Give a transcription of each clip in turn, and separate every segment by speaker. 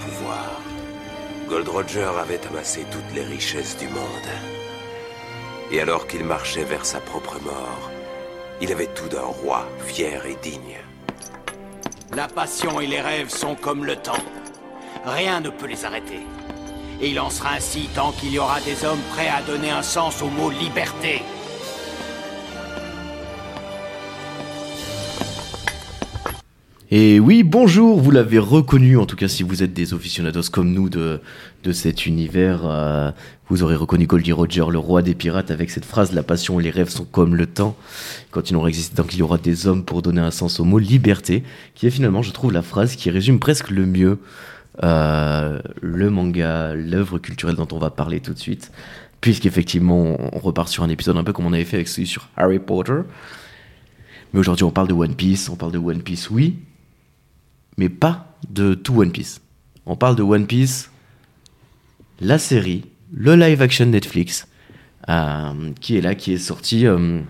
Speaker 1: pouvoir. Gold Roger avait amassé toutes les richesses du monde. Et alors qu'il marchait vers sa propre mort, il avait tout d'un roi, fier et digne.
Speaker 2: La passion et les rêves sont comme le temps. Rien ne peut les arrêter. Et il en sera ainsi tant qu'il y aura des hommes prêts à donner un sens au mot liberté.
Speaker 3: Et oui, bonjour, vous l'avez reconnu, en tout cas si vous êtes des aficionados comme nous de, de cet univers, euh, vous aurez reconnu Goldie Roger, le roi des pirates, avec cette phrase La passion et les rêves sont comme le temps, continueront à exister tant qu'il y aura des hommes pour donner un sens au mot liberté, qui est finalement, je trouve, la phrase qui résume presque le mieux euh, le manga, l'œuvre culturelle dont on va parler tout de suite, puisqu'effectivement, on repart sur un épisode un peu comme on avait fait avec celui sur Harry Potter. Mais aujourd'hui, on parle de One Piece, on parle de One Piece, oui, mais pas de tout One Piece. On parle de One Piece, la série, le live action Netflix, euh, qui est là, qui est sorti, euh,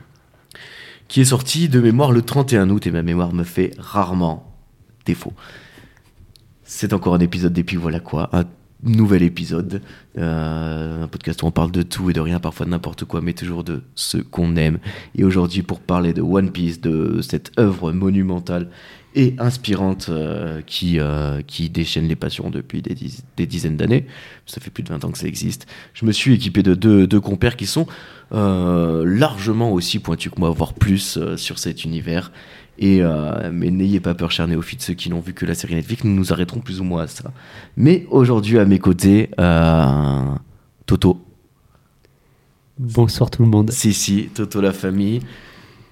Speaker 3: qui est sorti de mémoire le 31 août, et ma mémoire me fait rarement défaut. C'est encore un épisode depuis voilà quoi, un nouvel épisode, euh, un podcast où on parle de tout et de rien, parfois de n'importe quoi, mais toujours de ce qu'on aime. Et aujourd'hui, pour parler de One Piece, de cette œuvre monumentale et inspirante euh, qui, euh, qui déchaîne les passions depuis des, diz- des dizaines d'années. Ça fait plus de 20 ans que ça existe. Je me suis équipé de deux, deux compères qui sont euh, largement aussi pointus que moi, voire plus euh, sur cet univers. Et, euh, mais n'ayez pas peur, chers néophytes, ceux qui n'ont vu que la série Netflix, nous nous arrêterons plus ou moins à ça. Mais aujourd'hui, à mes côtés, euh, Toto.
Speaker 4: Bonsoir tout le monde.
Speaker 3: Si, si, Toto la famille.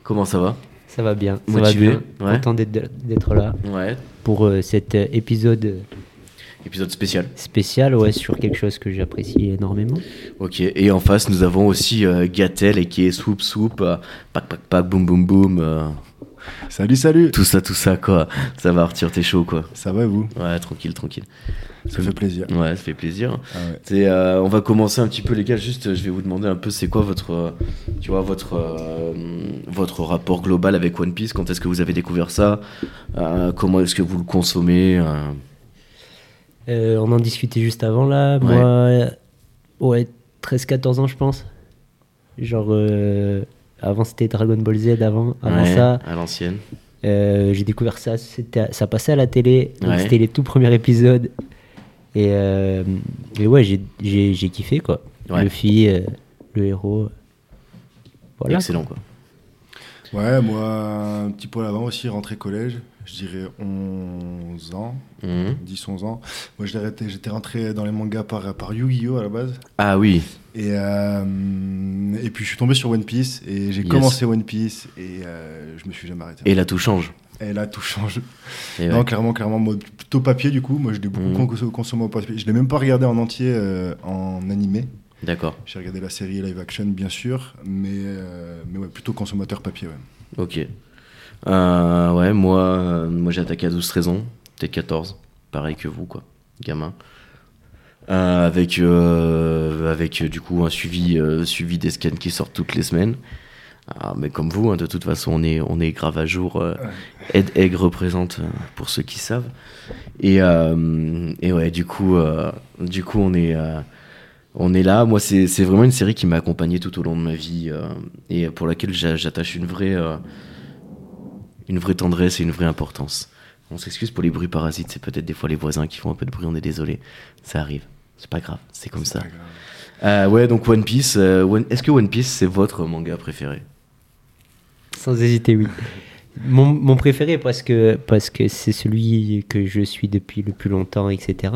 Speaker 3: Comment ça va
Speaker 4: Ça va bien. Ça
Speaker 3: Motivé,
Speaker 4: va bien.
Speaker 3: ouais.
Speaker 4: Content d'être, d'être là
Speaker 3: Ouais.
Speaker 4: pour euh, cet euh, épisode
Speaker 3: Épisode spécial.
Speaker 4: spécial ouais, sur quelque chose que j'apprécie énormément.
Speaker 3: Ok, et en face, nous avons aussi euh, Gatel et qui est Swoop Swoop, euh, Pac Pac Pac, Boum Boum Boum, euh,
Speaker 5: Salut, salut
Speaker 3: tout ça, tout ça, quoi. Ça va, Arthur, t'es chaud, quoi.
Speaker 5: Ça va vous
Speaker 3: Ouais, tranquille, tranquille.
Speaker 5: Ça fait plaisir.
Speaker 3: Ouais, ça fait plaisir.
Speaker 5: Ah ouais.
Speaker 3: C'est, euh, on va commencer un petit peu, les gars. Juste, euh, je vais vous demander un peu, c'est quoi votre, euh, tu vois, votre, euh, votre rapport global avec One Piece Quand est-ce que vous avez découvert ça Euh, Comment est-ce que vous le consommez Euh,
Speaker 4: Euh, on en discutait juste avant là.
Speaker 3: Ouais.
Speaker 4: Moi, euh, ouais, 13-14 ans je pense. Genre, euh, avant c'était Dragon Ball Z, avant, avant
Speaker 3: ouais,
Speaker 4: ça.
Speaker 3: à l'ancienne.
Speaker 4: Euh, j'ai découvert ça, c'était à- ça passait à la télé, donc
Speaker 3: Ouais.
Speaker 4: c'était les tout premiers épisodes. Et, euh, et ouais, j'ai- j'ai j'ai kiffé quoi.
Speaker 3: Ouais.
Speaker 4: Le Luffy, euh, le héros. Voilà.
Speaker 3: Excellent, quoi.
Speaker 5: Ouais, moi, un petit peu avant aussi, rentrée collège, je dirais 11 ans,
Speaker 3: Mhm.
Speaker 5: 10-11 ans. Moi, je l'ai arrêté, j'étais rentré dans les mangas par, par Yu-Gi-Oh! à la base.
Speaker 3: Ah oui.
Speaker 5: Et, euh, et puis, je suis tombé sur One Piece, et j'ai
Speaker 3: Yes.
Speaker 5: commencé One Piece, et euh, je me suis jamais arrêté.
Speaker 3: Et là, tout change.
Speaker 5: Et là, tout change.
Speaker 3: Et ouais.
Speaker 5: Non, clairement, clairement, moi, plutôt papier, du coup. Moi, je l'ai beaucoup
Speaker 3: Mhm.
Speaker 5: cons- consommé au papier. Je l'ai même pas regardé en entier euh, en animé.
Speaker 3: D'accord.
Speaker 5: J'ai regardé la série live action, bien sûr, mais, euh, mais ouais, plutôt consommateur papier. Ouais.
Speaker 3: Ok. Euh, ouais, moi, euh, moi j'ai attaqué à 12-13 ans, peut-être 14, pareil que vous, quoi, gamin. Euh, avec, euh, avec euh, du coup un suivi, euh, suivi des scans qui sortent toutes les semaines. Ah, mais comme vous, hein, de toute façon, on est, on est grave à jour. euh, Ed Egg représente, euh, pour ceux qui savent. Et, euh, et ouais, du coup, euh, du coup on, est, euh, on est là. Moi, c'est c'est vraiment une série qui m'a accompagné tout au long de ma vie euh, et pour laquelle j'a- j'attache une vraie, euh, une vraie tendresse et une vraie importance. On s'excuse pour les bruits parasites, c'est peut-être des fois les voisins qui font un peu de bruit, on est désolé. Ça arrive, c'est pas grave, c'est comme ça.
Speaker 5: Pas grave.
Speaker 3: Euh, ouais, donc One Piece, euh, One- est-ce que One Piece c'est votre manga préféré
Speaker 4: Sans hésiter, oui. Mon, mon préféré parce que parce que c'est celui que je suis depuis le plus longtemps, etc.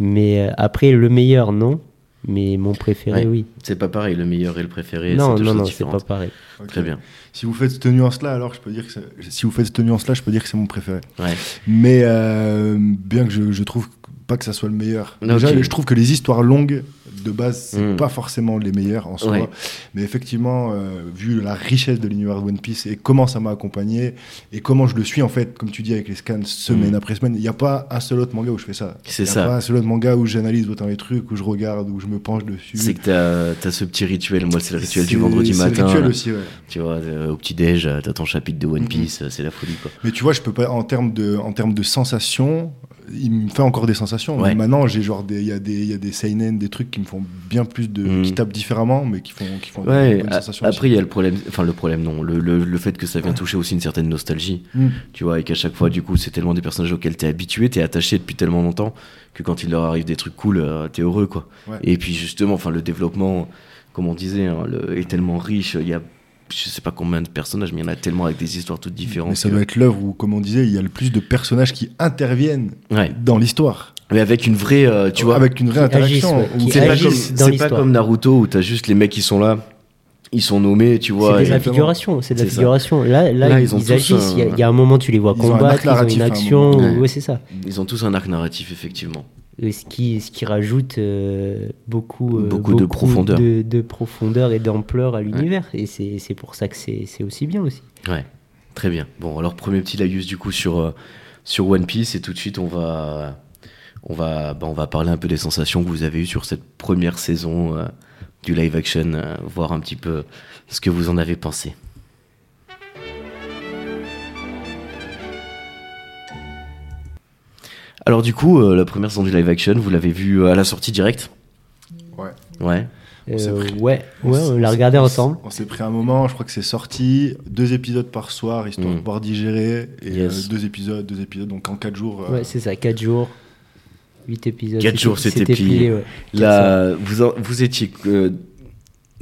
Speaker 4: Mais euh, après le meilleur non, mais mon préféré
Speaker 3: Ouais.
Speaker 4: oui.
Speaker 3: C'est pas pareil, le meilleur et le préféré,
Speaker 4: non
Speaker 3: c'est deux
Speaker 4: non
Speaker 3: choses
Speaker 4: non, c'est
Speaker 3: différentes.
Speaker 4: pas pareil.
Speaker 5: Ok.
Speaker 3: Très bien.
Speaker 5: Si vous faites cette nuance-là, alors je peux dire que c'est- si vous faites cette nuance-là, je peux dire que c'est mon préféré.
Speaker 3: Ouais.
Speaker 5: Mais euh, bien que je, je trouve pas que ça soit le meilleur.
Speaker 3: Ok.
Speaker 5: Déjà, je trouve que les histoires longues de base, c'est
Speaker 3: Mm.
Speaker 5: pas forcément les meilleures en soi.
Speaker 3: Ouais.
Speaker 5: Mais effectivement, euh, vu la richesse de l'univers de One Piece et comment ça m'a accompagné et comment je le suis en fait, comme tu dis avec les scans semaine
Speaker 3: Mm.
Speaker 5: après semaine, il n'y a pas un seul autre manga où je fais ça.
Speaker 3: C'est
Speaker 5: Il y a
Speaker 3: ça.
Speaker 5: Pas un seul autre manga où j'analyse autant les trucs, où je regarde, où je me penche dessus.
Speaker 3: C'est que t'as- t'as ce petit rituel, moi c'est le rituel du
Speaker 5: C'est-
Speaker 3: vendredi
Speaker 5: c'est le
Speaker 3: matin.
Speaker 5: rituel
Speaker 3: là.
Speaker 5: aussi, Mm-hmm. ouais.
Speaker 3: Tu vois, euh, au petit-déj, euh, t'as ton chapitre de One Piece, euh, c'est la folie quoi.
Speaker 5: Mais tu vois, je peux pas en termes de en termes de sensation, il me fait encore des sensations.
Speaker 3: Ouais.
Speaker 5: Mais Maintenant, j'ai genre des, il y a des, il y a des seinen, des trucs qui me font bien plus de,
Speaker 3: Mm.
Speaker 5: qui tapent différemment, mais qui font, qui font des
Speaker 3: Ouais,
Speaker 5: bonnes
Speaker 3: a-
Speaker 5: sensations
Speaker 3: après
Speaker 5: aussi.
Speaker 3: il y a le problème, enfin le problème non, le, le, le fait que ça vient toucher aussi une certaine nostalgie,
Speaker 5: Mm.
Speaker 3: tu vois, et qu'à chaque fois du coup c'est tellement des personnages auxquels t'es habitué, t'es attaché depuis tellement longtemps que quand il leur arrive des trucs cool, euh, t'es heureux quoi.
Speaker 5: Ouais.
Speaker 3: Et puis justement, enfin le développement, comme on disait, hein, le- est tellement riche, il y a je sais pas combien de personnages, mais il y en a tellement avec des histoires toutes différentes.
Speaker 5: Mais ça doit être l'œuvre où, comme on disait, il y a le plus de personnages qui interviennent
Speaker 3: Ouais.
Speaker 5: dans l'histoire.
Speaker 3: Mais avec une vraie, euh, tu vois,
Speaker 5: avec une vraie
Speaker 4: Qui agissent,
Speaker 5: interaction.
Speaker 4: ouais, qui
Speaker 5: où-
Speaker 3: c'est pas,
Speaker 4: agissent
Speaker 3: comme, c'est
Speaker 4: dans
Speaker 3: pas
Speaker 4: l'histoire.
Speaker 3: comme Naruto où t'as juste les mecs qui sont là, ils sont nommés, tu vois.
Speaker 4: C'est de la
Speaker 3: et-
Speaker 5: exactement.
Speaker 4: figuration, c'est de la
Speaker 3: C'est ça.
Speaker 4: figuration. Là, là,
Speaker 3: Là,
Speaker 4: ils,
Speaker 3: ils ont tous
Speaker 4: agissent. Il y a-
Speaker 3: un-
Speaker 4: il y, a un moment, tu les vois
Speaker 5: Ils ont un
Speaker 4: combattre,
Speaker 5: arc
Speaker 4: ils ont
Speaker 5: narratif
Speaker 4: une
Speaker 5: à un
Speaker 4: action.
Speaker 5: moment.
Speaker 4: ou-
Speaker 3: Ouais.
Speaker 4: ouais, c'est ça.
Speaker 3: Ils ont tous un arc narratif, effectivement.
Speaker 4: Et Ce qui, ce qui rajoute euh, beaucoup, euh,
Speaker 3: Beaucoup de profondeur.
Speaker 4: de, de profondeur et d'ampleur à l'univers. Et c'est c'est pour ça que c'est c'est aussi bien aussi.
Speaker 3: Ouais, très bien. Bon, alors premier petit laïus du coup sur, euh, sur One Piece et tout de suite on va, on, va, bah, on va parler un peu des sensations que vous avez eues sur cette première saison euh, du live action, euh, voir un petit peu ce que vous en avez pensé. Alors du coup, euh, la première saison du live action, vous l'avez vue euh, à la sortie directe
Speaker 5: Ouais.
Speaker 3: Ouais.
Speaker 5: On s'est
Speaker 4: Euh,
Speaker 5: pris-
Speaker 4: ouais,
Speaker 5: On
Speaker 4: ouais,
Speaker 5: s'est-
Speaker 4: on l'a
Speaker 5: s'est-
Speaker 4: regardé
Speaker 5: on s-
Speaker 4: ensemble.
Speaker 5: On s'est pris un moment, je crois que c'est sorti, deux épisodes par soir, histoire
Speaker 3: Mm.
Speaker 5: de pouvoir digérer, et
Speaker 3: Yes.
Speaker 5: euh, deux épisodes, deux épisodes, donc en quatre jours. euh,
Speaker 4: Ouais, c'est ça, 4 jours, 8 épisodes.
Speaker 3: Quatre
Speaker 4: c'était-
Speaker 3: jours, c'était pilé.
Speaker 4: ouais.
Speaker 3: Là, vous, en- vous étiez euh,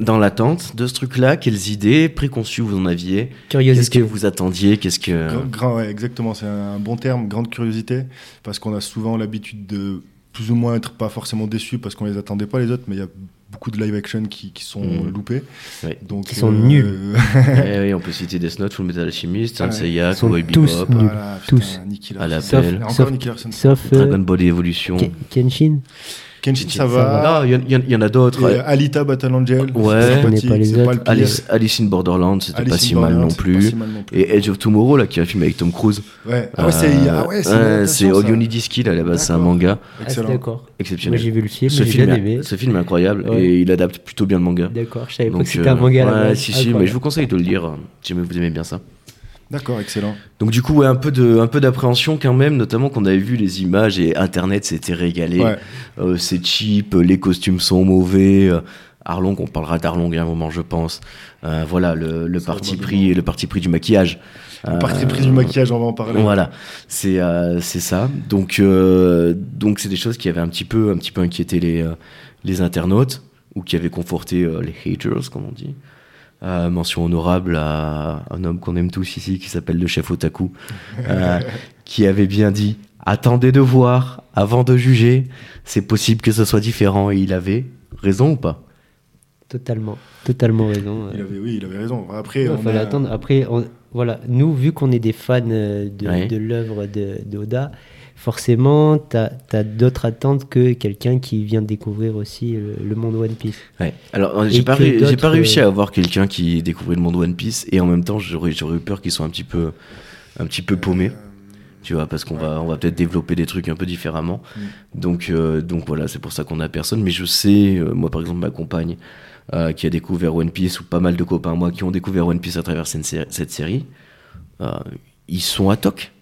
Speaker 3: dans l'attente de ce truc-là. Quelles idées préconçues vous en aviez Qu'est-ce que
Speaker 4: Curiosité.
Speaker 3: vous attendiez Qu'est-ce que
Speaker 5: Grand- grand- ouais, exactement, c'est un bon terme, grande curiosité, parce qu'on a souvent l'habitude de plus ou moins être pas forcément déçu parce qu'on les attendait pas les autres, mais il y a beaucoup de live action qui, qui sont
Speaker 3: Mm.
Speaker 5: loupés.
Speaker 3: Ouais.
Speaker 5: Donc, euh,
Speaker 4: Qui sont nuls.
Speaker 3: Eh oui, On peut citer Death Note, Full Metal Alchemist, Saint
Speaker 5: Ouais.
Speaker 3: Seiya,
Speaker 4: Ils sont
Speaker 3: Cowboy
Speaker 4: tous
Speaker 3: Bebop,
Speaker 4: nuls.
Speaker 5: Voilà,
Speaker 4: Tous.
Speaker 5: putain, Nicky
Speaker 3: À la
Speaker 5: Larson.
Speaker 3: pelle.
Speaker 5: Encore
Speaker 4: Sauf-
Speaker 5: Nicky Larson.
Speaker 4: Sauf euh,
Speaker 3: Dragon Ball Evolution.
Speaker 4: Ken- Kenshin. Ah,
Speaker 5: Kenshin, ça va.
Speaker 3: Non, il y en- il y, en- il y en a d'autres.
Speaker 5: Et Alita Battle Angel.
Speaker 3: Ouais.
Speaker 5: c'est
Speaker 3: Je
Speaker 4: connais
Speaker 5: sympathique,
Speaker 4: pas les
Speaker 5: c'est
Speaker 4: autres.
Speaker 5: le pire.
Speaker 3: Alice, Alice in Borderland, c'était
Speaker 5: Alice
Speaker 3: pas
Speaker 5: in
Speaker 3: si mal
Speaker 5: Borderland,
Speaker 3: non
Speaker 5: c'est pas
Speaker 3: plus.
Speaker 5: si mal non plus.
Speaker 3: Et Edge of Tomorrow, là, qui est un film avec Tom Cruise.
Speaker 5: Ouais. Ah ouais, c'est
Speaker 3: Euh,
Speaker 5: ah ouais, c'est une
Speaker 3: ouais,
Speaker 5: adaptation,
Speaker 3: c'est All
Speaker 5: ça.
Speaker 3: You Need Is Kill, à la base, c'est un
Speaker 5: D'accord.
Speaker 3: manga
Speaker 4: Ah, c'est
Speaker 5: Excellent.
Speaker 4: d'accord. Moi
Speaker 3: exceptionnel.
Speaker 4: j'ai vu le film,
Speaker 3: ce,
Speaker 4: j'ai
Speaker 3: film
Speaker 4: bien
Speaker 3: est-
Speaker 4: aimé.
Speaker 3: ce film est incroyable
Speaker 4: Ouais.
Speaker 3: et il adapte plutôt bien le manga.
Speaker 4: D'accord, je savais pas
Speaker 3: Donc,
Speaker 4: que c'était un
Speaker 3: euh,
Speaker 4: manga à la
Speaker 3: ouais,
Speaker 4: base.
Speaker 3: si,
Speaker 4: Ah,
Speaker 3: si,
Speaker 4: quoi.
Speaker 3: mais je vous conseille de le lire. euh, Si jamais vous aimez bien ça.
Speaker 5: D'accord, excellent.
Speaker 3: Donc du coup, ouais, un peu de, un peu d'appréhension quand même, notamment qu'on avait vu les images et Internet s'était régalé.
Speaker 5: Ouais.
Speaker 3: Euh, c'est cheap, les costumes sont mauvais. euh, Arlong, on parlera d'Arlong à un moment, je pense. Euh, voilà le, le
Speaker 5: Ça,
Speaker 3: parti
Speaker 5: probablement.
Speaker 3: pris, le parti pris du maquillage.
Speaker 5: Le parti
Speaker 3: Euh,
Speaker 5: pris du maquillage, on va en parler.
Speaker 3: Voilà, c'est euh, c'est ça. Donc euh, donc c'est des choses qui avaient un petit peu un petit peu inquiété les euh, les internautes ou qui avaient conforté euh, les haters comme on dit. Euh, mention honorable à un homme qu'on aime tous ici qui s'appelle le chef Otaku, euh, qui avait bien dit attendez de voir avant de juger. C'est possible que ce soit différent et il avait raison ou pas.
Speaker 4: Totalement, totalement raison.
Speaker 5: Il
Speaker 4: euh.
Speaker 5: avait, oui, il avait raison. Après,
Speaker 4: Ouais,
Speaker 5: on
Speaker 4: fallait
Speaker 5: a-
Speaker 4: attendre. Après, on- voilà, nous, vu qu'on est des fans euh, de,
Speaker 3: Ouais.
Speaker 4: de l'œuvre de- d'Oda, forcément, t'as as, d'autres attentes que quelqu'un qui vient de découvrir aussi euh, le, monde One Piece.
Speaker 3: Ouais. Alors euh,
Speaker 4: Et
Speaker 3: j'ai pas,
Speaker 4: que
Speaker 3: ré- j'ai pas
Speaker 4: d'autres,
Speaker 3: réussi
Speaker 4: euh,
Speaker 3: à avoir quelqu'un qui découvrait le monde One Piece et en même temps j'aurais j'aurais eu peur qu'ils soient un petit peu un petit peu paumés. Tu vois, parce qu'on va, on va peut-être développer des trucs un peu différemment.
Speaker 5: Mm.
Speaker 3: Donc, euh, donc voilà, c'est pour ça qu'on a personne. Mais je sais, euh, moi par exemple, ma compagne euh, qui a découvert One Piece, ou pas mal de copains à moi qui ont découvert One Piece à travers cette, sé- cette série, euh, ils sont à toc.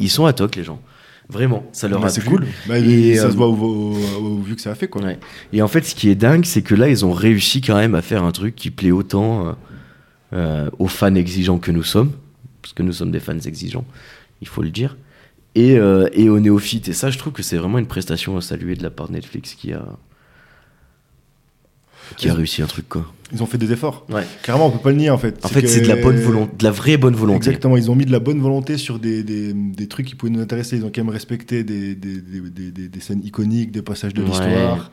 Speaker 3: Ils sont à toc, les gens. Vraiment, ça leur
Speaker 5: Bah,
Speaker 3: a
Speaker 5: c'est
Speaker 3: plu.
Speaker 5: cool. Bah,
Speaker 3: Et,
Speaker 5: ça
Speaker 3: euh,
Speaker 5: se voit au, au- au- vu que ça a fait quoi.
Speaker 3: Ouais. Et en fait, ce qui est dingue, c'est que là, ils ont réussi quand même à faire un truc qui plaît autant euh, euh, aux fans exigeants que nous sommes, parce que nous sommes des fans exigeants, il faut le dire, et, euh, et aux néophytes. Et ça, je trouve que c'est vraiment une prestation à saluer de la part de Netflix qui a qui a réussi un truc quoi.
Speaker 5: Ils ont fait des efforts.
Speaker 3: Ouais.
Speaker 5: Clairement, on peut pas le nier en fait.
Speaker 3: En fait, c'est de la
Speaker 5: que-
Speaker 3: bonne volonté, de la vraie bonne volonté.
Speaker 5: Exactement, ils ont mis de la bonne volonté sur des, des, des trucs qui pouvaient nous intéresser. Ils ont quand même respecté des, des, des, des, des- des scènes iconiques, des passages de
Speaker 3: Ouais.
Speaker 5: l'histoire.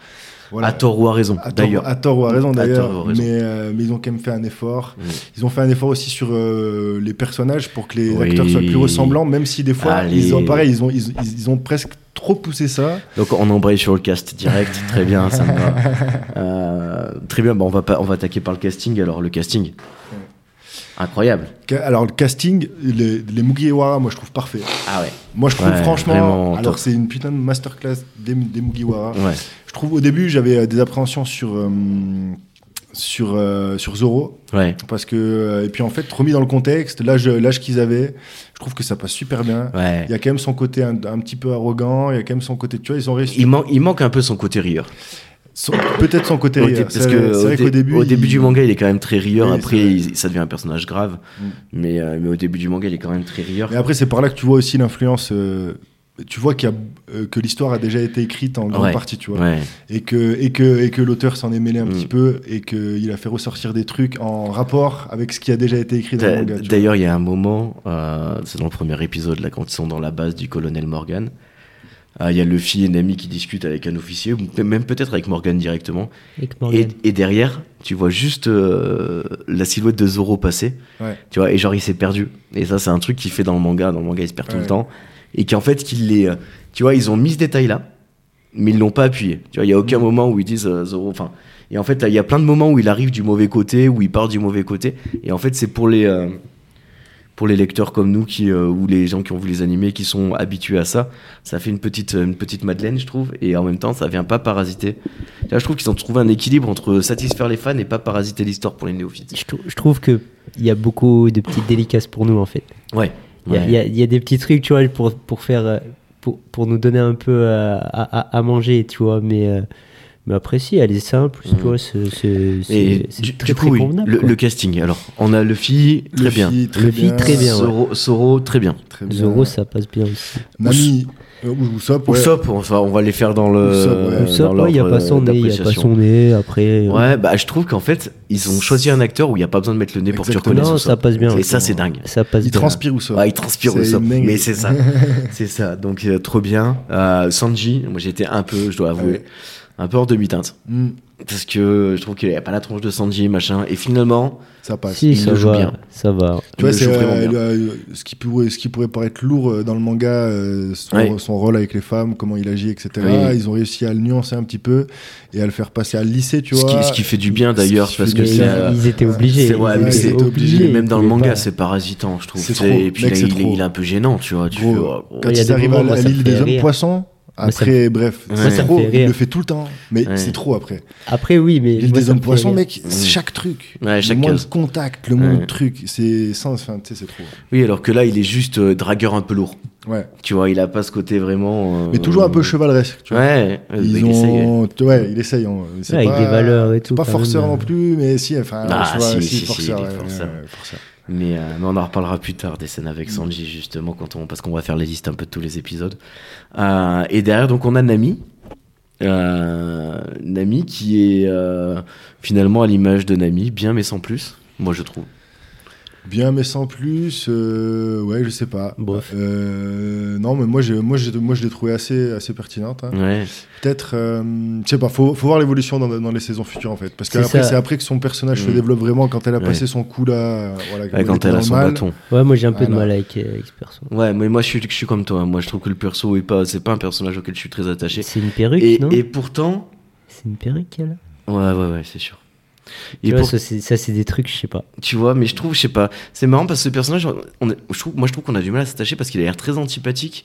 Speaker 5: Voilà.
Speaker 3: À tort ou à raison.
Speaker 5: À tort-
Speaker 3: D'ailleurs,
Speaker 5: à tort ou à raison
Speaker 3: À
Speaker 5: d'ailleurs,
Speaker 3: tort ou à
Speaker 5: mais,
Speaker 3: raison.
Speaker 5: euh, mais ils ont quand même fait un effort.
Speaker 3: Mm.
Speaker 5: Ils ont fait un effort aussi sur euh, les personnages pour que les
Speaker 3: Oui.
Speaker 5: acteurs soient plus ressemblants, même si des fois,
Speaker 3: Allez.
Speaker 5: ils ont, pareil, ils ont, ils, ils- ils ont presque trop poussé ça.
Speaker 3: Donc on embraye sur le cast direct, très bien, ça me va. Euh, très bien, bah, on, va pas, on va attaquer par le casting. Alors le casting, incroyable.
Speaker 5: Ca- Alors le casting, les, les Mugiwara, moi je trouve parfait.
Speaker 3: Ah ouais.
Speaker 5: Moi je trouve
Speaker 3: Ouais,
Speaker 5: franchement,
Speaker 3: vraiment
Speaker 5: alors
Speaker 3: top.
Speaker 5: c'est une putain de masterclass des, des Mugiwara.
Speaker 3: ouais.
Speaker 5: Je trouve au début j'avais euh, des appréhensions sur euh, sur, euh, sur Zoro.
Speaker 3: Ouais.
Speaker 5: Parce que, euh, et puis en fait, remis dans le contexte, l'âge l'âge qu'ils avaient, je trouve que ça passe super bien.
Speaker 3: Ouais.
Speaker 5: Il y a quand même son côté un, un petit peu arrogant, il y a quand même son côté, tu vois, ils ont réussi.
Speaker 3: Il, man- il manque un peu son côté rieur.
Speaker 5: son- Peut-être son côté
Speaker 3: Au dé-
Speaker 5: rire.
Speaker 3: parce
Speaker 5: C'est
Speaker 3: que
Speaker 5: c'est
Speaker 3: au,
Speaker 5: vrai
Speaker 3: dé-
Speaker 5: qu'au début.
Speaker 3: au début du
Speaker 5: il-
Speaker 3: manga, il est quand même très rieur.
Speaker 5: Oui,
Speaker 3: Après,
Speaker 5: c'est vrai.
Speaker 3: il- ça devient un personnage grave.
Speaker 5: Mm.
Speaker 3: Mais, euh, mais au début du manga, il est quand même très rieur.
Speaker 5: Mais après, c'est par là que tu vois aussi l'influence. euh, tu vois qu'il y a, euh, que l'histoire a déjà été écrite en grande
Speaker 3: Ouais.
Speaker 5: partie, tu vois.
Speaker 3: Ouais.
Speaker 5: Et que, et que, et que l'auteur s'en est mêlé un
Speaker 3: Mm.
Speaker 5: petit peu et qu'il a fait ressortir des trucs en rapport avec ce qui a déjà été écrit dans le
Speaker 3: D'a-
Speaker 5: manga. tu vois.
Speaker 3: D'ailleurs, il y a un moment, euh, c'est dans le premier épisode, là, quand ils sont dans la base du colonel Morgan. euh, Il y a Luffy et Nami qui discutent avec un officier, ou peut- même peut-être avec Morgan directement.
Speaker 4: Avec Morgan.
Speaker 3: Et, et derrière, tu vois juste euh, la silhouette de Zoro passer.
Speaker 5: Ouais.
Speaker 3: Tu vois, et genre il s'est perdu. Et ça, c'est un truc qu'il fait dans le manga. Dans le manga, il se perd tout
Speaker 5: Ouais.
Speaker 3: le temps. Et qu'en fait, qu'ils les, euh, tu vois, ils ont mis ce détail-là, mais ils l'ont pas appuyé. Tu vois, il y a
Speaker 5: Mm.
Speaker 3: aucun moment où ils disent euh, Zoro. Enfin, et en fait, là, il y a plein de moments où il arrive du mauvais côté, où il part du mauvais côté. Et en fait, c'est pour les. euh, pour les lecteurs comme nous qui euh, ou les gens qui ont vu les animés qui sont habitués à ça, ça fait une petite euh, une petite madeleine je trouve et en même temps ça vient pas parasiter. Là je trouve qu'ils ont trouvé un équilibre entre satisfaire les fans et pas parasiter l'histoire pour les néophytes.
Speaker 4: Je, trou- je trouve que il y a beaucoup de petites délicaces pour nous en fait.
Speaker 3: Ouais.
Speaker 4: Il y a- il y, a- il y a des petits trucs, tu vois, pour, pour faire, euh, pour, pour nous donner un peu euh, à, à- à manger, tu vois, mais, euh, mais après, si, elle est simple, tu
Speaker 3: Mhm.
Speaker 4: vois, c'est- c'est
Speaker 3: Et
Speaker 4: c'est- c'est
Speaker 3: du,
Speaker 4: très,
Speaker 3: du
Speaker 4: très
Speaker 3: coup, oui,
Speaker 4: convenable.
Speaker 3: le,
Speaker 4: quoi.
Speaker 3: le casting. Alors, on a Luffy, très
Speaker 5: Luffy,
Speaker 3: bien.
Speaker 4: Luffy, très bien, ouais.
Speaker 3: Zoro, Zoro, très bien.
Speaker 5: très
Speaker 4: Zoro, ça passe bien aussi.
Speaker 5: Nami, euh, ou- Usopp, ouais.
Speaker 3: Usopp, on va, on va les faire dans le.
Speaker 5: Usopp, ouais.
Speaker 3: dans
Speaker 4: Usopp, ouais, il n'y a
Speaker 3: l'ordre,
Speaker 4: pas son
Speaker 3: euh,
Speaker 4: nez, il n'y a pas
Speaker 3: d'appréciation.
Speaker 4: son nez, après. euh,
Speaker 3: Ouais, bah je trouve qu'en fait, ils ont choisi un acteur où il n'y a pas besoin de mettre le nez pour que tu
Speaker 5: Exactement.
Speaker 3: reconnaisses
Speaker 4: non, ça
Speaker 3: Usopp.
Speaker 4: passe bien.
Speaker 3: Et ça, c'est dingue.
Speaker 4: Ça passe
Speaker 5: Il
Speaker 4: bien.
Speaker 5: transpire Usopp.
Speaker 3: Ouais, il transpire
Speaker 5: C'est
Speaker 3: Usopp.
Speaker 5: une dinguerie.
Speaker 3: Mais c'est ça. c'est ça. Donc, euh, trop bien. Euh, Sanji, moi j'étais un peu, je dois avouer,
Speaker 5: Ouais.
Speaker 3: un peu en demi-teinte.
Speaker 5: Mm,
Speaker 3: Parce que je trouve qu'il n'y a pas la tronche de Sanji, machin. Et finalement,
Speaker 5: ça passe.
Speaker 4: Si,
Speaker 3: il
Speaker 4: ça
Speaker 3: le joue
Speaker 4: va,
Speaker 3: bien.
Speaker 4: ça va.
Speaker 5: Tu vois,
Speaker 3: Il le
Speaker 5: c'est
Speaker 3: joue vraiment
Speaker 5: euh,
Speaker 3: bien.
Speaker 5: le- euh, ce, qui pourrait, ce qui pourrait paraître lourd euh, dans le manga, euh, son,
Speaker 3: Ouais.
Speaker 5: son rôle avec les femmes, comment il agit, etc.
Speaker 3: Oui.
Speaker 5: Ils ont réussi à le nuancer un petit peu et à le faire passer à le lycée, tu
Speaker 3: Ce
Speaker 5: vois.
Speaker 3: qui, ce qui fait du bien
Speaker 5: Ce qui
Speaker 3: d'ailleurs,
Speaker 5: fait
Speaker 3: parce
Speaker 5: du
Speaker 3: que
Speaker 5: bien.
Speaker 4: Mais
Speaker 3: c'est.
Speaker 4: ils,
Speaker 3: euh,
Speaker 4: ils étaient obligés.
Speaker 3: c'est- ouais,
Speaker 4: ils
Speaker 3: mais
Speaker 4: étaient
Speaker 3: c'est-
Speaker 5: obligé,
Speaker 3: même dans
Speaker 4: ils
Speaker 3: le
Speaker 4: pouvaient
Speaker 3: manga,
Speaker 4: pas.
Speaker 3: c'est parasitant, je trouve.
Speaker 5: C'est
Speaker 3: tu sais,
Speaker 5: trop.
Speaker 3: Et puis
Speaker 5: Mec,
Speaker 3: là,
Speaker 5: c'est
Speaker 3: il, est-
Speaker 5: trop.
Speaker 3: il est un peu gênant, tu vois. Tu
Speaker 5: Gros,
Speaker 3: fais, oh, oh.
Speaker 5: Quand
Speaker 4: Il y a
Speaker 5: ils
Speaker 4: des
Speaker 5: arrivent à,
Speaker 4: moments, moi,
Speaker 5: à
Speaker 4: ça me
Speaker 5: l'île
Speaker 4: fait
Speaker 5: des hommes
Speaker 4: rire.
Speaker 5: poissons,
Speaker 4: Moi, ça
Speaker 5: après,
Speaker 4: me
Speaker 5: bref,
Speaker 3: Moi, ça
Speaker 5: c'est
Speaker 3: me
Speaker 5: trop,
Speaker 4: fait
Speaker 5: il
Speaker 4: rire.
Speaker 5: le fait tout le temps, mais
Speaker 3: Ouais.
Speaker 5: c'est trop après.
Speaker 4: Après, oui, mais.
Speaker 5: L'île
Speaker 4: moi,
Speaker 5: des
Speaker 4: ça me
Speaker 5: hommes
Speaker 4: fait
Speaker 5: poissons,
Speaker 4: rire.
Speaker 5: mec,
Speaker 3: Mm.
Speaker 5: chaque truc,
Speaker 3: Ouais, chaque
Speaker 5: le moins de
Speaker 3: case.
Speaker 5: contact, le moins
Speaker 3: Ouais.
Speaker 5: de trucs, c'est sans, enfin, tu sais, c'est trop.
Speaker 3: Oui, alors que là, il est juste euh, dragueur un peu lourd.
Speaker 5: Ouais.
Speaker 3: Tu vois, il a pas ce côté vraiment. euh,
Speaker 5: Mais toujours un peu chevaleresque, tu vois.
Speaker 3: Ouais, euh,
Speaker 5: Ils
Speaker 3: il
Speaker 5: ont-
Speaker 3: essaye.
Speaker 5: tu- Ouais, il essaye. on- c'est
Speaker 4: Ouais, avec
Speaker 5: pas-
Speaker 4: des valeurs et
Speaker 5: c'est
Speaker 4: tout,
Speaker 5: Pas
Speaker 4: quand même,
Speaker 5: forceur
Speaker 4: euh. Bah,
Speaker 5: non plus, mais si, enfin,
Speaker 3: Ah,
Speaker 5: tu vois,
Speaker 3: si, si, si,
Speaker 5: forceur.
Speaker 3: il est
Speaker 5: ouais,
Speaker 3: forceur.
Speaker 5: ouais, ouais, forceur.
Speaker 3: Mais euh, mais on en reparlera plus tard des scènes avec Sanji, justement, quand on, parce qu'on va faire les listes un peu de tous les épisodes. Euh, et derrière, donc, on a Nami. Euh, Nami qui est euh, finalement à l'image de Nami, bien mais sans plus, moi je trouve.
Speaker 5: Bien, mais sans plus. euh, ouais, je sais pas.
Speaker 4: Bof.
Speaker 5: Euh, non, mais moi, j'ai, moi, j'ai, moi, je l'ai trouvé assez, assez pertinente. hein.
Speaker 3: Ouais.
Speaker 5: Peut-être, euh, je sais pas. Faut, faut voir l'évolution dans, dans les saisons futures, en fait, parce que
Speaker 4: C'est
Speaker 5: après,
Speaker 4: ça.
Speaker 5: c'est après que son personnage se
Speaker 3: Mm.
Speaker 5: développe vraiment quand elle a
Speaker 3: Ouais.
Speaker 5: passé son coup là. euh, voilà,
Speaker 3: Ouais,
Speaker 5: elle
Speaker 3: quand
Speaker 5: était
Speaker 3: elle
Speaker 5: dans
Speaker 3: a
Speaker 5: le
Speaker 3: son
Speaker 5: mal.
Speaker 3: bâton.
Speaker 4: Ouais, moi j'ai un peu de
Speaker 5: Alors.
Speaker 4: mal avec, euh, avec ce perso.
Speaker 3: Ouais, mais moi je suis, je suis comme toi. hein. Moi je trouve que le perso est pas, c'est pas un personnage auquel je suis très attaché.
Speaker 4: C'est une perruque,
Speaker 3: Et,
Speaker 4: non
Speaker 3: et pourtant,
Speaker 4: C'est une perruque, elle
Speaker 3: ouais, ouais, ouais, c'est sûr. Et
Speaker 4: Tu vois,
Speaker 3: pour-
Speaker 4: ça, c'est- ça, c'est des trucs, je sais pas.
Speaker 3: tu vois, mais je trouve, je sais pas, c'est marrant parce que ce personnage, on est- je trouve, moi je trouve qu'on a du mal à s'attacher parce qu'il a l'air très antipathique.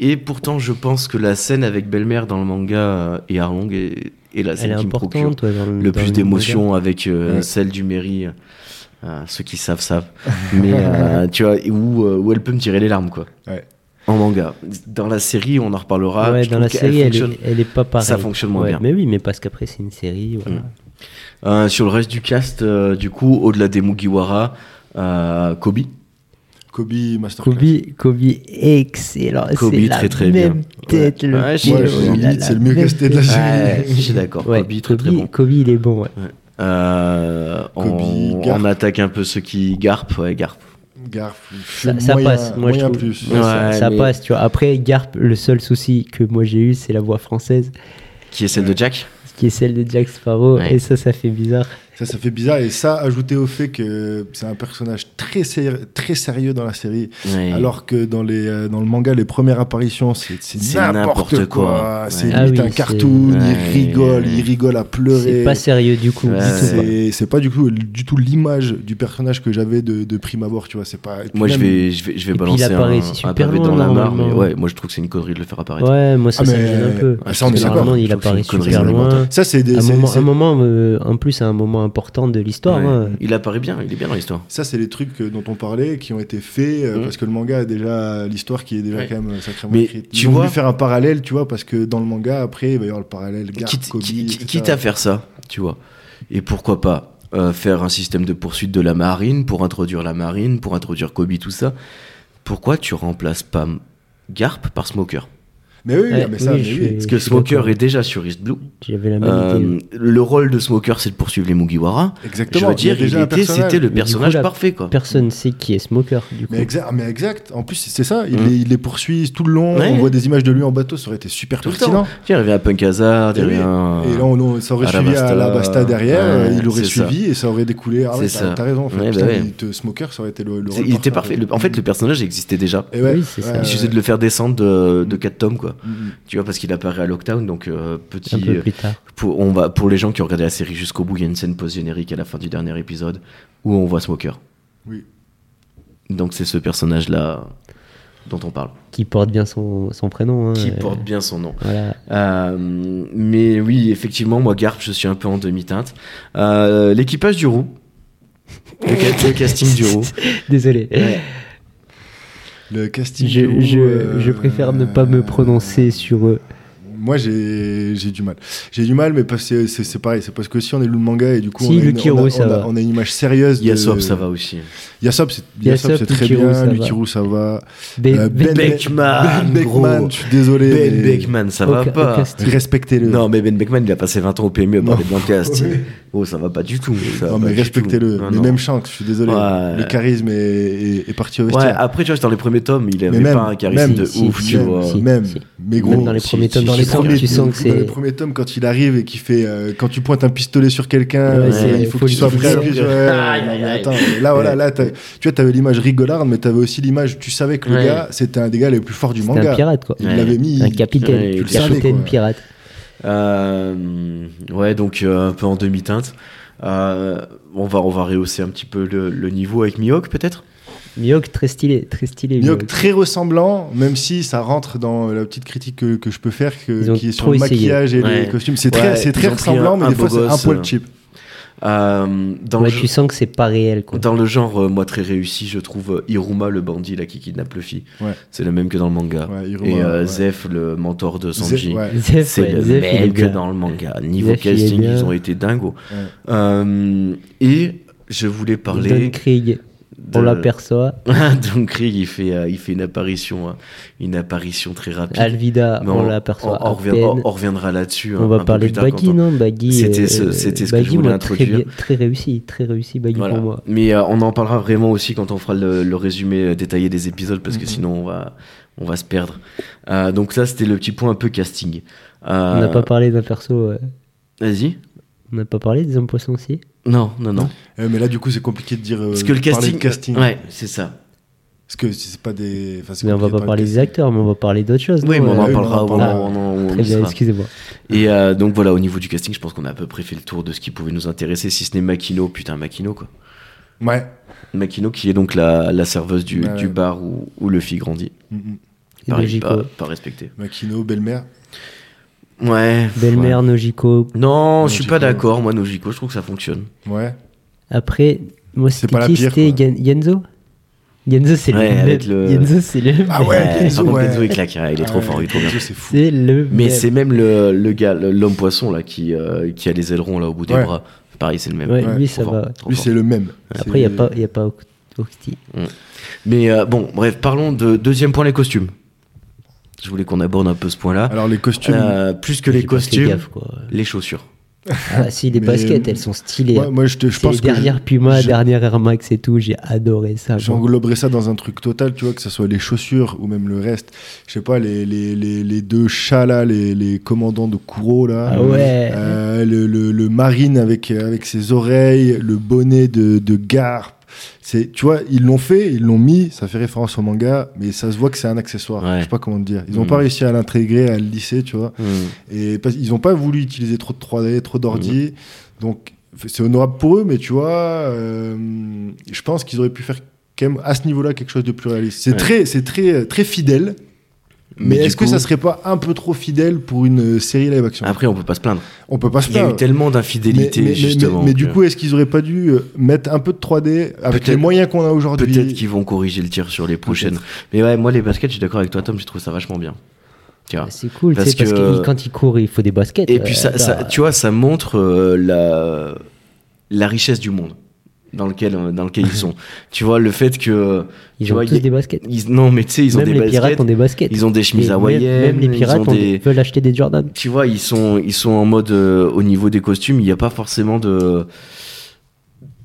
Speaker 3: Et pourtant, je pense que la scène avec Belle-Mère dans le manga euh, et Arlong est, est la
Speaker 4: Elle est
Speaker 3: scène qui me procure
Speaker 4: importante, ouais, dans le,
Speaker 3: le
Speaker 4: dans
Speaker 3: plus
Speaker 4: manga.
Speaker 3: d'émotions avec euh,
Speaker 5: Ouais.
Speaker 3: celle du mairie. euh, ceux qui savent savent. Mais euh, tu vois, où, euh, où elle peut me tirer les larmes, quoi.
Speaker 5: Ouais.
Speaker 3: En manga. Dans la série, on en reparlera.
Speaker 4: ouais,
Speaker 3: ah, je
Speaker 4: dans
Speaker 3: trouve
Speaker 4: la
Speaker 3: qu'elle
Speaker 4: série, elle
Speaker 3: fonctionne.
Speaker 4: est, elle est pas pareille.
Speaker 3: Ça fonctionne moins
Speaker 4: Ouais,
Speaker 3: bien.
Speaker 4: Mais oui, mais parce qu'après, c'est une série. Voilà.
Speaker 3: Mm. Euh, sur le reste du cast, euh, du coup, au-delà des Mugiwara, euh, Kobe.
Speaker 5: Kobe, masterclass.
Speaker 4: Kobe, Kobe, excellent.
Speaker 3: Kobe,
Speaker 4: c'est
Speaker 3: très,
Speaker 4: la
Speaker 3: très
Speaker 4: même
Speaker 3: bien.
Speaker 4: Tête,
Speaker 3: Ouais.
Speaker 4: le
Speaker 3: Ouais, je-
Speaker 4: pire,
Speaker 3: ouais, je-
Speaker 4: il a
Speaker 5: limite,
Speaker 4: la
Speaker 5: c'est le mieux
Speaker 4: même
Speaker 5: casté de la
Speaker 4: tête.
Speaker 5: série.
Speaker 3: Ouais, je suis d'accord.
Speaker 4: Ouais,
Speaker 3: Kobe, très très bon.
Speaker 4: Kobe, il est bon, ouais.
Speaker 3: Euh,
Speaker 5: Kobe,
Speaker 3: on,
Speaker 5: Garp.
Speaker 3: on attaque un peu ceux qui garpent. Ouais, Garp.
Speaker 5: Garf,
Speaker 4: Ça, ça
Speaker 5: moyen-
Speaker 4: passe, moi je
Speaker 5: moyen
Speaker 4: trouve.
Speaker 5: plus.
Speaker 4: Ouais, ça-
Speaker 3: Ouais,
Speaker 4: ça
Speaker 3: mais-
Speaker 4: passe, tu vois. Après, Garp, le seul souci que moi j'ai eu, c'est la voix française,
Speaker 3: Qui est celle
Speaker 5: Ouais.
Speaker 3: de Jack
Speaker 4: qui est celle de Jack Sparrow,
Speaker 3: Ouais.
Speaker 4: et ça, ça fait bizarre.
Speaker 5: Ça, ça fait bizarre. Et ça, ajouté au fait que c'est un personnage très, ser- très sérieux dans la série,
Speaker 3: Ouais.
Speaker 5: alors que dans, les, euh, dans le manga, les premières apparitions, c'est
Speaker 3: C'est
Speaker 5: c'est n'importe
Speaker 3: n'importe
Speaker 5: quoi.
Speaker 3: quoi.
Speaker 5: C'est
Speaker 3: Ouais.
Speaker 4: Ah
Speaker 5: limite
Speaker 4: oui,
Speaker 5: un
Speaker 4: c'est-
Speaker 5: cartoon,
Speaker 3: Ouais.
Speaker 5: il rigole, il rigole à pleurer.
Speaker 4: C'est pas sérieux du coup.
Speaker 3: Ouais.
Speaker 4: du tout, quoi.
Speaker 5: C'est- C'est pas du, coup, du tout l'image du personnage que j'avais de, de prime abord, tu vois. C'est pas. et puis
Speaker 3: Moi, je
Speaker 5: même-
Speaker 3: vais, je vais, je vais
Speaker 4: puis, il
Speaker 3: balancer un,
Speaker 4: apparaît
Speaker 3: un
Speaker 4: super
Speaker 3: pavé
Speaker 4: loin,
Speaker 3: dans la mare, mais
Speaker 4: normalement.
Speaker 3: ouais, moi, je trouve que c'est une connerie de le faire apparaître.
Speaker 4: Ouais, moi ça,
Speaker 5: Ah,
Speaker 4: ça me
Speaker 5: mais-
Speaker 4: gêne un peu.
Speaker 5: Ah, ça, on est
Speaker 4: Parce que
Speaker 5: d'accord.
Speaker 4: normalement, il
Speaker 3: Je trouve que c'est
Speaker 4: apparaît
Speaker 3: une connerie,
Speaker 4: super
Speaker 5: c'est
Speaker 4: loin.
Speaker 5: Ça, c'est des.
Speaker 4: Un
Speaker 5: c'est-
Speaker 4: moment,
Speaker 5: c'est-
Speaker 4: un moment euh, en plus, à un moment important de l'histoire.
Speaker 3: Ouais.
Speaker 4: hein.
Speaker 3: Il apparaît bien, il est bien dans l'histoire.
Speaker 5: Ça, c'est les trucs euh, dont on parlait qui ont été faits euh,
Speaker 3: Mhm.
Speaker 5: parce que le manga a déjà l'histoire qui est déjà
Speaker 3: Ouais.
Speaker 5: quand même euh, sacrément
Speaker 3: Mais
Speaker 5: écrite.
Speaker 3: tu
Speaker 5: Ils ont voulu
Speaker 3: vois-
Speaker 5: faire un parallèle, tu vois, parce que dans le manga, après, il va y avoir le parallèle Gar,
Speaker 3: quitte,
Speaker 5: Kobe,
Speaker 3: qui- qui-
Speaker 5: etc.
Speaker 3: quitte à faire ça, tu vois. Et pourquoi pas euh, faire un système de poursuite de la marine pour introduire la marine, pour introduire Kobe, tout ça. Pourquoi tu remplaces pas Garp par Smoker
Speaker 5: Mais oui,
Speaker 4: Ouais,
Speaker 5: mais ça,
Speaker 4: oui,
Speaker 5: mais
Speaker 4: je
Speaker 5: oui.
Speaker 4: suis-
Speaker 3: Parce que
Speaker 4: je suis
Speaker 3: Smoker
Speaker 4: d'accord.
Speaker 3: est déjà sur East Blue.
Speaker 4: J'avais la même idée.
Speaker 3: Euh, le rôle de Smoker, c'est de poursuivre les Mugiwara. Je
Speaker 5: Exactement.
Speaker 3: veux dire,
Speaker 5: il y a
Speaker 3: il
Speaker 5: déjà un
Speaker 3: était,
Speaker 5: personnage.
Speaker 3: c'était le
Speaker 4: Mais du coup,
Speaker 3: personnage
Speaker 4: la
Speaker 3: parfait, quoi.
Speaker 4: Personne sait qui est Smoker, du coup.
Speaker 5: Mais exact, mais exact. En plus, c'est ça. Il,
Speaker 3: Mhm.
Speaker 5: les, il les poursuit tout le long.
Speaker 3: Ouais.
Speaker 5: On voit des images de lui en bateau. Ça aurait été super
Speaker 3: Tout le
Speaker 5: pertinent.
Speaker 3: Tu sais, il revient à Punk Hazard, il
Speaker 5: Et oui.
Speaker 3: revient à-
Speaker 5: Et là, on, on- ça aurait suivi
Speaker 3: Alabasta.
Speaker 5: à la Basta derrière.
Speaker 3: Ouais,
Speaker 5: euh, il aurait
Speaker 3: c'est
Speaker 5: suivi et ça aurait découlé. Ah ouais,
Speaker 3: C'est
Speaker 5: t'as-
Speaker 3: ça.
Speaker 5: T'as raison. En fait,
Speaker 3: Ouais, bah
Speaker 5: Putain,
Speaker 3: ouais.
Speaker 5: il te- Smoker, ça aurait été le. le
Speaker 3: C'est-
Speaker 5: rôle
Speaker 3: il était parfait. Le- Eh en fait, le personnage existait déjà.
Speaker 5: Et ouais,
Speaker 4: Oui, c'est ça.
Speaker 5: ouais,
Speaker 3: Il suffisait
Speaker 5: ouais.
Speaker 3: de le faire descendre de, de 4 tomes, quoi.
Speaker 5: Mhm.
Speaker 3: Tu vois, parce qu'il apparaît à Lockdown, donc euh, petit.
Speaker 4: un peu
Speaker 3: euh,
Speaker 4: plus tard.
Speaker 3: Pour, on va, pour les gens qui ont regardé la série jusqu'au bout, il y a une scène post-générique à la fin du dernier épisode où on voit Smoker.
Speaker 5: Oui.
Speaker 3: Donc c'est ce personnage-là dont on parle,
Speaker 4: Qui porte bien son, son prénom. hein,
Speaker 3: qui
Speaker 4: euh,
Speaker 3: porte bien son nom.
Speaker 4: Voilà.
Speaker 3: Euh, mais oui, effectivement, moi, Garp, je suis un peu en demi-teinte. Euh, L'équipage du roux. Le, ca- le casting du roux.
Speaker 4: Désolé.
Speaker 5: Le casting.
Speaker 4: Je,
Speaker 5: où,
Speaker 4: je,
Speaker 5: euh,
Speaker 4: je préfère ne pas me prononcer sur euh, eux.
Speaker 5: Moi, j'ai j'ai du mal. J'ai du mal, mais parce que c'est c'est pareil. C'est parce que si on est lu le manga et du coup,
Speaker 4: Si,
Speaker 5: on, a
Speaker 4: le
Speaker 5: une,
Speaker 4: Kiro,
Speaker 5: on, a,
Speaker 4: ça
Speaker 5: on a-
Speaker 4: va.
Speaker 5: on a une image sérieuse. de-
Speaker 3: Yasop, ça va aussi.
Speaker 5: Yasop, c'est
Speaker 4: Yasop,
Speaker 5: Yasop, c'est
Speaker 4: le
Speaker 5: très
Speaker 4: Kiro, ça
Speaker 5: bien. Le
Speaker 4: va.
Speaker 5: Kiro, ça va.
Speaker 4: Ben-
Speaker 5: Euh,
Speaker 4: Ben-
Speaker 3: Beckman,
Speaker 5: Ben Beckman,
Speaker 3: gros.
Speaker 5: je suis désolé.
Speaker 3: Ben
Speaker 5: mais
Speaker 3: Beckman, ça
Speaker 4: au
Speaker 3: va
Speaker 4: ca- au
Speaker 3: pas.
Speaker 4: casting.
Speaker 5: Respectez-le.
Speaker 3: Non, mais Ben Beckman, il a passé 20 ans au PMU à
Speaker 5: Non.
Speaker 3: parler de Lancaster.
Speaker 5: Oui.
Speaker 3: Oh, ça va pas du tout. ça va
Speaker 5: Non,
Speaker 3: pas
Speaker 5: mais
Speaker 3: du
Speaker 5: respectez-le.
Speaker 3: tout. Non,
Speaker 5: Les
Speaker 3: non.
Speaker 5: mêmes chants, je suis désolé.
Speaker 3: Ouais.
Speaker 5: Le charisme est, est- est parti au
Speaker 3: Ouais,
Speaker 5: vestiaire.
Speaker 3: après, tu vois, dans les premiers tomes, il avait
Speaker 5: Mais même-
Speaker 3: pas un charisme
Speaker 5: même-
Speaker 3: de
Speaker 4: si,
Speaker 3: ouf,
Speaker 4: si,
Speaker 3: tu
Speaker 5: même,
Speaker 3: vois.
Speaker 4: si.
Speaker 5: même, mais gros.
Speaker 4: dans les
Speaker 3: si-
Speaker 4: premiers
Speaker 3: si-
Speaker 4: tomes,
Speaker 3: si-
Speaker 5: dans, les
Speaker 4: tu,
Speaker 3: si-
Speaker 4: sens,
Speaker 5: premiers,
Speaker 4: tu sens que
Speaker 5: dans les
Speaker 4: c'est.
Speaker 5: premiers tomes, quand il arrive et qu'il fait, euh, quand tu pointes un pistolet sur quelqu'un,
Speaker 4: Ouais,
Speaker 5: euh,
Speaker 4: c'est-
Speaker 5: il faut,
Speaker 4: faut
Speaker 5: que tu
Speaker 4: le-
Speaker 5: sois
Speaker 4: faut
Speaker 5: prêt à
Speaker 4: le-
Speaker 5: appuyer sur-
Speaker 3: Aïe,
Speaker 5: Ouais,
Speaker 3: aïe,
Speaker 5: non, mais
Speaker 3: aïe.
Speaker 5: attends, mais là, voilà, là, t'as- tu vois, t'avais l'image rigolarde, mais t'avais aussi l'image, tu savais que le
Speaker 3: Ouais.
Speaker 5: gars, c'était un des gars les plus forts du
Speaker 4: C'est un
Speaker 5: manga.
Speaker 4: pirate, quoi.
Speaker 5: Il
Speaker 3: Ouais.
Speaker 5: l'avait mis.
Speaker 4: Un capitaine,
Speaker 3: Ouais,
Speaker 5: tu le savais,
Speaker 4: capitaine
Speaker 5: quoi.
Speaker 4: pirate.
Speaker 3: Euh, ouais, donc euh, un peu en demi-teinte. Euh, on, va, on va rehausser un petit peu le, le niveau avec Mihawk, peut-être
Speaker 4: Miyok, très stylé, très stylé.
Speaker 5: Mihawk,
Speaker 4: Mihawk.
Speaker 5: très ressemblant, même si ça rentre dans la petite critique que, que je peux faire, que-
Speaker 4: Ils ont
Speaker 5: qui est sur
Speaker 4: trop
Speaker 5: le
Speaker 4: essayé.
Speaker 5: maquillage et
Speaker 3: Ouais.
Speaker 5: les costumes. C'est
Speaker 3: Ouais,
Speaker 5: très, c'est très
Speaker 3: ils ont pris
Speaker 5: ressemblant,
Speaker 3: un-
Speaker 5: mais
Speaker 3: un
Speaker 5: des fois,
Speaker 3: beau
Speaker 5: c'est un
Speaker 3: gosse, euh,
Speaker 5: poil cheap.
Speaker 3: Euh, dans,
Speaker 4: Ouais,
Speaker 3: le
Speaker 4: tu
Speaker 3: jeu-
Speaker 4: sens que c'est pas réel, quoi.
Speaker 3: dans le genre, euh, moi, très réussi, je trouve euh, Hiruma, le bandit là, qui kidnappe le fille.
Speaker 5: Ouais.
Speaker 3: C'est le même que dans le manga.
Speaker 5: Ouais, Hiruma,
Speaker 3: Et euh,
Speaker 5: ouais.
Speaker 3: Zef, le mentor de Sanji.
Speaker 5: Zef, ouais.
Speaker 4: Zef,
Speaker 3: C'est
Speaker 4: ouais,
Speaker 3: le
Speaker 4: Zef, il est
Speaker 3: même que
Speaker 4: bien.
Speaker 3: dans le manga. Niveau
Speaker 4: Zef, il est
Speaker 3: casting,
Speaker 4: bien.
Speaker 3: ils ont été dingos.
Speaker 5: Ouais.
Speaker 3: Euh, et je voulais parler.
Speaker 4: Don Krieg, on
Speaker 3: de-
Speaker 4: l'aperçoit.
Speaker 3: Donc Krieg, il fait, euh, il fait une apparition, hein, une apparition très rapide.
Speaker 4: Alvida,
Speaker 3: Mais
Speaker 4: on
Speaker 3: on-
Speaker 4: l'aperçoit.
Speaker 3: on
Speaker 4: à
Speaker 3: revient-
Speaker 4: peine.
Speaker 3: on- on reviendra là-dessus.
Speaker 4: On
Speaker 3: hein,
Speaker 4: va
Speaker 3: un peu
Speaker 4: parler
Speaker 3: plus
Speaker 4: de
Speaker 3: tard,
Speaker 4: Baggy,
Speaker 3: quand on-
Speaker 4: non Baggy.
Speaker 3: C'était
Speaker 4: euh,
Speaker 3: ce- c'était ce que
Speaker 4: Baggy,
Speaker 3: je voulais
Speaker 4: moi, très
Speaker 3: introduire.
Speaker 4: bien- Très, réussi, très réussi, Baggy
Speaker 3: Voilà.
Speaker 4: pour moi.
Speaker 3: Mais euh, on en parlera vraiment aussi quand on fera le, le résumé euh, détaillé des épisodes parce
Speaker 4: Mhm.
Speaker 3: que sinon on va, on va se perdre. Euh, donc ça c'était le petit point un peu casting. Euh,
Speaker 4: On n'a pas parlé d'un perso. euh,
Speaker 3: Vas-y.
Speaker 4: On n'a pas parlé des hommes poissons aussi
Speaker 3: Non, non, non.
Speaker 5: Euh, mais là, du coup, c'est compliqué de dire. euh,
Speaker 3: Parce que le
Speaker 5: parler
Speaker 3: casting.
Speaker 5: de casting.
Speaker 3: Ouais, c'est ça.
Speaker 5: Parce que c'est pas des. enfin, c'est
Speaker 4: Mais on va
Speaker 5: compliqué
Speaker 4: pas
Speaker 5: de
Speaker 4: parler des
Speaker 5: de
Speaker 4: acteurs, mais on va parler d'autres choses.
Speaker 3: Oui, mais on
Speaker 4: non euh,
Speaker 5: ouais,
Speaker 3: en hein.
Speaker 5: oui,
Speaker 3: parlera.
Speaker 5: on en
Speaker 3: on en-
Speaker 5: parlera.
Speaker 3: on en- on y
Speaker 4: Très bien,
Speaker 3: sera.
Speaker 4: excusez-moi.
Speaker 3: Et euh, donc voilà, au niveau du casting, je pense qu'on a à peu fait le tour de ce qui pouvait nous intéresser, si ce n'est Makino, putain Makino quoi.
Speaker 5: casting. Ouais.
Speaker 3: Makino qui est donc la, la serveuse du,
Speaker 5: Bah Ouais.
Speaker 3: du bar où, où Luffy grandit.
Speaker 5: Mhm.
Speaker 4: Et
Speaker 3: Pareil,
Speaker 4: Nojiko.
Speaker 3: pas, pas respecté.
Speaker 5: Makino, belle-mère.
Speaker 3: Ouais.
Speaker 4: Belle-mère, Nojiko.
Speaker 3: ouais. Non, je suis pas
Speaker 5: Nojiko.
Speaker 3: d'accord, moi Nojiko, je trouve que ça fonctionne.
Speaker 5: Ouais.
Speaker 4: Après, moi,
Speaker 5: C'est
Speaker 4: c'était
Speaker 5: pas la
Speaker 4: qui
Speaker 5: pire,
Speaker 4: C'était
Speaker 5: quoi.
Speaker 4: Gen- Genzo Genzo, c'est
Speaker 3: Ouais,
Speaker 4: le, même.
Speaker 3: avec le-
Speaker 4: Genzo, c'est le même.
Speaker 5: Ah ouais,
Speaker 3: par
Speaker 5: Kenzo,
Speaker 3: contre,
Speaker 5: ouais.
Speaker 3: Kenzo, il claque, hein, il est trop fort, il est trop bien.
Speaker 5: C'est fou.
Speaker 4: C'est le
Speaker 3: Mais
Speaker 4: même.
Speaker 3: c'est même le, le gars, le- l'homme poisson là, qui, euh, qui a les ailerons là au bout des
Speaker 5: Ouais.
Speaker 3: bras. Pareil, c'est le même.
Speaker 4: Ouais,
Speaker 5: Ouais,
Speaker 4: lui,
Speaker 3: Trop
Speaker 4: ça
Speaker 3: fort,
Speaker 4: va.
Speaker 3: trop
Speaker 5: Lui,
Speaker 3: fort.
Speaker 5: c'est le même.
Speaker 4: Après, il n'y a
Speaker 5: C'est-
Speaker 4: pas, y a pas Oct- Octi.
Speaker 3: Mais euh, bon, bref, parlons de deuxième point, les costumes. Je voulais qu'on aborde un peu ce point-là.
Speaker 5: Alors, les costumes.
Speaker 3: Euh, plus que les
Speaker 4: J'ai pas fait
Speaker 3: costumes,
Speaker 4: gaffe, quoi.
Speaker 3: les chaussures.
Speaker 4: Ah, si, les
Speaker 5: Mais-
Speaker 4: baskets, elles sont stylées. hein.
Speaker 5: Moi, moi, je, te- je
Speaker 4: C'est
Speaker 5: pense
Speaker 4: les
Speaker 5: que. je-
Speaker 4: dernières Puma,
Speaker 5: je-
Speaker 4: dernière Air Max et tout. J'ai adoré ça. moi.
Speaker 5: J'engloberais ça dans un truc total, tu vois, que ce soit les chaussures ou même le reste. Je sais pas, les, les, les, les deux chats là, les, les commandants de Kuro là.
Speaker 4: Ah ouais.
Speaker 5: Euh, le, le, le marine avec, euh, avec ses oreilles, le bonnet de, de Garp. C'est, tu vois, ils l'ont fait, ils l'ont mis, ça fait référence au manga, mais ça se voit que c'est un accessoire.
Speaker 3: Ouais.
Speaker 5: Je sais pas comment te dire. Ils ont
Speaker 3: Mm.
Speaker 5: pas réussi à l'intégrer, à le lisser, tu vois. Et parce- ils ont pas voulu utiliser trop de 3D, trop
Speaker 3: Mhm.
Speaker 5: d'ordi. Donc f- c'est honorable pour eux, mais tu vois, euh, je pense qu'ils auraient pu faire quand même à ce niveau-là quelque chose de plus réaliste. C'est
Speaker 3: Ouais.
Speaker 5: très, c'est très, euh, très fidèle. Mais,
Speaker 3: du
Speaker 5: est-ce que
Speaker 3: coup-
Speaker 5: ça serait pas un peu trop fidèle pour une euh, série live action
Speaker 3: Après, on peut pas se plaindre.
Speaker 5: On peut pas se
Speaker 3: Il y a
Speaker 5: plaindre.
Speaker 3: eu tellement
Speaker 5: Mais-
Speaker 3: d'infidélité,
Speaker 5: mais, mais-
Speaker 3: justement.
Speaker 5: mais- mais du
Speaker 3: que
Speaker 5: coup, est-ce qu'ils auraient pas dû euh, mettre un peu de 3D avec
Speaker 3: Peut-être-
Speaker 5: les moyens qu'on a aujourd'hui
Speaker 3: Peut-être qu'ils vont corriger le tir sur les prochaines. Mais ouais, moi, les baskets, je suis d'accord avec toi, Tom, je trouve ça vachement bien. Tu vois.
Speaker 4: Ah, C'est cool, tu
Speaker 3: Parce
Speaker 4: sais, parce que,
Speaker 3: que-
Speaker 4: il- quand il court, il faut des baskets.
Speaker 3: Et puis,
Speaker 4: euh,
Speaker 3: ça, ça-
Speaker 4: bah,
Speaker 3: tu vois, ça montre euh, la, la richesse du monde dans lequel, euh, dans lequel ils sont. Tu vois, le fait que. tu
Speaker 4: ils ont
Speaker 3: vois,
Speaker 4: tous
Speaker 3: il y a-
Speaker 4: des baskets.
Speaker 3: ils- non, mais tu sais, ils ont
Speaker 4: même
Speaker 3: des
Speaker 4: les
Speaker 3: baskets.
Speaker 4: pirates ont des baskets.
Speaker 3: Ils ont des chemises
Speaker 4: Et même-
Speaker 3: hawaïennes.
Speaker 4: Même les pirates
Speaker 3: ils ont
Speaker 4: ont-
Speaker 3: des...
Speaker 4: veulent acheter des Jordan.
Speaker 3: Tu vois, ils sont, ils sont en mode. euh, au niveau des costumes, il n'y a pas forcément de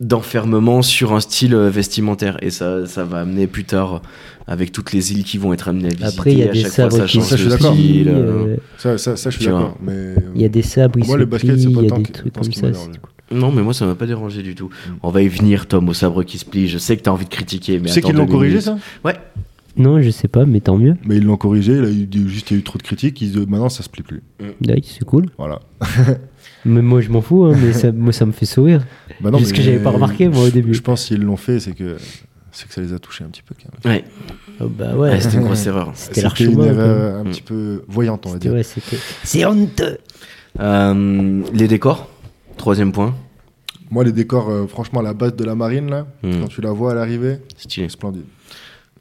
Speaker 3: d'enfermement sur un style euh, vestimentaire et ça ça va amener plus tard avec toutes les îles qui vont être amenées à visiter
Speaker 4: Après, il y a
Speaker 3: à
Speaker 4: des
Speaker 3: chaque fois ça
Speaker 4: sabres qui
Speaker 3: change
Speaker 5: Ça, je suis
Speaker 3: de
Speaker 5: d'accord.
Speaker 3: style,
Speaker 4: plient,
Speaker 3: euh.
Speaker 4: euh,
Speaker 5: Ça, ça, ça, je suis
Speaker 3: Tu vois.
Speaker 5: d'accord. Mais euh,
Speaker 4: Il y a des sabres, ils
Speaker 5: Moi,
Speaker 4: se
Speaker 5: le basket,
Speaker 4: plient,
Speaker 5: c'est pas
Speaker 4: il y a
Speaker 5: tant
Speaker 4: des
Speaker 5: que-
Speaker 4: trucs
Speaker 5: tant ce
Speaker 4: comme
Speaker 5: qui
Speaker 4: ça.
Speaker 5: m'énerve.
Speaker 4: c'est cool.
Speaker 3: Non, mais moi, ça m'a pas dérangé du tout.
Speaker 4: Mm.
Speaker 3: On va y venir, Tom, au sabre qui se plie. Je sais que t'as envie de critiquer, mais.
Speaker 5: tu sais
Speaker 3: attends
Speaker 5: qu'ils
Speaker 3: deux
Speaker 5: l'ont corrigé
Speaker 3: minutes.
Speaker 5: ça
Speaker 3: Ouais.
Speaker 4: Non, je sais pas, mais tant mieux.
Speaker 5: Mais ils l'ont corrigé. Là, il y a eu- juste il y a eu trop de critiques. Ils disent, maintenant ça se plie plus.
Speaker 4: D'ailleurs, c'est cool.
Speaker 5: Voilà.
Speaker 4: Mais moi, je m'en fous, hein, mais ça, moi, ça me fait sourire.
Speaker 5: Bah
Speaker 4: Parce que j'avais pas remarqué, moi, au
Speaker 5: je-
Speaker 4: début.
Speaker 5: Je pense qu'ils l'ont fait, c'est que c'est que ça les a touchés un petit peu. quand même.
Speaker 3: Ouais.
Speaker 4: Ah bah ouais,
Speaker 3: Ouais, c'était une grosse erreur.
Speaker 4: c'était
Speaker 5: C'était
Speaker 4: l'archimède.
Speaker 5: une
Speaker 4: quoi.
Speaker 5: erreur un
Speaker 3: Mm.
Speaker 5: petit peu voyante, on va
Speaker 4: C'était-
Speaker 5: dire.
Speaker 4: ouais, c'était- C'est honteux.
Speaker 3: Euh, les décors. Troisième point.
Speaker 5: Moi, les décors, euh, franchement, la base de la marine là,
Speaker 3: Mm.
Speaker 5: quand tu la vois à l'arrivée,
Speaker 3: Stylé.
Speaker 5: splendide.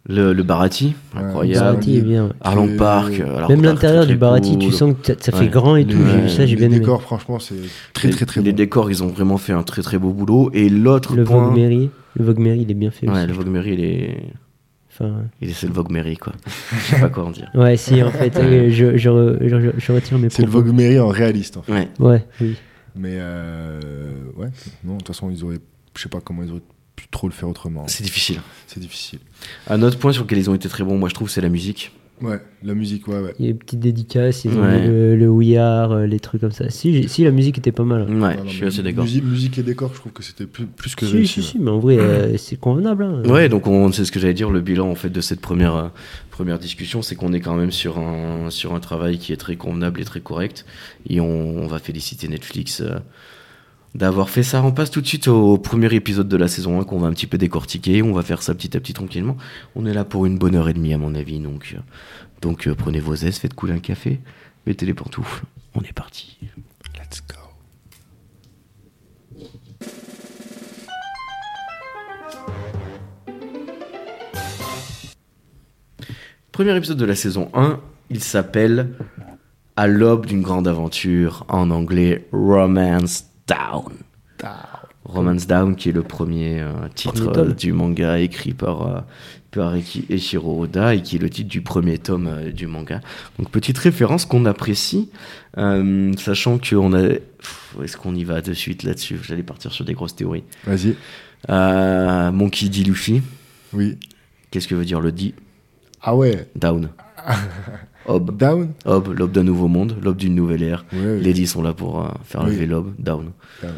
Speaker 3: Le, le Barati.
Speaker 5: Ouais,
Speaker 3: Incroyable.
Speaker 4: Barati est bien, ouais.
Speaker 3: Arlong
Speaker 5: Et-
Speaker 3: Park. euh, alors
Speaker 4: Même
Speaker 3: que
Speaker 4: l'intérieur
Speaker 3: très,
Speaker 4: du
Speaker 3: très
Speaker 4: Barati,
Speaker 3: cool.
Speaker 4: tu sens que ça- ça fait
Speaker 3: Ouais.
Speaker 4: grand et tout.
Speaker 3: Ouais.
Speaker 4: j'ai- Ça, j'ai
Speaker 5: les
Speaker 4: bien aimé.
Speaker 5: décors, franchement, c'est très très très
Speaker 3: Les
Speaker 5: bon.
Speaker 3: décors, ils ont vraiment fait un très très beau boulot. Et l'autre
Speaker 4: Le
Speaker 3: point.
Speaker 4: Vogue-Mary, le Vogue-Mary, il est bien fait
Speaker 3: Ouais,
Speaker 4: aussi.
Speaker 3: le Vogue-Mary, il est.
Speaker 4: Enfin,
Speaker 3: Il est, c'est le Vogue-Mary, quoi. Je sais pas quoi en dire.
Speaker 4: ouais, si, en fait, euh, je, je, re- je, je- je retire mes
Speaker 5: C'est le
Speaker 4: propos.
Speaker 5: Vogue Mary en réaliste. En fait.
Speaker 3: Ouais.
Speaker 4: Ouais, oui.
Speaker 5: Mais euh, ouais, non, de toute façon, ils auraient, je sais pas comment ils auraient pu trop le faire autrement.
Speaker 3: C'est difficile.
Speaker 5: C'est difficile.
Speaker 3: Un autre point sur lequel ils ont été très bons, moi je trouve, c'est la musique.
Speaker 5: Ouais, la musique, ouais, ouais.
Speaker 4: Il y a des petites dédicaces, ils ont
Speaker 3: Ouais.
Speaker 4: mis le, le We Are, euh, les trucs comme ça. Si, j'ai- si la musique était pas mal. hein.
Speaker 3: Ouais,
Speaker 5: Non,
Speaker 3: je
Speaker 5: non,
Speaker 3: suis
Speaker 5: mais
Speaker 3: assez d'accord.
Speaker 5: Musique, musique et décor, je trouve que c'était plus, plus que
Speaker 4: Si,
Speaker 5: réussi.
Speaker 4: si, si, mais en vrai, euh, c'est convenable. hein.
Speaker 3: Ouais, donc on c'est ce que j'allais dire. Le bilan en fait de cette première euh, première discussion, c'est qu'on est quand même sur un sur un travail qui est très convenable et très correct. Et on, on va féliciter Netflix euh, d'avoir fait ça. On passe tout de suite au, premier épisode de la saison 1 qu'on va un petit peu décortiquer. On va faire ça petit à petit tranquillement. On est là pour une bonne heure et demie à mon avis. Donc euh, donc euh, prenez vos aises, faites couler un café, mettez les pantoufles. On est parti.
Speaker 5: Let's go.
Speaker 3: Premier épisode de la saison 1, il s'appelle À l'aube d'une grande aventure, en anglais Romance Down. Romance Down, qui est le premier euh, titre
Speaker 4: Premier tome.
Speaker 3: euh, du manga écrit par, euh, par Eki- Eiichiro Oda et qui est le titre du premier tome euh, du manga. Donc petite référence qu'on apprécie, euh, sachant qu'on a... Pff, Est-ce qu'on y va de suite là-dessus J'allais partir sur des grosses théories.
Speaker 5: Vas-y.
Speaker 3: Euh, Monkey D. Luffy,
Speaker 5: Oui.
Speaker 3: qu'est-ce que veut dire le D
Speaker 5: Ah ouais.
Speaker 3: Down. Ob.
Speaker 5: Down
Speaker 3: Ob, l'aube d'un nouveau monde, l'aube d'une nouvelle ère.
Speaker 5: Ouais, ouais.
Speaker 3: Les dix sont là pour euh, faire
Speaker 5: Oui.
Speaker 3: lever l'aube, down.
Speaker 5: Down.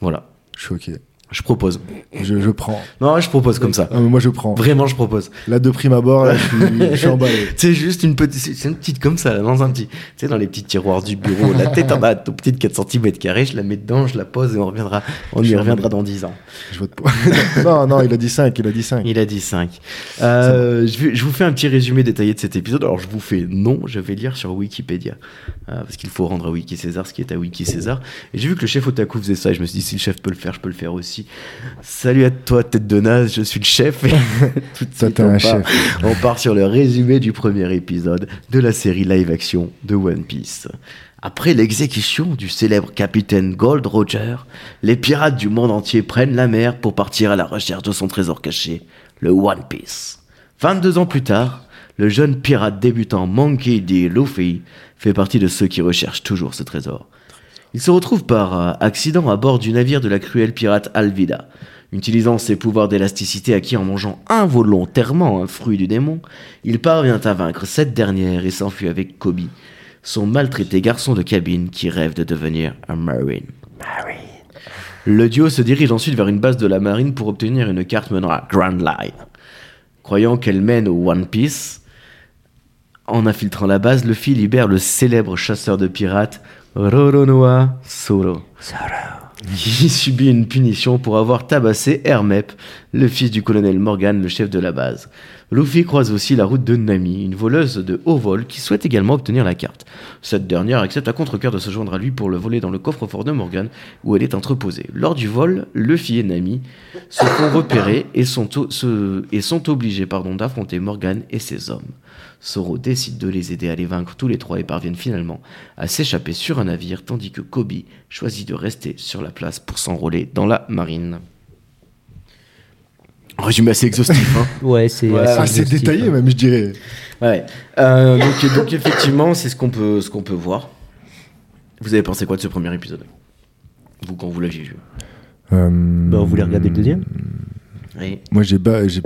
Speaker 3: Voilà.
Speaker 5: Choqué.
Speaker 3: Je propose.
Speaker 5: Je, je prends.
Speaker 3: Non, je propose comme ça.
Speaker 5: Ah, mais moi, je prends.
Speaker 3: Vraiment, je propose.
Speaker 5: Là, de prime abord, là, je, suis, je suis emballé.
Speaker 3: C'est juste une petite, c'est- c'est une petite comme ça, là, dans un petit, tu sais, dans les petits tiroirs du bureau, la tête en bas, tout petite 4 cm carrés, je la mets dedans, je la pose et on reviendra, on y
Speaker 5: Je
Speaker 3: reviendra dans 10 ans.
Speaker 5: Je vote pour. non, non, il a dit 5, il a dit 5.
Speaker 3: Il a dit 5. Euh, je, vais- je vous fais un petit résumé détaillé de cet épisode. Alors, je vous fais non, je vais lire sur Wikipédia. Euh, parce qu'il faut rendre à Wiki César ce qui est à Wiki César. Et j'ai vu que le chef Otaku faisait ça. Et je me suis dit, si le chef peut le faire, je peux le faire aussi. Salut à toi, tête de naze, je suis le chef. Et Tout de
Speaker 5: Toi,
Speaker 3: suite,
Speaker 5: t'es
Speaker 3: on,
Speaker 5: un
Speaker 3: part, on part sur le résumé du premier épisode de la série live action de One Piece. Après l'exécution du célèbre capitaine Gold Roger, les pirates du monde entier prennent la mer pour partir à la recherche de son trésor caché, le One Piece. 22 ans plus tard, le jeune pirate débutant Monkey D. Luffy fait partie de ceux qui recherchent toujours ce trésor. Il se retrouve par euh, accident à bord du navire de la cruelle pirate Alvida. Utilisant ses pouvoirs d'élasticité acquis en mangeant involontairement un fruit du démon, il parvient à vaincre cette dernière et s'enfuit avec Kobe, son maltraité garçon de cabine qui rêve de devenir un marine. Le duo se dirige ensuite vers une base de la marine pour obtenir une carte menant à Grand Line. Croyant qu'elle mène au One Piece, en infiltrant la base, Luffy libère le célèbre chasseur de pirates Roronoa Soro. qui subit une punition pour avoir tabassé Hermep, le fils du colonel Morgan, le chef de la base. Luffy croise aussi la route de Nami, une voleuse de haut vol qui souhaite également obtenir la carte. Cette dernière accepte à contre-cœur de se joindre à lui pour le voler dans le coffre-fort de Morgan où elle est entreposée. Lors du vol, Luffy et Nami se font repérer et sont, o- se- et sont obligés pardon, d'affronter Morgan et ses hommes. Soro décide de les aider à les vaincre tous les trois et parviennent finalement à s'échapper sur un navire tandis que Kobe choisit de rester sur la place pour s'enrôler dans la marine. Résumé assez exhaustif, hein
Speaker 4: Ouais, c'est
Speaker 3: Voilà.
Speaker 5: Ah, c'est
Speaker 4: exhaustif,
Speaker 5: détaillé
Speaker 4: hein.
Speaker 5: même, je dirais.
Speaker 3: Ouais. Euh, donc, donc effectivement, c'est ce qu'on peut, ce qu'on peut voir. Vous avez pensé quoi de ce premier épisode Vous, quand vous l'aviez vu
Speaker 4: Bah, on voulait
Speaker 5: Hmm,
Speaker 4: regarder le deuxième
Speaker 3: Oui.
Speaker 5: Euh, Moi, j'ai ba- j'ai-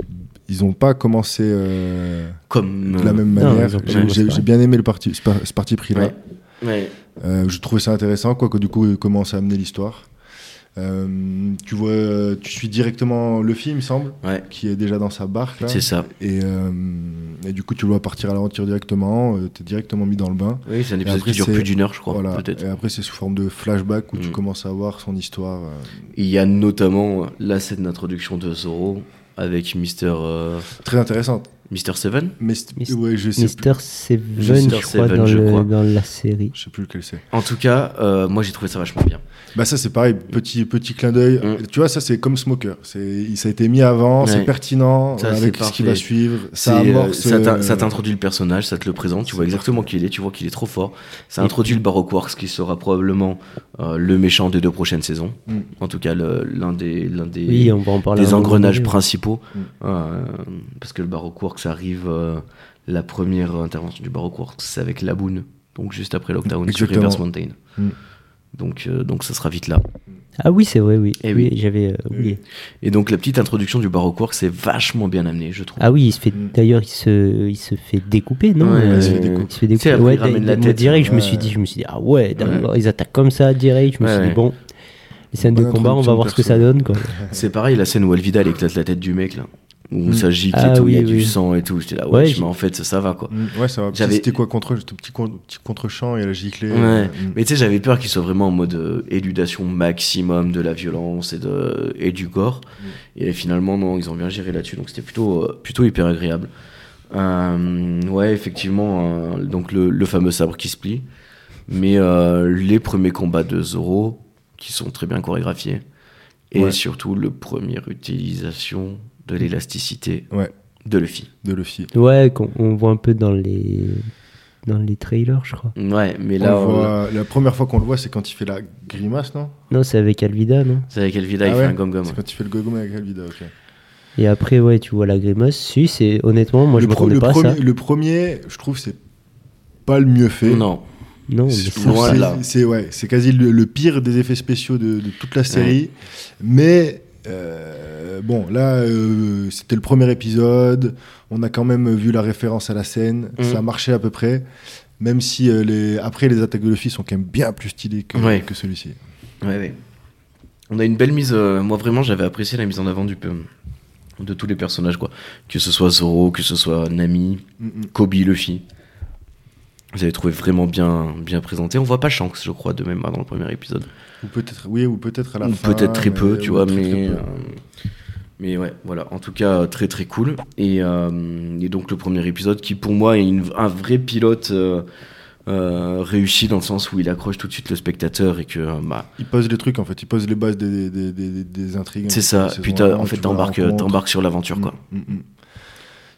Speaker 5: ils ont pas commencé euh,
Speaker 3: Comme.
Speaker 5: de la
Speaker 3: euh,
Speaker 5: même
Speaker 4: Non,
Speaker 5: manière.
Speaker 4: ils ont pas
Speaker 5: J'ai-
Speaker 4: commencé
Speaker 5: J'ai
Speaker 4: pareil.
Speaker 5: j'ai bien aimé le parti, ce, par- ce parti pris là.
Speaker 3: Ouais. Ouais.
Speaker 5: Euh, je trouvais ça intéressant, quoique du coup, ils commencent à amener l'histoire. Euh, tu vois, euh, tu suis directement le film, il me semble,
Speaker 3: Ouais.
Speaker 5: qui est déjà dans sa barque. Là.
Speaker 3: C'est ça.
Speaker 5: Et, euh, et du coup, tu le vois partir à l'aventure directement, tu es directement mis dans le bain.
Speaker 3: Oui, c'est un épisode
Speaker 5: après,
Speaker 3: qui dure
Speaker 5: c'est-
Speaker 3: plus d'une heure, je crois.
Speaker 5: voilà.
Speaker 3: Peut-être.
Speaker 5: Et après, c'est sous forme de flashback où tu
Speaker 3: Mm.
Speaker 5: commences à voir son histoire. euh.
Speaker 3: Il y a notamment la scène d'introduction de Zoro avec Mister euh,
Speaker 5: Très intéressante.
Speaker 3: Mister Seven.
Speaker 5: Mais c'est-
Speaker 4: Mis-
Speaker 5: ouais, je sais, plus,
Speaker 4: Mister Seven,
Speaker 3: Je sais
Speaker 4: je
Speaker 3: pas,
Speaker 4: crois,
Speaker 3: Seven,
Speaker 4: dans,
Speaker 3: je
Speaker 4: le-
Speaker 3: crois.
Speaker 4: dans la série.
Speaker 5: je sais plus lequel c'est.
Speaker 3: En tout cas, euh, moi j'ai trouvé ça vachement bien.
Speaker 5: Bah ça c'est pareil, petit petit clin d'œil.
Speaker 3: Mm.
Speaker 5: Tu vois ça c'est comme Smoker, c'est il- ça a été mis avant,
Speaker 3: Ouais.
Speaker 5: c'est pertinent
Speaker 3: Ça,
Speaker 5: avec
Speaker 3: c'est
Speaker 5: ce qui va
Speaker 3: parfait.
Speaker 5: suivre, ça
Speaker 3: C'est, euh,
Speaker 5: amorce.
Speaker 3: ça t'in-
Speaker 5: euh,
Speaker 3: ça t'introduit le personnage, ça te le présente, tu vois
Speaker 5: c'est
Speaker 3: exactement qui il est, tu vois qu'il est trop fort. Ça
Speaker 4: Et
Speaker 3: introduit le Baroque Wars qui sera probablement euh, le méchant des deux prochaines saisons.
Speaker 5: Mm.
Speaker 3: En tout cas, le- l'un des, l'un des,
Speaker 4: Oui, on va en parler.
Speaker 3: des
Speaker 4: à un moment
Speaker 3: engrenages
Speaker 4: donné.
Speaker 3: principaux.
Speaker 5: Mm.
Speaker 3: Euh, parce que le Baroque Works arrive, euh, la première intervention du Baroque Works, c'est avec Laboon, donc juste après Lockdown sur
Speaker 5: Exactement.
Speaker 3: Reverse Mountain.
Speaker 5: Mm.
Speaker 3: Donc, euh, donc ça sera vite là.
Speaker 4: Ah oui, c'est vrai, oui.
Speaker 3: Eh
Speaker 4: oui,
Speaker 3: oui.
Speaker 4: j'avais euh, oublié.
Speaker 3: Et donc la petite introduction du Baroque Works est vachement bien amenée, je trouve.
Speaker 4: Ah oui, il se fait
Speaker 5: Mm.
Speaker 4: d'ailleurs, il se, il se fait découper, non
Speaker 3: Ouais,
Speaker 4: Euh,
Speaker 5: il se fait découper.
Speaker 4: Il se
Speaker 3: Tu sais,
Speaker 4: fait découper.
Speaker 3: après,
Speaker 4: Ouais,
Speaker 3: il ramène
Speaker 4: d'a-
Speaker 3: la
Speaker 4: moi,
Speaker 3: tête.
Speaker 4: direct, je me
Speaker 5: Ouais.
Speaker 4: suis dit, je me suis dit, ah ouais, d'accord, ils attaquent comme ça direct. Je me
Speaker 3: Ouais,
Speaker 4: suis
Speaker 3: ouais.
Speaker 4: dit, bon, les scènes de
Speaker 5: Bonne
Speaker 4: combat, on va
Speaker 5: introduction
Speaker 4: voir ce que
Speaker 5: perso.
Speaker 4: ça donne, quoi.
Speaker 3: C'est pareil, la scène où Alvida elle éclate la tête du mec là, où
Speaker 5: Mm.
Speaker 3: ça gicle
Speaker 4: Ah
Speaker 3: et tout, il y a
Speaker 4: oui,
Speaker 3: du
Speaker 4: oui.
Speaker 3: sang et tout. J'étais là, ouais,
Speaker 4: Ouais,
Speaker 3: tu-
Speaker 4: j'ai-
Speaker 3: mais en fait ça, ça va quoi.
Speaker 5: Mm, ouais ça va.
Speaker 3: J'avais-
Speaker 5: C'était quoi contre ce petit, con- petit contre-champ et la giclée.
Speaker 3: Ouais.
Speaker 5: Mm.
Speaker 3: Mais tu sais, j'avais peur qu'il soit vraiment en mode euh, éludation maximum de la violence et, de, et du corps.
Speaker 5: Mm.
Speaker 3: Et finalement, non, ils ont bien géré là-dessus, donc c'était plutôt, euh, plutôt hyper agréable. Euh, ouais, effectivement, euh, donc le, le fameux sabre qui se plie. Mais euh, les premiers combats de Zoro, qui sont très bien chorégraphiés. Et
Speaker 5: Ouais.
Speaker 3: surtout, le première utilisation de l'élasticité
Speaker 5: Ouais.
Speaker 3: de Luffy.
Speaker 5: de Luffy.
Speaker 4: Ouais, qu'on on voit un peu dans les, dans les trailers, je crois.
Speaker 3: Ouais, mais
Speaker 5: On
Speaker 3: là, euh,
Speaker 5: le
Speaker 3: on-
Speaker 5: voit- la première fois qu'on le voit c'est quand il fait la grimace non
Speaker 4: Non, c'est avec Alvida, non
Speaker 3: c'est avec Elvida,
Speaker 5: Ah
Speaker 3: il
Speaker 5: ouais
Speaker 3: fait un gomme-gomme.
Speaker 5: C'est quand il fait le gogom avec Alvida. ok.
Speaker 4: Et après, ouais, tu vois la grimace. Si, c'est honnêtement, moi, je
Speaker 5: le, pro-
Speaker 4: m'attendais
Speaker 5: le
Speaker 4: pas à
Speaker 5: premier,
Speaker 4: ça.
Speaker 5: le premier je trouve c'est pas le mieux fait.
Speaker 3: Non,
Speaker 4: Non, mais
Speaker 5: Oh, C'est-
Speaker 4: ça,
Speaker 3: loin de là.
Speaker 5: C'est c'est- ouais, c'est quasi le, le pire des effets spéciaux de, de toute la série. Mais euh, bon, là, euh, c'était le premier épisode. On a quand même vu la référence à la scène.
Speaker 3: Mhm.
Speaker 5: Ça a marché à peu près. Même si euh, les... après les attaques de Luffy sont quand même bien plus stylées que,
Speaker 3: Ouais.
Speaker 5: que celui-ci.
Speaker 3: Ouais, ouais. On a une belle mise. euh, moi, vraiment, j'avais apprécié la mise en avant du peu- de tous les personnages, quoi. Que ce soit Zoro, que ce soit Nami,
Speaker 5: Mhm.
Speaker 3: Kobe, Luffy. Vous avez trouvé vraiment bien, bien présenté. On voit pas Shanks, je crois, de même hein, dans le premier épisode.
Speaker 5: Ou peut-être, oui, ou peut-être à la
Speaker 3: Ou
Speaker 5: fin.
Speaker 3: peut-être très peu,
Speaker 5: mais-
Speaker 3: tu
Speaker 5: ou
Speaker 3: vois,
Speaker 5: très, très
Speaker 3: mais.
Speaker 5: peu.
Speaker 3: euh, mais ouais, voilà. En tout cas, très très cool. Et, euh, et donc, le premier épisode qui, pour moi, est une- un vrai pilote. euh, euh, réussi dans le sens où il accroche tout de suite le spectateur et que euh, bah,
Speaker 5: Il pose les trucs en fait, il pose les bases des, des, des, des- des intrigues.
Speaker 3: C'est ça. Puis t'as- en fait, t'embarques, euh, t'embarques sur l'aventure, quoi.
Speaker 5: Mm, mm, mm.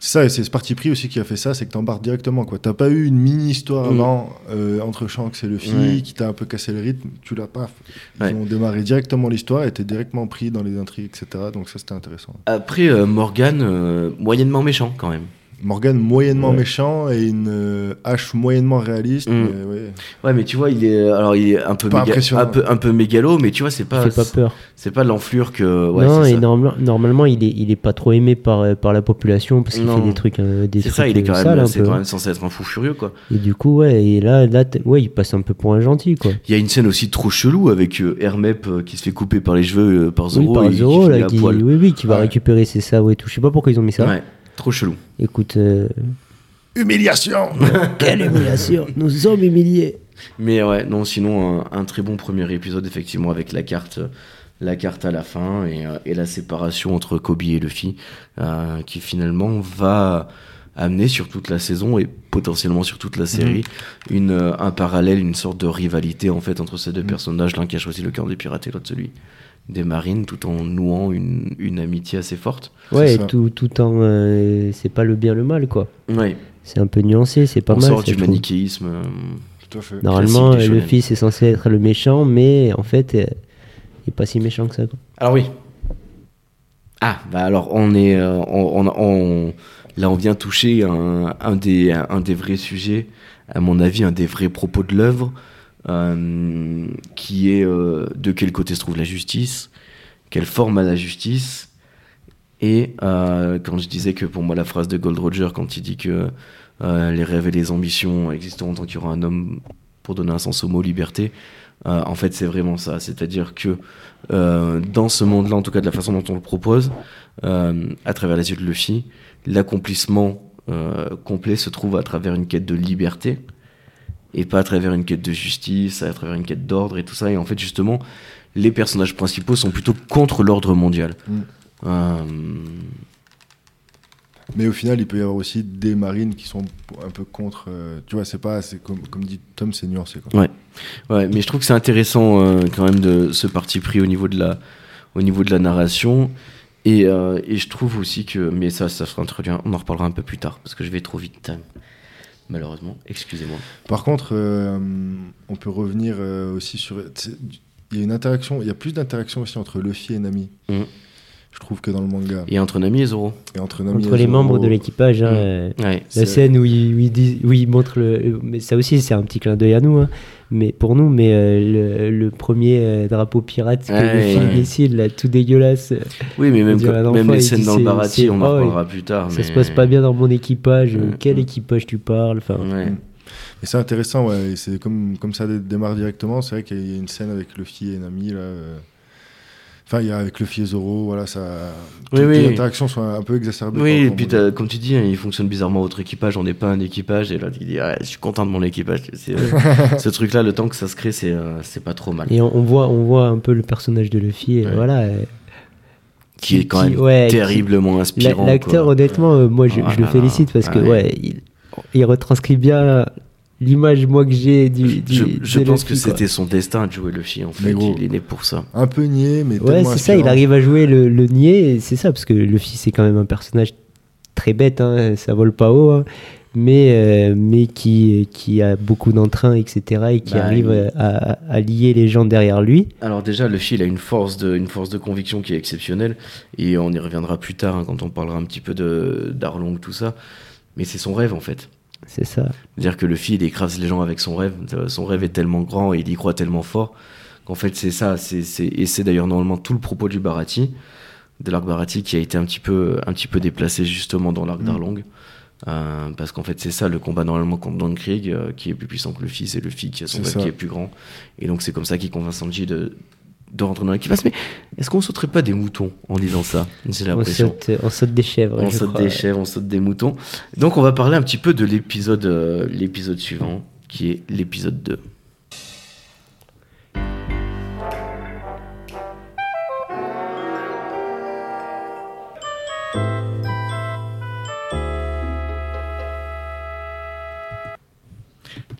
Speaker 5: C'est ça, et c'est ce parti pris aussi qui a fait ça, c'est que t'embarques directement. quoi. T'as pas eu une mini-histoire
Speaker 3: Mm.
Speaker 5: avant euh, entre Shanks et Luffy
Speaker 3: Ouais.
Speaker 5: qui t'a un peu cassé le rythme, tu l'as paf. Ils
Speaker 3: Ouais.
Speaker 5: ont démarré directement l'histoire et t'es directement pris dans les intrigues, etc. Donc ça, c'était intéressant.
Speaker 3: Après, euh, Morgan, euh, moyennement méchant quand même.
Speaker 5: Morgan moyennement
Speaker 3: Ouais.
Speaker 5: méchant et une euh, hache moyennement réaliste.
Speaker 3: Mm.
Speaker 5: mais ouais.
Speaker 3: Ouais, mais tu vois, il est, alors il est un peu,
Speaker 5: Pas
Speaker 3: méga-
Speaker 5: impressionnant.
Speaker 3: un peu, un peu mégalo, mais tu vois, c'est
Speaker 4: il
Speaker 3: pas,
Speaker 4: fait pas peur.
Speaker 3: c'est pas l'enflure que. Ouais,
Speaker 4: non,
Speaker 3: c'est
Speaker 4: et
Speaker 3: ça.
Speaker 4: normalement, normalement, il est, il est pas trop aimé par, euh, par la population parce qu'il
Speaker 3: Non.
Speaker 4: fait des trucs, euh, des
Speaker 3: C'est
Speaker 4: trucs
Speaker 3: ça, il est quand
Speaker 4: euh,
Speaker 3: même,
Speaker 4: sales un
Speaker 3: c'est
Speaker 4: peu.
Speaker 3: quand même censé être un fou furieux, quoi.
Speaker 4: Et du coup, ouais, et là, là t'es- ouais, il passe un peu pour un gentil, quoi.
Speaker 3: Il y a une scène aussi trop chelou avec euh, Hermep euh, qui se fait couper par les cheveux euh, par Zoro
Speaker 4: oui, par
Speaker 3: et
Speaker 4: Zoro,
Speaker 3: qui finit
Speaker 4: là,
Speaker 3: à
Speaker 4: qui,
Speaker 3: poil.
Speaker 4: oui, oui, qui va
Speaker 5: Ouais.
Speaker 4: récupérer ses sabres et tout. Je sais pas pourquoi ils ont mis ça.
Speaker 3: Ouais, trop chelou.
Speaker 4: Écoute, euh,
Speaker 5: Humiliation
Speaker 4: quelle humiliation Nous sommes humiliés
Speaker 3: Mais ouais, non, sinon, un, un très bon premier épisode, effectivement, avec la carte, la carte à la fin et, euh, et la séparation entre Kobe et Luffy, euh, qui finalement va amener sur toute la saison et potentiellement sur toute la série une, euh, un parallèle, une sorte de rivalité en fait entre ces deux personnages, l'un qui a choisi le camp des pirates et l'autre celui des marines, tout en nouant une, une amitié assez forte.
Speaker 4: Ouais,
Speaker 5: ça.
Speaker 4: tout, tout en. euh, c'est pas le bien, le mal, quoi.
Speaker 3: Ouais,
Speaker 4: C'est un peu nuancé, c'est pas
Speaker 3: on
Speaker 4: mal.
Speaker 3: sort
Speaker 4: ça,
Speaker 3: du
Speaker 4: je trouve.
Speaker 3: manichéisme. euh,
Speaker 5: Tout à fait.
Speaker 4: Normalement,
Speaker 3: classique des
Speaker 4: le
Speaker 3: shonen.
Speaker 4: fils est censé être le méchant, mais en fait, euh, il est pas si méchant que ça. quoi.
Speaker 3: Alors oui. Ah, bah alors on est, euh, on, on- on- là on vient toucher un, un des, un des vrais sujets, à mon avis, un des vrais propos de l'œuvre, euh, qui est euh, de quel côté se trouve la justice, quelle forme a la justice, et euh, quand je disais que pour moi la phrase de Gold Roger quand il dit que euh, les rêves et les ambitions existeront tant qu'il y aura un homme pour donner un sens au mot liberté, euh, en fait c'est vraiment ça, c'est-à-dire que euh, dans ce monde-là, en tout cas de la façon dont on le propose, euh, à travers les yeux de Luffy, l'accomplissement euh, complet se trouve à travers une quête de liberté et pas à travers une quête de justice, à travers une quête d'ordre et tout ça. Et en fait, justement, les personnages principaux sont plutôt contre l'ordre mondial.
Speaker 5: Mm.
Speaker 3: Euh,
Speaker 5: Mais au final, il peut y avoir aussi des marines qui sont un peu contre. euh, tu vois, c'est pas. c'est Comme, comme dit Tom, c'est nuancé. Quoi.
Speaker 3: ouais, mais je trouve que c'est intéressant euh, quand même de ce parti pris au niveau de la, au niveau de la narration. Et, euh, et je trouve aussi que, mais ça, ça sera introduit. On en reparlera un peu plus tard parce que je vais trop vite, malheureusement. Excusez-moi.
Speaker 5: Par contre, euh, on peut revenir euh, aussi sur. c'est- Il y a une interaction. Il y a plus d'interaction aussi entre Luffy et Nami.
Speaker 3: Mm.
Speaker 5: Je trouve que dans le manga.
Speaker 3: Et entre Nami et Zoro.
Speaker 5: Et entre Nami
Speaker 4: Entre
Speaker 5: et
Speaker 4: les
Speaker 5: Zoro,
Speaker 4: membres de l'équipage, hein,
Speaker 3: Mm.
Speaker 4: euh,
Speaker 3: Ouais.
Speaker 4: la
Speaker 5: C'est-
Speaker 4: scène où il, où il dit- où il montre le. euh, Mais ça aussi, c'est un petit clin d'œil à nous, hein, mais pour nous, mais euh, le, le premier euh, drapeau pirate que
Speaker 3: Ouais,
Speaker 4: Luffy
Speaker 3: ouais.
Speaker 4: décide, là, tout dégueulasse.
Speaker 3: Oui, mais même,
Speaker 4: dire à
Speaker 3: quand-
Speaker 4: l'enfant,
Speaker 3: même les
Speaker 4: il
Speaker 3: scènes
Speaker 4: dit
Speaker 3: dans le
Speaker 4: c'est-
Speaker 3: Barati,
Speaker 4: c'est-
Speaker 3: on
Speaker 4: ah
Speaker 3: en
Speaker 4: ouais,
Speaker 3: reparlera plus tard.
Speaker 4: Ça
Speaker 3: Oh, mais-
Speaker 4: se passe pas bien dans mon équipage. euh,
Speaker 3: Mm,
Speaker 4: Quel
Speaker 3: mm.
Speaker 4: équipage tu parles Enfin,
Speaker 3: Ouais.
Speaker 5: Et c'est intéressant, ouais. et c'est comme, comme ça dé- démarre directement. C'est vrai qu'il y a une scène avec Luffy et Nami, là. euh. Enfin, il y a avec Luffy et Zoro, voilà, ça.
Speaker 3: Oui,
Speaker 5: toutes
Speaker 3: oui.
Speaker 5: Les interactions sont un peu exacerbées.
Speaker 3: Oui,
Speaker 5: par
Speaker 3: et
Speaker 5: rapport
Speaker 3: puis
Speaker 5: au
Speaker 3: t'as- comme tu dis, hein, il fonctionne bizarrement autre équipage, on n'est pas un équipage, et l'autre il dit, Ouais, je suis content de mon équipage. C'est, euh, ce truc-là, le temps que ça se crée, c'est, euh, c'est pas trop mal.
Speaker 4: Et on, on voit, on voit un peu le personnage de Luffy, et
Speaker 3: Ouais.
Speaker 4: voilà. euh,
Speaker 3: Qui est quand
Speaker 4: qui-
Speaker 3: même
Speaker 4: ouais, qui-
Speaker 3: terriblement
Speaker 4: La-
Speaker 3: inspirant.
Speaker 4: L'acteur,
Speaker 3: quoi.
Speaker 4: honnêtement, euh, moi, je,
Speaker 3: Ah
Speaker 4: je le
Speaker 3: là
Speaker 4: félicite
Speaker 3: là.
Speaker 4: parce que,
Speaker 3: Ah ouais.
Speaker 4: ouais, il, il retranscrit bien l'image, moi, que j'ai du. du
Speaker 3: Je, je
Speaker 4: de
Speaker 3: pense
Speaker 4: Luffy,
Speaker 3: que
Speaker 4: quoi.
Speaker 3: c'était son destin de jouer Luffy, en fait.
Speaker 5: Mais gros.
Speaker 3: Il est né pour ça.
Speaker 5: monde. Un peu nié, mais
Speaker 4: Ouais,
Speaker 5: tellement
Speaker 4: c'est ça, il
Speaker 5: inspirant.
Speaker 4: arrive à jouer le, le nier, et c'est ça, parce que Luffy, c'est quand même un personnage très bête, hein, ça vole pas haut, hein, mais, euh, mais qui, qui a beaucoup d'entrain, etc., et qui
Speaker 3: Bah,
Speaker 4: arrive
Speaker 3: il-
Speaker 4: à, à- à lier les gens derrière lui.
Speaker 3: Alors déjà, Luffy, il a une force de, une force de conviction qui est exceptionnelle, et on y reviendra plus tard hein, quand on parlera un petit peu de d'Arlong, tout ça. Mais c'est son rêve, en fait.
Speaker 4: C'est ça.
Speaker 3: C'est-à-dire que Luffy, il écrase les gens avec son rêve. Euh, Son rêve est tellement grand et il y croit tellement fort qu'en fait, c'est ça. c'est c'est- et c'est d'ailleurs normalement tout le propos du Barati, de l'arc Barati qui a été un petit peu, un petit peu déplacé justement dans l'arc
Speaker 5: Mm.
Speaker 3: d'Arlong. Euh, parce qu'en fait, c'est ça le combat normalement contre Don Krieg, euh, qui est plus puissant que Luffy, c'est Luffy qui a son
Speaker 5: C'est
Speaker 3: rêve
Speaker 5: ça.
Speaker 3: qui est plus grand. Et donc, c'est comme ça qu'il convainc Sanji de, de rentrer dans l'équipage. Mais est-ce qu'on sauterait pas des moutons en disant ça J'ai
Speaker 4: On
Speaker 3: l'impression.
Speaker 4: saute, on saute des chèvres.
Speaker 3: On
Speaker 4: je
Speaker 3: saute
Speaker 4: crois.
Speaker 3: des chèvres, on saute des moutons. Donc on va parler un petit peu de l'épisode euh, l'épisode suivant, qui est l'épisode 2.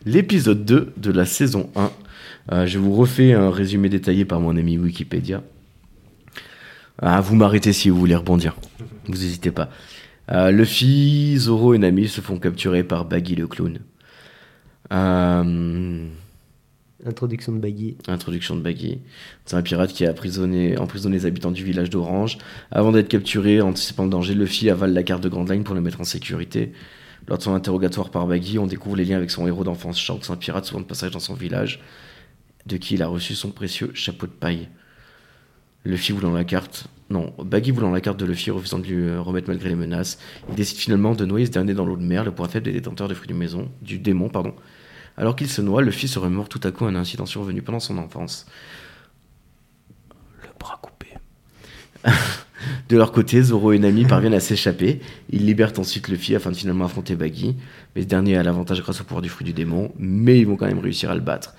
Speaker 3: L'épisode 2 de la saison 1. Euh, je vous refais un résumé détaillé par mon ami Wikipédia. Ah, vous m'arrêtez si vous voulez rebondir. Vous n'hésitez pas. Euh, Luffy, Zoro et Nami se font capturer par Baggy le clown. Euh,
Speaker 4: Introduction de Baggy.
Speaker 3: introduction de Baggy. C'est un pirate qui a emprisonné, emprisonné les habitants du village d'Orange. Avant d'être capturé, anticipant le danger, Luffy avale la carte de Grand Line pour le mettre en sécurité. Lors de son interrogatoire par Baggy, on découvre les liens avec son héros d'enfance Shanks, un pirate souvent de passage dans son village, de qui il a reçu son précieux chapeau de paille. Luffy voulant la carte. Non, Baggy voulant la carte de Luffy, refusant de lui euh, remettre malgré les menaces, il décide finalement de noyer ce dernier dans l'eau de mer, le point faible des détenteurs de fruits du, maison, du démon. pardon. Alors qu'il se noie, Luffy se remémore tout à coup un incident survenu pendant son enfance. Le bras coupé. De leur côté, Zoro et Nami parviennent à s'échapper. Ils libèrent ensuite Luffy afin de finalement affronter Baggy. Mais ce dernier a l'avantage grâce au pouvoir du fruit du démon, mais ils vont quand même réussir à le battre.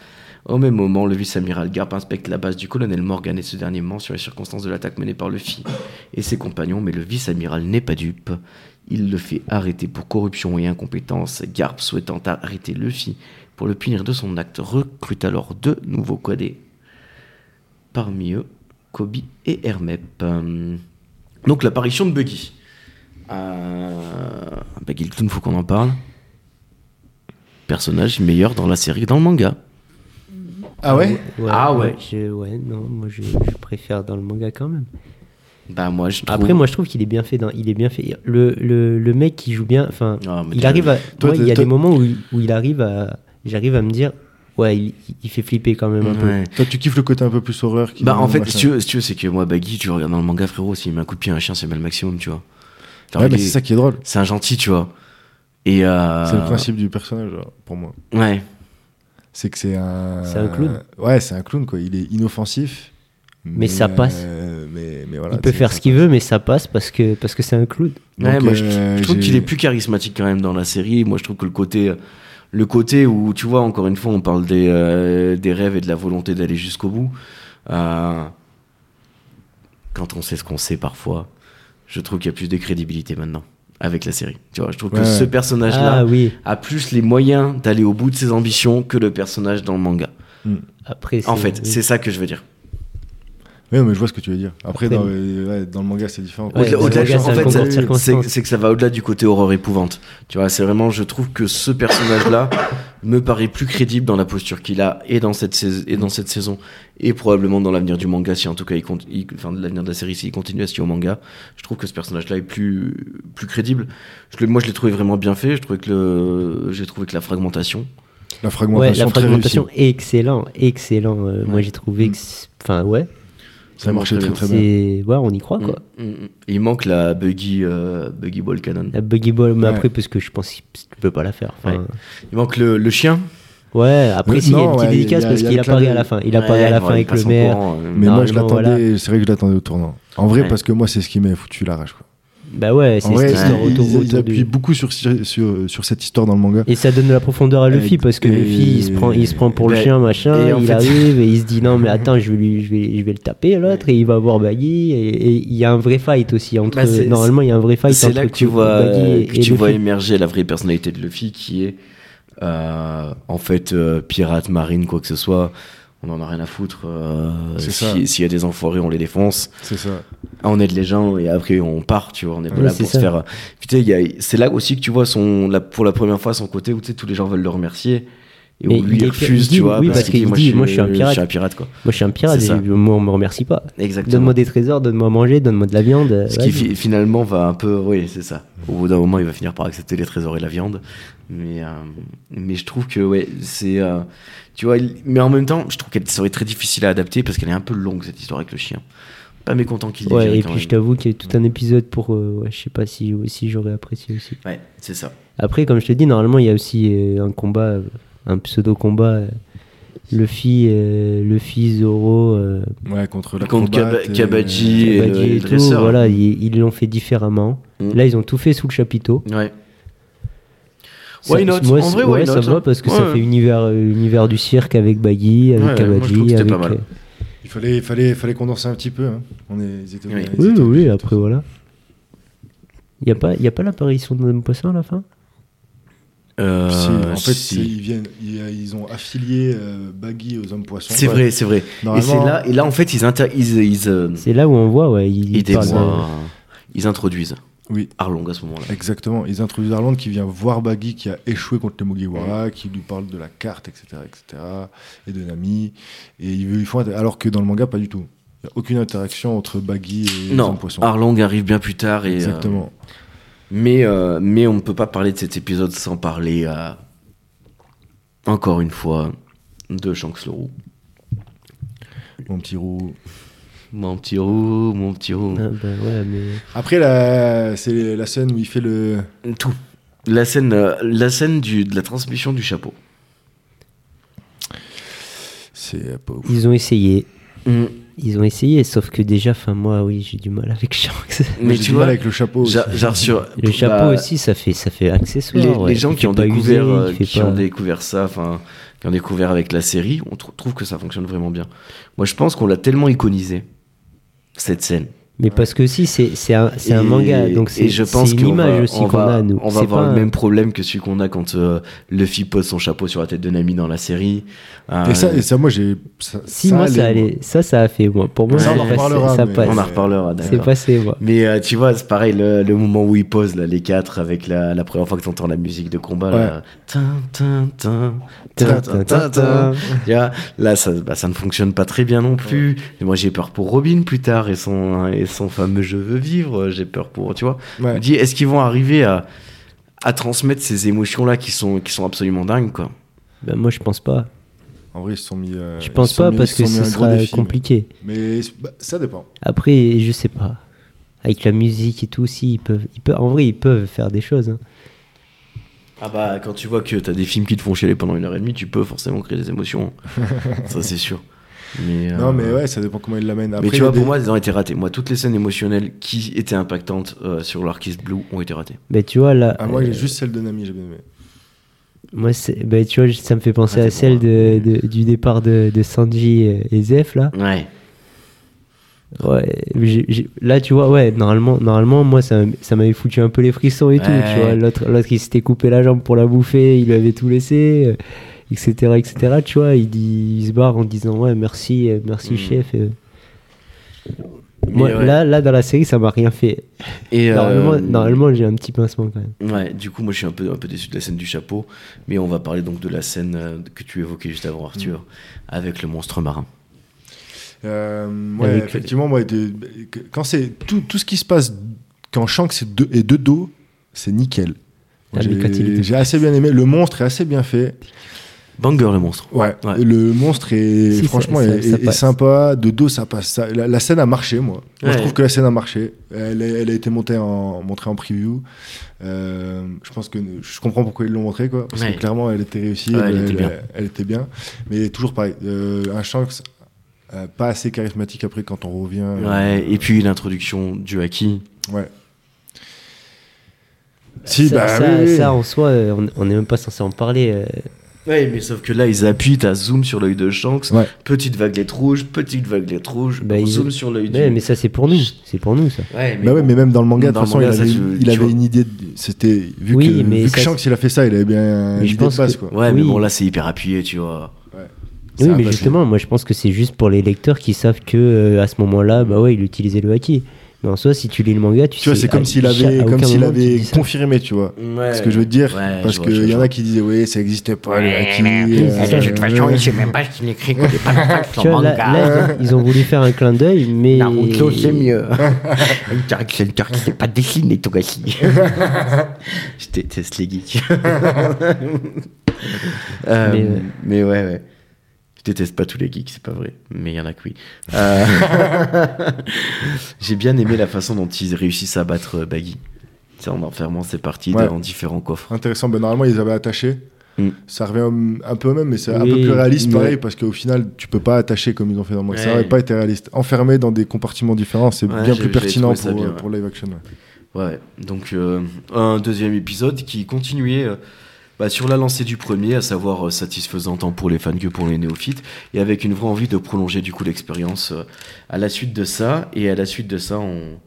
Speaker 3: Au même moment, le vice-amiral Garp inspecte la base du colonel Morgan et ce dernier ment sur les circonstances de l'attaque menée par Luffy et ses compagnons, mais le vice-amiral n'est pas dupe. Il le fait arrêter pour corruption et incompétence. Garp, souhaitant arrêter Luffy pour le punir de son acte, recrute alors deux nouveaux codés. Parmi eux, Kobe et Hermep. Hum. Donc l'apparition de Buggy. Euh... Buggy Hilton, faut qu'on en parle. Personnage meilleur dans la série que dans le manga.
Speaker 5: Ah ouais
Speaker 3: Ah ouais.
Speaker 4: je- ouais, non, moi je, je préfère dans le manga quand même.
Speaker 3: Bah moi je trouve...
Speaker 4: Après, moi je trouve qu'il est bien fait. Dans, il est bien fait. Le, le, le mec qui joue bien, enfin,
Speaker 3: Ah, mais
Speaker 4: il
Speaker 3: t'as-
Speaker 4: arrive à.
Speaker 5: toi,
Speaker 4: moi, il y
Speaker 5: t'as-
Speaker 4: a
Speaker 5: toi-
Speaker 4: des moments où, il- où il arrive à. J'arrive à me dire, ouais, il, il fait flipper quand même un peu.
Speaker 3: Ouais.
Speaker 5: Toi, tu kiffes le côté un peu plus horreur. qui-
Speaker 3: Bah en fait,
Speaker 5: machin.
Speaker 3: si tu veux, si tu veux, c'est que moi Baggy, tu regardes dans le manga frérot, s'il met un coup de pied à un chien, c'est mal le maximum, tu vois. Genre,
Speaker 5: Ouais,
Speaker 3: il
Speaker 5: mais
Speaker 3: est-
Speaker 5: c'est ça qui est drôle.
Speaker 3: c'est un gentil, tu vois. Et euh...
Speaker 5: C'est le principe du personnage, genre, pour moi.
Speaker 3: Ouais.
Speaker 5: C'est que c'est un.
Speaker 4: C'est un clown.
Speaker 5: Ouais, c'est un clown, quoi. Il est inoffensif.
Speaker 4: Mais ça passe.
Speaker 5: euh, mais, mais voilà,
Speaker 4: il peut
Speaker 5: c'est-
Speaker 4: faire
Speaker 5: ça
Speaker 4: ce qu'il
Speaker 5: passe.
Speaker 4: veut, mais ça passe parce que parce que c'est un clown.
Speaker 5: Donc,
Speaker 3: Ouais, moi, je,
Speaker 5: euh,
Speaker 3: je trouve
Speaker 5: j'ai-
Speaker 3: qu'il est plus charismatique quand même dans la série. Moi, je trouve que le côté, euh, le côté où, tu vois, encore une fois, on parle des, euh, des rêves et de la volonté d'aller jusqu'au bout. Euh, quand on sait ce qu'on sait parfois, je trouve qu'il y a plus de crédibilité maintenant avec la série. Tu vois, je trouve que
Speaker 5: Ouais.
Speaker 3: ce personnage-là
Speaker 4: Ah oui.
Speaker 3: a plus les moyens d'aller au bout de ses ambitions que le personnage dans le manga.
Speaker 4: Après,
Speaker 3: En
Speaker 4: c'est-
Speaker 3: fait,
Speaker 4: oui.
Speaker 3: c'est ça que je veux dire.
Speaker 5: Ouais, mais je vois ce que tu veux dire. Après,
Speaker 4: Après,
Speaker 5: dans,
Speaker 4: mais-
Speaker 5: euh, ouais, dans le manga, c'est différent. quoi.
Speaker 4: Ouais,
Speaker 3: Au-delà-
Speaker 4: dans le
Speaker 3: au-delà-
Speaker 4: manga,
Speaker 3: en
Speaker 4: c'est un
Speaker 3: fait,
Speaker 4: concours de
Speaker 3: c'est-
Speaker 4: circonstances.
Speaker 3: c'est- c'est que ça va au-delà du côté horreur épouvante. Tu vois, c'est vraiment, je trouve que ce personnage-là me paraît plus crédible dans la posture qu'il a et dans cette saison, et dans cette saison et probablement dans l'avenir du manga si en tout cas il compte, il- enfin de l'avenir de la série s'il continue à se fier au manga. Je trouve que ce personnage-là est plus plus crédible. Je l'ai- moi, je l'ai trouvé vraiment bien fait. Je trouvais que le, j'ai trouvé que la fragmentation.
Speaker 5: La
Speaker 4: Ouais,
Speaker 5: fragmentation,
Speaker 4: la
Speaker 5: très
Speaker 4: fragmentation
Speaker 5: réussie.
Speaker 4: est excellent, excellent. Euh, Moi, j'ai trouvé que, c'est- enfin, ouais,
Speaker 5: Ça marchait très très bien.
Speaker 4: c'est, ouais, on y croit Ah, quoi.
Speaker 3: Mm, mm, mm. Il manque la buggy euh, buggy ball cannon.
Speaker 4: La buggy ball, mais
Speaker 5: Ouais.
Speaker 4: après, parce que je pense que tu peux pas la faire. Enfin,
Speaker 3: Il manque le, le chien.
Speaker 4: ouais. après,
Speaker 5: Mais
Speaker 4: si, il y a
Speaker 5: non,
Speaker 4: une petite
Speaker 5: ouais,
Speaker 4: dédicace
Speaker 5: il y a-
Speaker 4: parce
Speaker 5: il y a
Speaker 4: qu'il
Speaker 5: le
Speaker 4: apparaît
Speaker 5: clin
Speaker 4: à la
Speaker 5: d'œil.
Speaker 4: fin. Il apparaît à la
Speaker 3: Ouais,
Speaker 4: fin avec
Speaker 3: passe
Speaker 4: le
Speaker 3: en
Speaker 4: maire.
Speaker 3: courant, euh,
Speaker 5: Mais moi, je
Speaker 4: Normalement,
Speaker 5: l'attendais, c'est vrai que je l'attendais au tournant. En vrai,
Speaker 3: Ouais.
Speaker 5: parce que moi, c'est ce qui m'a foutu la rage. Quoi.
Speaker 4: Bah ouais,
Speaker 5: En
Speaker 4: c'est
Speaker 5: vrai,
Speaker 4: cette histoire
Speaker 5: ils,
Speaker 4: autour,
Speaker 5: ils
Speaker 4: autour
Speaker 5: appuient
Speaker 4: du-
Speaker 5: beaucoup sur, sur, sur cette histoire dans le manga.
Speaker 4: Et ça donne de la profondeur à Luffy
Speaker 5: Et-
Speaker 4: parce que Luffy il se prend, il se prend pour
Speaker 3: Ben,
Speaker 4: le chien machin,
Speaker 3: et en
Speaker 4: il
Speaker 3: fait-
Speaker 4: arrive et il se dit non mais attends je vais lui, je vais, je vais le taper l'autre et il va voir Baggy et et il y a un vrai fight aussi entre
Speaker 3: Bah, c'est-
Speaker 4: normalement il y a un vrai fight
Speaker 3: C'est
Speaker 4: entre
Speaker 3: là que tu vois, euh,
Speaker 4: Baggy et,
Speaker 3: que
Speaker 4: et
Speaker 3: tu
Speaker 4: Luffy.
Speaker 3: vois émerger la vraie personnalité de Luffy qui est euh, en fait euh, pirate, marine, quoi que ce soit. On en a rien à foutre. euh,
Speaker 5: C'est
Speaker 3: si-
Speaker 5: ça.
Speaker 3: S'il y a des enfoirés, on les défonce.
Speaker 5: C'est ça.
Speaker 3: On aide les gens et après on part, tu vois. On est pas
Speaker 4: Ouais,
Speaker 3: là
Speaker 4: c'est
Speaker 3: pour se
Speaker 4: ça.
Speaker 3: faire. Putain, il y a- c'est là aussi que tu vois son, la- pour la première fois son côté où tu sais, tous les gens veulent le remercier. Et
Speaker 4: Mais
Speaker 3: où lui
Speaker 4: il
Speaker 3: il
Speaker 4: est-
Speaker 3: refuse,
Speaker 4: il dit-
Speaker 3: tu vois.
Speaker 4: oui, parce qu'il dit, moi, je suis un pirate.
Speaker 3: quoi.
Speaker 4: moi je suis un pirate
Speaker 3: C'est ça.
Speaker 4: et moi on me remercie pas
Speaker 3: Exactement.
Speaker 4: donne-moi des trésors donne-moi à manger donne-moi de la viande
Speaker 3: Ce
Speaker 4: ouais,
Speaker 3: qui fi- finalement va un peu. Oui, c'est ça. Au bout d'un moment, il va finir par accepter les trésors et la viande. Mais, euh, mais je trouve que, ouais, c'est. euh, tu vois, il- mais en même temps, je trouve qu'elle serait très difficile à adapter parce qu'elle est un peu longue cette histoire avec le chien. Pas mécontent qu'il
Speaker 4: Ouais,
Speaker 3: dévire
Speaker 4: et
Speaker 3: quand
Speaker 4: puis
Speaker 3: même.
Speaker 4: je t'avoue qu'il y a eu tout un épisode pour. euh, ouais, je sais pas si, si j'aurais apprécié aussi.
Speaker 3: Ouais, c'est ça.
Speaker 4: Après, comme je te dis, normalement, il y a aussi euh, un combat, euh, un pseudo-combat. euh, Luffy, euh, Luffy, Zoro, euh,
Speaker 5: Ouais, contre la euh,
Speaker 3: Contre Kaba- Kabaji Et
Speaker 4: Kabaji
Speaker 3: le- et
Speaker 4: et
Speaker 3: le
Speaker 4: tout,
Speaker 3: dresseur.
Speaker 4: voilà, ils ils l'ont fait différemment.
Speaker 3: Mm.
Speaker 4: Là, ils ont tout fait sous le chapiteau.
Speaker 3: Ouais.
Speaker 4: Ça-
Speaker 3: Why not
Speaker 4: moi,
Speaker 3: En
Speaker 4: c'est-
Speaker 3: vrai,
Speaker 4: ouais,
Speaker 3: why
Speaker 4: ça
Speaker 3: not,
Speaker 4: me va
Speaker 3: hein.
Speaker 4: parce que
Speaker 3: Ouais.
Speaker 4: ça fait univers, euh, univers du cirque avec Baggy,
Speaker 3: Ouais,
Speaker 4: avec
Speaker 3: moi, je trouve que
Speaker 4: Kabaji,
Speaker 3: c'était
Speaker 4: avec.
Speaker 3: pas mal.
Speaker 4: euh,
Speaker 5: Il fallait, il fallait, fallait condenser un petit peu. hein. On est, ils étaient,
Speaker 3: Oui.
Speaker 5: ils
Speaker 4: Oui,
Speaker 5: étaient-
Speaker 4: oui, après voilà. Il n'y a pas, y a pas l'apparition de Madame Poisson à la fin
Speaker 3: Euh,
Speaker 5: Si, en fait,
Speaker 3: si.
Speaker 5: c'est- ils, viennent, ils, ils ont affilié euh, Baggy aux hommes poissons.
Speaker 3: C'est
Speaker 5: Ouais.
Speaker 3: vrai, c'est vrai. Et, c'est
Speaker 5: Normalement-
Speaker 3: là, et là, en fait, ils, inter ils, ils, euh,
Speaker 4: C'est là où on voit, ouais. Il,
Speaker 3: ils,
Speaker 4: il parle de-
Speaker 3: dévoient- ils introduisent
Speaker 5: Oui,
Speaker 3: Arlong à ce moment-là.
Speaker 5: exactement. Ils introduisent Arland qui vient voir Baggy qui a échoué contre les Mugiwara, qui lui parle de la carte, etc., etc., et de Nami. Et ils, ils font inter- alors que dans le manga, pas du tout. Il n'y a aucune interaction entre Baggy et les
Speaker 3: Non,
Speaker 5: hommes poissons.
Speaker 3: Arlong arrive bien plus tard et. euh,
Speaker 5: exactement.
Speaker 3: Mais, euh, mais on ne peut pas parler de cet épisode sans parler, euh, encore une fois, de Shanks le roux.
Speaker 5: Mon petit roux.
Speaker 3: Mon petit roux, mon petit roux.
Speaker 4: Ah, bah, ouais, mais...
Speaker 5: Après, la- c'est la scène où il fait le.
Speaker 3: Euh, Tout. La scène, euh, la scène du, de la transmission du chapeau.
Speaker 5: C'est pas ouf. Mm.
Speaker 4: Ils ont essayé. Ils ont essayé, sauf que déjà, enfin moi, oui, j'ai du mal avec Shanks.
Speaker 5: Mais tu vois, avec le chapeau. aussi.
Speaker 3: Genre, genre sur
Speaker 4: Le chapeau
Speaker 3: bah,
Speaker 4: aussi, ça fait, ça fait accessoire.
Speaker 3: Les, les
Speaker 4: ouais.
Speaker 3: gens
Speaker 4: Il
Speaker 3: qui ont
Speaker 4: fait pas
Speaker 3: découvert,
Speaker 4: usé, il
Speaker 3: euh,
Speaker 4: fait
Speaker 3: qui
Speaker 4: pas-
Speaker 3: ont découvert ça, enfin, qui ont découvert avec la série, on tr- trouve que ça fonctionne vraiment bien. Moi, je pense qu'on l'a tellement iconisé cette scène.
Speaker 4: Mais parce que aussi, c'est c'est un, c'est un
Speaker 3: Et-
Speaker 4: manga, donc
Speaker 3: et
Speaker 4: c'est
Speaker 3: je
Speaker 4: c'est
Speaker 3: pense
Speaker 4: une
Speaker 3: qu'on
Speaker 4: image
Speaker 3: va-
Speaker 4: aussi
Speaker 3: on
Speaker 4: qu'on
Speaker 3: va-
Speaker 4: a, nous.
Speaker 3: On va
Speaker 4: C'est
Speaker 3: avoir
Speaker 4: pas
Speaker 3: le
Speaker 4: un-
Speaker 3: même problème que celui qu'on a quand euh, Luffy pose son chapeau sur la tête de Nami dans la série. Euh,
Speaker 5: Et ça, et ça, moi, j'ai. ça-
Speaker 4: Si, moi, ça, allait, ça, ça a fait, moi. Pour moi,
Speaker 3: Ça, on en
Speaker 4: ça, passe-
Speaker 5: reparlera,
Speaker 4: ça
Speaker 5: mais-
Speaker 4: passe.
Speaker 3: on en reparlera.
Speaker 4: C'est
Speaker 3: d'accord.
Speaker 4: passé, moi.
Speaker 3: Mais euh, tu vois, c'est pareil, le, le moment où ils posent là, les quatre avec la, la première fois que tu entends la musique de combat. Là, Tin, tin, tin, tin, tin, tin, tin. Tu vois, là, ça, bah, ça ne fonctionne pas très bien non plus. Et moi, j'ai peur pour Robin plus tard et son, et son fameux Je veux vivre. J'ai peur pour. Tu vois, je me
Speaker 5: Ouais.
Speaker 3: dis, est-ce qu'ils vont arriver à, à transmettre ces émotions-là qui sont, qui sont absolument dingues quoi
Speaker 4: Ben, moi, je pense pas.
Speaker 5: En vrai, ils se sont mis. euh,
Speaker 4: Je
Speaker 5: ils
Speaker 4: pense
Speaker 5: se sont
Speaker 4: pas
Speaker 5: mis-
Speaker 4: parce
Speaker 5: ils se
Speaker 4: que
Speaker 5: sont
Speaker 4: ce
Speaker 5: mis un gros
Speaker 4: sera
Speaker 5: défi, mais-
Speaker 4: compliqué.
Speaker 5: Mais bah, ça dépend.
Speaker 4: Après, je sais pas. Avec la musique et tout, si, ils peuvent, ils peuvent, en vrai, ils peuvent faire des choses. hein.
Speaker 3: Ah bah, quand tu vois que t'as des films qui te font chialer pendant une heure et demie, tu peux forcément créer des émotions. ça, c'est sûr.
Speaker 4: Ah.
Speaker 3: Mais, euh,
Speaker 5: Non, mais ouais, ça dépend comment ils l'amènent. Après,
Speaker 3: mais
Speaker 5: il
Speaker 3: tu
Speaker 5: y a
Speaker 3: vois, pour
Speaker 5: des-
Speaker 3: moi, elles ont été ratées. Moi, toutes les scènes émotionnelles qui étaient impactantes euh, sur leur Kiss Blue ont été ratées.
Speaker 4: Ben, tu vois, là.
Speaker 5: Ah, moi,
Speaker 4: euh,
Speaker 5: j'ai juste celle de Nami, j'ai bien aimé.
Speaker 4: Moi, c'est- bah, tu vois, ça me fait
Speaker 3: Ah,
Speaker 4: penser à
Speaker 3: c'est
Speaker 4: celle
Speaker 3: bon,
Speaker 4: de, de- du départ de, de Sanji euh, et Zef, là.
Speaker 3: Ouais.
Speaker 4: Ouais, j'ai- j'ai- là, tu vois, ouais, normalement, normalement moi, ça, m- ça m'avait foutu un peu les frissons et tout.
Speaker 3: Ouais.
Speaker 4: Tu vois, l'autre, l'autre, il s'était coupé la jambe pour la bouffer, il lui avait tout laissé, euh, etc., etc. Tu vois, il, dit, il se barre en disant, ouais, merci, euh, merci,
Speaker 3: Mm.
Speaker 4: chef. euh. Moi,
Speaker 3: ouais.
Speaker 4: là, là, dans la série, ça m'a rien fait.
Speaker 3: Et, euh,
Speaker 4: Normalement, normalement, j'ai un petit pincement quand même.
Speaker 3: Ouais, du coup, moi, je suis un peu, un peu déçu de la scène du chapeau. Mais on va parler donc de la scène euh, que tu évoquais juste avant,
Speaker 5: Mm.
Speaker 3: Arthur, avec le monstre marin.
Speaker 5: Euh, ouais,
Speaker 4: Avec-
Speaker 5: effectivement, moi, des- quand c'est tout, tout ce qui se passe quand Shanks est de, est de dos, c'est nickel.
Speaker 4: Ah, mais
Speaker 5: J'ai-
Speaker 4: quand il était-
Speaker 5: J'ai assez bien aimé. Le monstre est assez bien fait.
Speaker 3: Banger, le monstre.
Speaker 5: Ouais.
Speaker 3: Ouais.
Speaker 5: Le monstre est
Speaker 4: Si, ça-
Speaker 5: franchement
Speaker 4: ça-
Speaker 5: est,
Speaker 4: ça
Speaker 5: est- est
Speaker 4: passe.
Speaker 5: sympa. De dos, ça passe. Ça- la, la scène a marché, moi. Moi,
Speaker 3: Ouais.
Speaker 5: je trouve que la scène a marché. Elle, est- elle a été montée en, montrée en preview. Euh, je pense que je comprends pourquoi ils l'ont montrée, quoi. Parce
Speaker 3: Ouais.
Speaker 5: que clairement, elle était réussie.
Speaker 3: Ouais, elle était bien.
Speaker 5: elle était bien. Mais toujours pareil. euh, un Shanks euh, pas assez charismatique après quand on revient.
Speaker 3: Ouais, et puis l'introduction du haki.
Speaker 5: Ouais. Si,
Speaker 4: ça,
Speaker 5: bah
Speaker 4: ça-
Speaker 5: oui, oui.
Speaker 4: ça, en soi, euh, on- on n'est même pas censé en parler. euh.
Speaker 3: Ouais, mais sauf que là, ils appuient, t'as zoom sur l'œil de Shanks,
Speaker 5: Ouais.
Speaker 3: petite vaguelette rouge, petite vaguelette rouge,
Speaker 4: Bah,
Speaker 3: on
Speaker 4: ils-
Speaker 3: zoom sur l'œil
Speaker 4: Ouais,
Speaker 3: du...
Speaker 4: mais ça, c'est pour nous. C'est pour nous, ça.
Speaker 3: Ouais,
Speaker 5: Bah ouais,
Speaker 3: bon.
Speaker 5: mais même dans le manga, de
Speaker 3: Dans
Speaker 5: toute
Speaker 3: le
Speaker 5: façon,
Speaker 3: manga,
Speaker 5: il
Speaker 3: ça,
Speaker 5: avait,
Speaker 3: tu-
Speaker 5: il
Speaker 3: tu
Speaker 5: avait
Speaker 3: vois.
Speaker 5: une idée. de- C'était vu
Speaker 4: Oui,
Speaker 5: que,
Speaker 4: mais
Speaker 5: vu que
Speaker 4: ça-
Speaker 5: Shanks il a fait ça, il avait bien
Speaker 4: Mais
Speaker 5: une
Speaker 4: je
Speaker 5: idée
Speaker 4: pense
Speaker 5: de base
Speaker 4: que-
Speaker 5: quoi.
Speaker 3: Ouais, mais
Speaker 4: Oui.
Speaker 3: bon, là, c'est hyper appuyé, tu vois.
Speaker 5: Ça bah,
Speaker 4: Oui,
Speaker 5: a
Speaker 4: mais
Speaker 5: passé.
Speaker 4: justement, moi je pense que c'est juste pour les lecteurs qui savent que euh, à ce moment-là, bah ouais, il utilisait le haki. Mais en soi, si tu lis le manga, tu,
Speaker 5: Tu vois,
Speaker 4: sais
Speaker 5: c'est
Speaker 4: à-
Speaker 5: comme s'il
Speaker 4: à
Speaker 5: avait,
Speaker 4: aucun
Speaker 5: comme s'il
Speaker 4: moment tu
Speaker 5: avait
Speaker 4: dis ça.
Speaker 5: confirmé, tu vois.
Speaker 3: Ouais.
Speaker 5: Ce que je veux te dire,
Speaker 3: Ouais, je
Speaker 5: parce
Speaker 3: vois, je
Speaker 5: qu'il y en
Speaker 3: vois.
Speaker 5: a qui disaient, oui, ça n'existait pas, le haki.
Speaker 6: De toute façon,
Speaker 5: euh,
Speaker 6: il sait même pas ce qu'il écrit qu'on n'est pas dans le
Speaker 4: Tu
Speaker 6: son
Speaker 4: vois, là,
Speaker 6: manga.
Speaker 4: là, ils ont- ils ont voulu faire un clin d'œil, mais.
Speaker 6: Naruto, c'est mieux. Le Jack, c'est le Jack qui s'est pas dessiné, Togashi.
Speaker 3: Je déteste les geeks. Euh,
Speaker 4: Mais,
Speaker 3: mais,
Speaker 4: ouais.
Speaker 3: ouais, ouais. Je déteste pas tous les geeks, c'est pas vrai. Mais il y en a que oui. Euh, J'ai bien aimé la façon dont ils réussissent à battre euh, Baggy. Tu sais, en enfermant ses parties
Speaker 5: Ouais.
Speaker 3: dans différents coffres.
Speaker 5: Intéressant, ben, normalement ils avaient attaché.
Speaker 3: Mm.
Speaker 5: Ça revient au- un peu au même, mais c'est un
Speaker 4: Oui,
Speaker 5: peu plus réaliste
Speaker 4: mais-
Speaker 5: pareil, parce qu'au final, tu peux pas attacher comme ils ont fait dans le manga. Ça
Speaker 3: Ouais.
Speaker 5: aurait pas été réaliste. Enfermé dans des compartiments différents, c'est
Speaker 3: Ouais,
Speaker 5: bien
Speaker 3: j'ai-
Speaker 5: plus
Speaker 3: j'ai
Speaker 5: pertinent
Speaker 3: trouvé ça
Speaker 5: pour,
Speaker 3: bien,
Speaker 5: euh,
Speaker 3: ouais.
Speaker 5: pour live action. ouais.
Speaker 3: Ouais, donc euh, un deuxième épisode qui continuait euh, bah, sur la lancée du premier, à savoir euh, satisfaisant tant pour les fans que pour les néophytes, et avec une vraie envie de prolonger du coup l'expérience euh, à la suite de ça. Et à la suite de ça, on,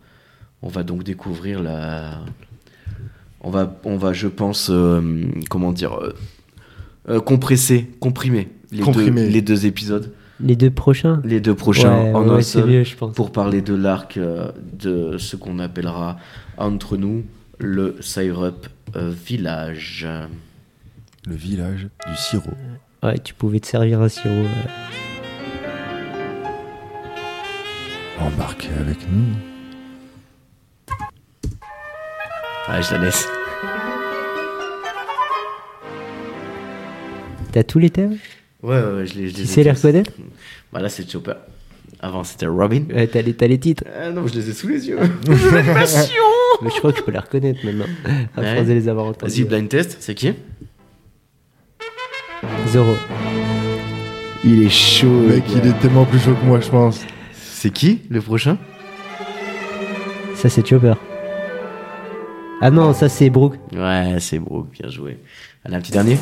Speaker 3: on va donc découvrir la. On va, on va je pense, euh, comment dire, euh, euh, compresser, comprimer les,
Speaker 5: Comprimer.
Speaker 3: Deux, les deux épisodes,
Speaker 4: Les deux prochains
Speaker 3: les deux prochains
Speaker 4: Ouais,
Speaker 3: en
Speaker 4: ouais,
Speaker 3: un
Speaker 4: c'est
Speaker 3: seul
Speaker 4: mieux, je pense.
Speaker 3: pour parler de l'arc euh, de ce qu'on appellera entre nous le Syrup euh, Village.
Speaker 5: Le village du sirop.
Speaker 4: Ouais, tu pouvais te servir un sirop. euh. ouais.
Speaker 5: Embarquez avec nous.
Speaker 3: Ah, je la laisse.
Speaker 4: T'as tous les thèmes
Speaker 3: Ouais, ouais, ouais, je l'ai.
Speaker 4: Tu sais les reconnaître
Speaker 3: Voilà, Bah c'est Chopper. Avant, c'était Robin.
Speaker 4: Ouais, t'as les, t'as les titres.
Speaker 3: Ah non, je les ai sous les yeux.
Speaker 4: Mais je crois que je peux les reconnaître maintenant. À
Speaker 3: Ouais.
Speaker 4: force de les avoir entendus.
Speaker 3: Vas-y, blind test, c'est qui
Speaker 4: Zoro.
Speaker 3: Il est chaud.
Speaker 5: Mec, il est tellement plus chaud que moi, je pense.
Speaker 3: C'est qui le prochain
Speaker 4: Ça, c'est Chopper. Ah non, ça, c'est Brooke.
Speaker 3: Ouais, c'est beau, bien joué. Allez, un petit dernier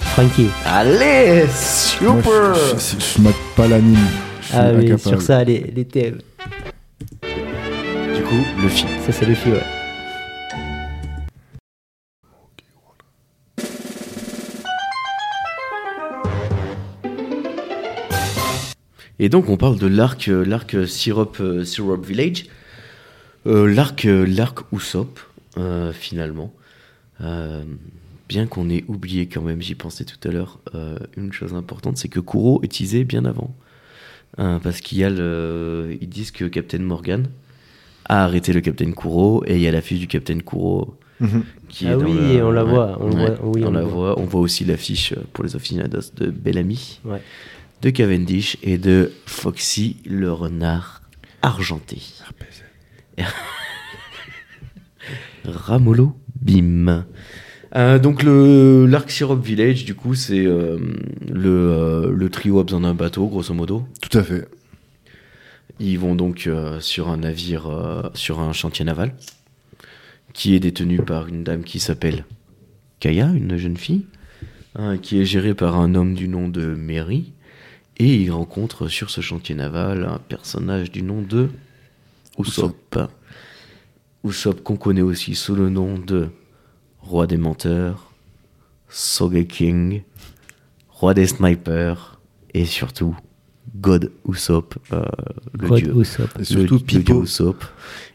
Speaker 4: Frankie.
Speaker 3: Allez,
Speaker 5: Moi,
Speaker 3: super
Speaker 5: je, je, je- je mate pas l'anime. Je suis
Speaker 4: Ah oui,
Speaker 5: incapable.
Speaker 4: sur ça, les, les thèmes.
Speaker 3: Du coup, le film.
Speaker 4: Ça, c'est Luffy, ouais.
Speaker 3: Et donc on parle de l'arc euh, l'arc euh, Syrup euh, Syrup Village, Euh, l'arc euh, l'arc Usopp euh, finalement. Euh, bien qu'on ait oublié quand même, j'y pensais tout à l'heure, euh, une chose importante, c'est que Kuro est teasé bien avant, Euh, parce qu'il y a le ils disent que Captain Morgan a arrêté le Captain Kuro et il y a la fiche du Captain Kuro
Speaker 5: Mhm.
Speaker 3: qui
Speaker 4: Ah
Speaker 3: est dans
Speaker 4: oui,
Speaker 3: le-
Speaker 4: et on la voit, on le voit, oui,
Speaker 3: on,
Speaker 4: on
Speaker 3: la
Speaker 4: le
Speaker 3: voit. On voit aussi l'affiche euh, pour les aficionados de Bellamy,
Speaker 4: Ouais.
Speaker 3: de Cavendish et de Foxy le renard argenté. Ramolo Bim. Euh, donc le l'arc syrup village du coup c'est euh, le, euh, le trio a besoin d'un bateau grosso modo
Speaker 5: Tout à fait.
Speaker 3: ils vont donc euh, sur un navire, euh, sur un chantier naval, qui est détenu par une dame qui s'appelle Kaya, une jeune fille, hein, qui est gérée par un homme du nom de Mary. Et ils rencontrent sur ce chantier naval un personnage du nom de Usopp. Usopp qu'on connaît aussi sous le nom de Roi des menteurs, Sogeking, Roi des snipers, et surtout God Usopp, euh, le
Speaker 4: Rod
Speaker 3: dieu.
Speaker 4: Usopp.
Speaker 5: Et surtout
Speaker 3: Le- le
Speaker 5: Pipo.
Speaker 3: dieu Usopp.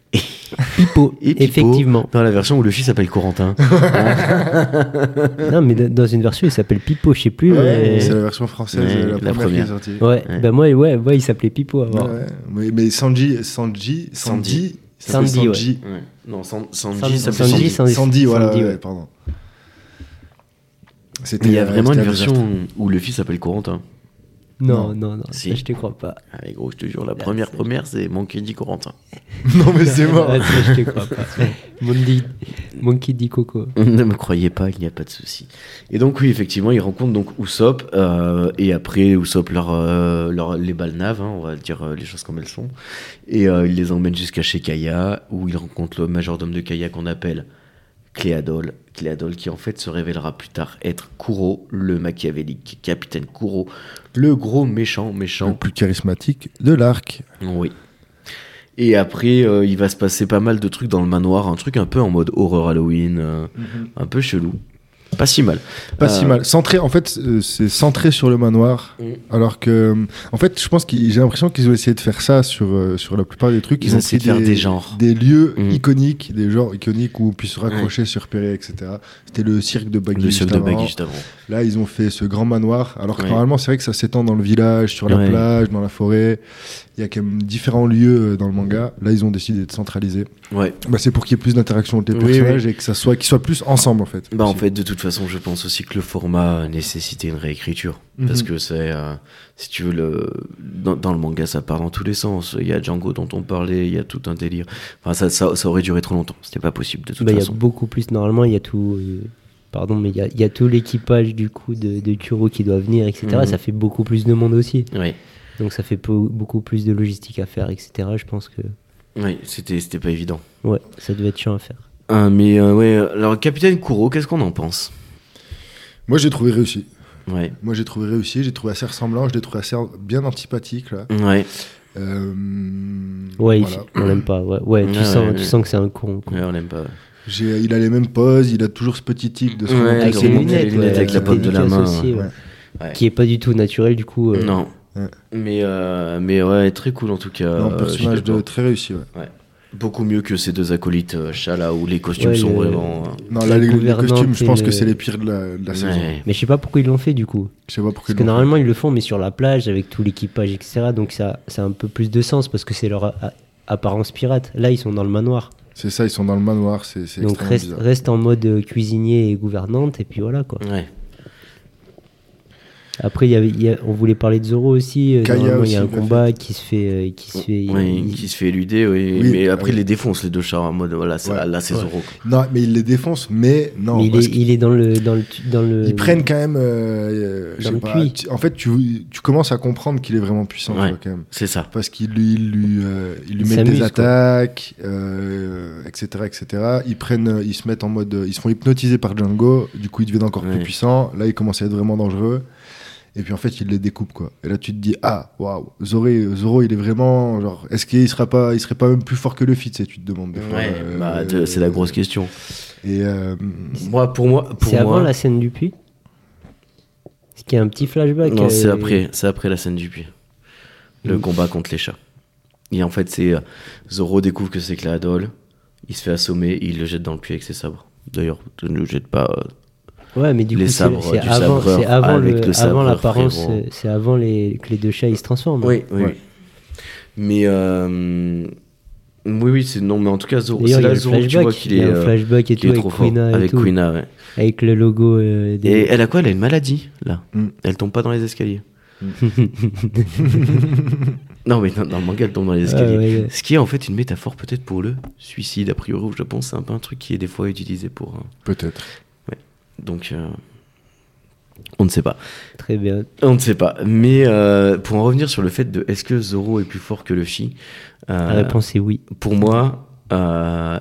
Speaker 4: Pipo,
Speaker 3: Et Pipo,
Speaker 4: effectivement.
Speaker 3: Dans la version où le fils s'appelle Corentin.
Speaker 4: non, mais d- dans une version, il s'appelle Pipo, je sais plus. mais-
Speaker 5: C'est la version française,
Speaker 3: Ouais,
Speaker 5: la,
Speaker 3: la
Speaker 5: première, qui
Speaker 3: première.
Speaker 5: est sortie.
Speaker 4: Ouais,
Speaker 3: Ouais.
Speaker 4: bah moi, ouais, ouais, il s'appelait Pipo avant.
Speaker 5: Ouais, Mais, mais Sanji, Sanji, Sandy, ça s'appelle
Speaker 4: Sandy, ouais.
Speaker 5: Sanji.
Speaker 3: Non, San- Sanji
Speaker 4: Sanji,
Speaker 3: s'appelle
Speaker 4: Sanji,
Speaker 3: Sanji.
Speaker 4: Sanji.
Speaker 5: Sandy, voilà,
Speaker 4: Sandy,
Speaker 5: ouais,
Speaker 4: ouais.
Speaker 5: pardon.
Speaker 3: Mais
Speaker 5: C'était
Speaker 3: Il y a
Speaker 5: euh,
Speaker 3: vraiment une
Speaker 5: c'était un désastre.
Speaker 3: version où le fils s'appelle Corentin.
Speaker 4: Non, non, non,
Speaker 3: Si.
Speaker 4: ça, je te crois pas.
Speaker 3: Allez gros, je te jure, la
Speaker 4: Là,
Speaker 3: première
Speaker 4: c'est-
Speaker 3: première, c'est mon crédit Corentin.
Speaker 5: non, mais c'est mort.
Speaker 4: Ouais, Ah, ça, je te crois pas. Monkey, Monkey dit Coco. Bah,
Speaker 3: ne me croyez pas, il n'y a pas de souci. Et donc oui, effectivement, ils rencontrent donc Usopp euh, et après Usopp leur, euh, leur les balnaves, on va dire euh, les choses comme elles sont, et euh, il les emmène jusqu'à chez Kaya où ils rencontrent le majordome de Kaya qu'on appelle Cléadol, Cléadol qui en fait se révélera plus tard être Kuro, le machiavélique capitaine Kuro, le gros méchant méchant
Speaker 5: Le plus charismatique de l'arc.
Speaker 3: oui. Et après, euh, il va se passer pas mal de trucs dans le manoir, un truc un peu en mode horreur Halloween, euh,
Speaker 4: Mhm.
Speaker 3: un peu chelou. Pas si mal.
Speaker 5: Pas si
Speaker 3: Euh,
Speaker 5: mal. Centré, en fait, euh, c'est centré sur le manoir.
Speaker 3: Mm.
Speaker 5: Alors que, euh, en fait, je pense qu'ils, j'ai l'impression qu'ils ont essayé de faire ça sur, euh, sur la plupart des trucs.
Speaker 3: Ils ont essayé de
Speaker 5: pris
Speaker 3: faire des genres.
Speaker 5: Des lieux
Speaker 3: Mm.
Speaker 5: iconiques, des genres iconiques où on puisse se raccrocher, se repérer, etc. C'était le cirque de Baggy.
Speaker 3: Le cirque
Speaker 5: juste
Speaker 3: de
Speaker 5: avant.
Speaker 3: Baggy juste avant.
Speaker 5: Là, ils ont fait ce grand manoir. Alors que
Speaker 3: Ouais.
Speaker 5: normalement, c'est vrai que ça s'étend dans le village, sur la
Speaker 3: Ouais.
Speaker 5: plage, dans la forêt. Il y a quand même différents lieux euh, dans le manga. Là, ils ont décidé de centraliser.
Speaker 3: Ouais.
Speaker 5: Bah, c'est pour qu'il y ait plus d'interaction entre les
Speaker 3: Oui,
Speaker 5: personnages et que ça soit, qu'ils soient plus ensemble, en fait.
Speaker 3: Bah en
Speaker 5: C'est-
Speaker 3: fait, de toute façon, je pense aussi que le format nécessitait une réécriture. Parce
Speaker 5: Mhm.
Speaker 3: que c'est, euh, si tu veux, le, dans, dans le manga, ça part dans tous les sens. Il y a Django dont on parlait, il y a tout un délire. Enfin, ça, ça, ça aurait duré trop longtemps. C'était pas possible, de toute
Speaker 4: Bah, il y a
Speaker 3: façon.
Speaker 4: beaucoup plus. Normalement, il y a tout. euh, pardon, mais il y a, il y a tout l'équipage du coup de, de Kuro qui doit venir, etc.
Speaker 3: Mhm.
Speaker 4: Ça fait beaucoup plus de monde aussi.
Speaker 3: Ouais.
Speaker 4: Donc ça fait peu- beaucoup plus de logistique à faire, etc. Je pense que
Speaker 3: Ouais, c'était c'était pas évident.
Speaker 4: ouais, ça devait être chiant à faire.
Speaker 3: Ah, mais euh, ouais, alors Capitaine Kuro, qu'est-ce qu'on en pense
Speaker 5: Moi, j'ai trouvé réussi.
Speaker 3: Ouais.
Speaker 5: Moi, j'ai trouvé réussi, j'ai trouvé assez ressemblant, je l'ai trouvé assez bien antipathique, là.
Speaker 3: Ouais.
Speaker 5: Euh,
Speaker 4: Ouais,
Speaker 5: voilà.
Speaker 4: il- on l'aime pas. Ouais, ouais, tu
Speaker 3: Ouais,
Speaker 4: sens,
Speaker 3: ouais,
Speaker 4: tu
Speaker 3: ouais.
Speaker 4: sens que c'est un con. quoi.
Speaker 3: Ouais, on l'aime pas.
Speaker 5: J'ai- Il a les mêmes poses, il a toujours ce petit tic de son
Speaker 3: Ouais,
Speaker 4: Avec
Speaker 3: de
Speaker 4: ses
Speaker 3: remonter
Speaker 4: lunettes,
Speaker 3: les lunettes
Speaker 4: ouais,
Speaker 3: avec la
Speaker 4: qui
Speaker 3: pomme de la
Speaker 4: dédicace
Speaker 3: main,
Speaker 4: aussi, ouais.
Speaker 3: Ouais.
Speaker 4: Qui est pas du tout naturel du coup. euh,
Speaker 3: Non.
Speaker 5: Ouais.
Speaker 3: Mais, euh, mais ouais, très cool en tout cas.
Speaker 5: un
Speaker 3: euh, je suis
Speaker 5: personnage de
Speaker 3: d'accord.
Speaker 5: très réussi. ouais.
Speaker 3: Beaucoup mieux que ces deux acolytes euh, chats là où les costumes
Speaker 4: Ouais,
Speaker 3: sont
Speaker 4: le-
Speaker 3: vraiment. euh,
Speaker 5: Non,
Speaker 4: La
Speaker 5: là, les, les
Speaker 4: gouvernante
Speaker 5: costumes, je
Speaker 4: et
Speaker 5: pense
Speaker 4: le-
Speaker 5: que Ah, c'est les pires de la, de la saison.
Speaker 3: ouais.
Speaker 4: Mais je sais pas pourquoi ils l'ont fait du coup.
Speaker 5: Je sais pas pourquoi.
Speaker 4: Parce que
Speaker 5: ils l'ont fait.
Speaker 4: normalement ils le font, mais sur la plage avec tout l'équipage, etc. Donc ça, ça a un peu plus de sens parce que c'est leur a- a- apparence pirate. Là ils sont dans le manoir.
Speaker 5: C'est ça, ils sont dans le manoir, c'est c'est
Speaker 4: Donc
Speaker 5: extrêmement
Speaker 4: reste, euh,
Speaker 5: bizarre.
Speaker 3: Mm.
Speaker 4: reste en mode euh, cuisinier et gouvernante et puis voilà quoi.
Speaker 3: Ouais.
Speaker 4: Après, il y avait- il y a- on voulait parler de Zoro aussi. euh,
Speaker 5: Kaya
Speaker 4: normalement, il y a un
Speaker 5: aussi, tout à
Speaker 4: combat qui se fait. euh, qui se fait
Speaker 3: Oui,
Speaker 4: il-
Speaker 3: qui se fait éluder, oui.
Speaker 5: Oui,
Speaker 3: mais après,
Speaker 5: oui.
Speaker 3: il les défonce, les deux chars, en mode, voilà, c'est-
Speaker 5: Ouais.
Speaker 3: là, c'est
Speaker 5: Ouais.
Speaker 3: Zoro. quoi.
Speaker 5: Non, mais ils les défoncent, mais non.
Speaker 4: mais il
Speaker 5: parce
Speaker 4: est, il est dans le. Dans le, dans le
Speaker 5: Ils prennent quand même. euh, euh, je
Speaker 4: Dans
Speaker 5: sais
Speaker 4: le
Speaker 5: pas,
Speaker 4: puits.
Speaker 5: tu- en fait, tu, tu commences à comprendre qu'il est vraiment puissant, tu
Speaker 3: Ouais.
Speaker 5: vois, quand même.
Speaker 3: C'est ça.
Speaker 5: Parce qu'il lui, il lui, euh, il lui
Speaker 4: Il
Speaker 5: met
Speaker 4: s'amuse,
Speaker 5: des
Speaker 4: quoi.
Speaker 5: attaques, euh, etc., etc. Ils prennent, euh, ils se mettent en mode, euh, ils se font hypnotiser par Django. Du coup, ils deviennent encore
Speaker 3: Ouais.
Speaker 5: plus puissants. Là, ils commencent à être vraiment dangereux. Et puis en fait, il les découpe quoi. Et là, tu te dis ah waouh, Zoro, Zoro, il est vraiment genre, est-ce qu'il sera pas, il serait pas même plus fort que Luffy, tu sais, tu te demandes. des fois,
Speaker 3: Ouais,
Speaker 5: euh,
Speaker 3: bah, de- c'est la grosse question.
Speaker 5: Et euh,
Speaker 3: Moi, pour moi, pour
Speaker 4: C'est
Speaker 3: moi,
Speaker 4: avant la scène du puits Parce qu'il y a un petit flashback.
Speaker 3: non, c'est
Speaker 4: euh,
Speaker 3: après, c'est après la scène du puits, le
Speaker 4: Mm.
Speaker 3: combat contre les chats. Et en fait, c'est euh, Zoro découvre que c'est Cladol, il se fait assommer, et il le jette dans le puits avec ses sabres. D'ailleurs, ne le jette pas. euh,
Speaker 4: Ouais, mais du
Speaker 3: Les
Speaker 4: coup, c'est-
Speaker 3: sabres
Speaker 4: c'est
Speaker 3: du
Speaker 4: avant,
Speaker 3: sabreur
Speaker 4: c'est avant,
Speaker 3: avec
Speaker 4: le-
Speaker 3: le
Speaker 4: avant
Speaker 3: sabreur,
Speaker 4: l'apparence,
Speaker 3: frérot.
Speaker 4: euh, c'est avant les, que les deux chats ils se transforment.
Speaker 3: oui.
Speaker 5: Ouais.
Speaker 3: Mais euh, oui, oui, c'est non, mais en tout cas, Zoro,
Speaker 4: D'ailleurs,
Speaker 3: c'est
Speaker 4: il y a
Speaker 3: là
Speaker 4: le
Speaker 3: Zoro, tu vois
Speaker 4: flashback,
Speaker 3: qu'il
Speaker 4: il y
Speaker 3: est,
Speaker 4: a un
Speaker 3: euh,
Speaker 4: flashback et
Speaker 3: qu'il
Speaker 4: tout
Speaker 3: est
Speaker 4: avec
Speaker 3: trop fort
Speaker 4: Quina et
Speaker 3: avec
Speaker 4: tout,
Speaker 3: Quina, ouais.
Speaker 4: avec le logo euh,
Speaker 3: Et
Speaker 4: des.
Speaker 3: elle a quoi Elle a une maladie, là.
Speaker 5: Mm.
Speaker 3: Elle tombe pas dans les escaliers. non, mais dans, dans le manga, elle tombe dans les escaliers.
Speaker 4: Ah ouais, ouais.
Speaker 3: Ce qui est en fait une métaphore peut-être pour le suicide. A priori, au Japon, c'est un peu un truc qui est des fois utilisé pour. euh,
Speaker 5: peut-être.
Speaker 3: donc. euh, On ne sait pas.
Speaker 4: Très bien.
Speaker 3: On ne sait pas. Mais euh, pour en revenir sur le fait de est-ce que Zoro est plus fort que Luffy
Speaker 4: La
Speaker 3: euh,
Speaker 4: réponse est oui. Ah,
Speaker 3: Pour moi, euh,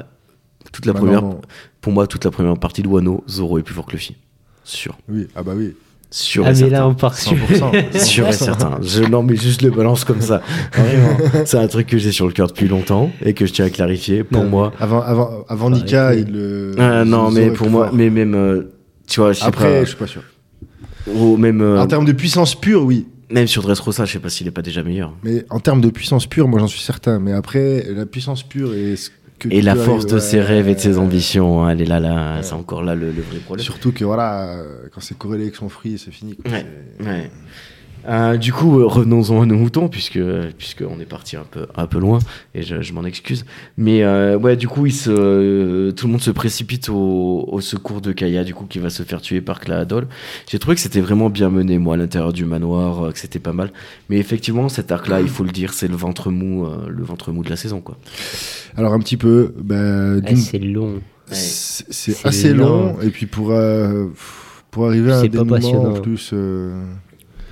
Speaker 3: toute la
Speaker 5: Bah,
Speaker 3: première,
Speaker 5: non, non.
Speaker 3: pour moi, toute la première partie de Wano, Zoro est plus fort que Luffy. Sûr.
Speaker 5: Oui, ah bah oui,
Speaker 3: Sûr
Speaker 4: ah
Speaker 3: et
Speaker 4: mais
Speaker 3: certain.
Speaker 4: là on part sur.
Speaker 5: 100%.
Speaker 3: Sûr et certain. Je, non, mais juste le balance comme ça. Vraiment. C'est un truc que j'ai sur le cœur depuis longtemps et que je tiens à clarifier. Pour
Speaker 4: Non.
Speaker 3: moi.
Speaker 5: Avant, avant, avant
Speaker 4: Ouais,
Speaker 5: Nika,
Speaker 4: ouais.
Speaker 5: il le.
Speaker 3: Ah, non,
Speaker 5: Zoro
Speaker 3: mais
Speaker 5: Euh, est
Speaker 3: pour
Speaker 5: plus
Speaker 3: moi,
Speaker 5: fort.
Speaker 3: mais même. euh, tu vois, je sais
Speaker 5: Après, je
Speaker 3: pas.
Speaker 5: suis pas sûr.
Speaker 3: ou même, euh,
Speaker 5: En termes de puissance pure, oui.
Speaker 3: même sur Dressrosa, je sais pas s'il est pas déjà meilleur.
Speaker 5: Mais en termes de puissance pure, moi j'en suis certain. Mais après, la puissance pure et ce que.
Speaker 3: Et
Speaker 5: tu
Speaker 3: la
Speaker 5: peux
Speaker 3: force
Speaker 5: arriver-
Speaker 3: de ses
Speaker 5: ouais,
Speaker 3: rêves et de ses
Speaker 5: ouais.
Speaker 3: ambitions, hein, elle est là, là.
Speaker 5: Ouais.
Speaker 3: C'est encore là le, le vrai problème.
Speaker 5: Surtout que voilà, euh, quand c'est corrélé avec son free, c'est fini. quoi.
Speaker 3: Ouais.
Speaker 5: C'est-
Speaker 3: Ouais. Euh, du coup, euh, revenons-en à nos moutons, puisque, puisque on est parti un peu, un peu loin, et je, je m'en excuse. Mais euh, ouais, du coup, il se, euh, tout le monde se précipite au, au secours de Kaya, du coup, qui va se faire tuer par Claadol. J'ai trouvé que c'était vraiment bien mené, moi, à l'intérieur du manoir, euh, que c'était pas mal. Mais effectivement, cet arc-là, il faut le dire, c'est le ventre mou, euh, le ventre mou de la saison, quoi.
Speaker 5: Alors un petit peu, ben,
Speaker 4: Ah,
Speaker 5: d'une-
Speaker 4: c'est long.
Speaker 5: c'est c'est
Speaker 4: C'est
Speaker 5: assez
Speaker 4: lent.
Speaker 5: long. Et puis pour, euh, pff, pour arriver à un
Speaker 4: C'est pas
Speaker 5: dénouement en
Speaker 4: passionnant.
Speaker 5: plus, euh,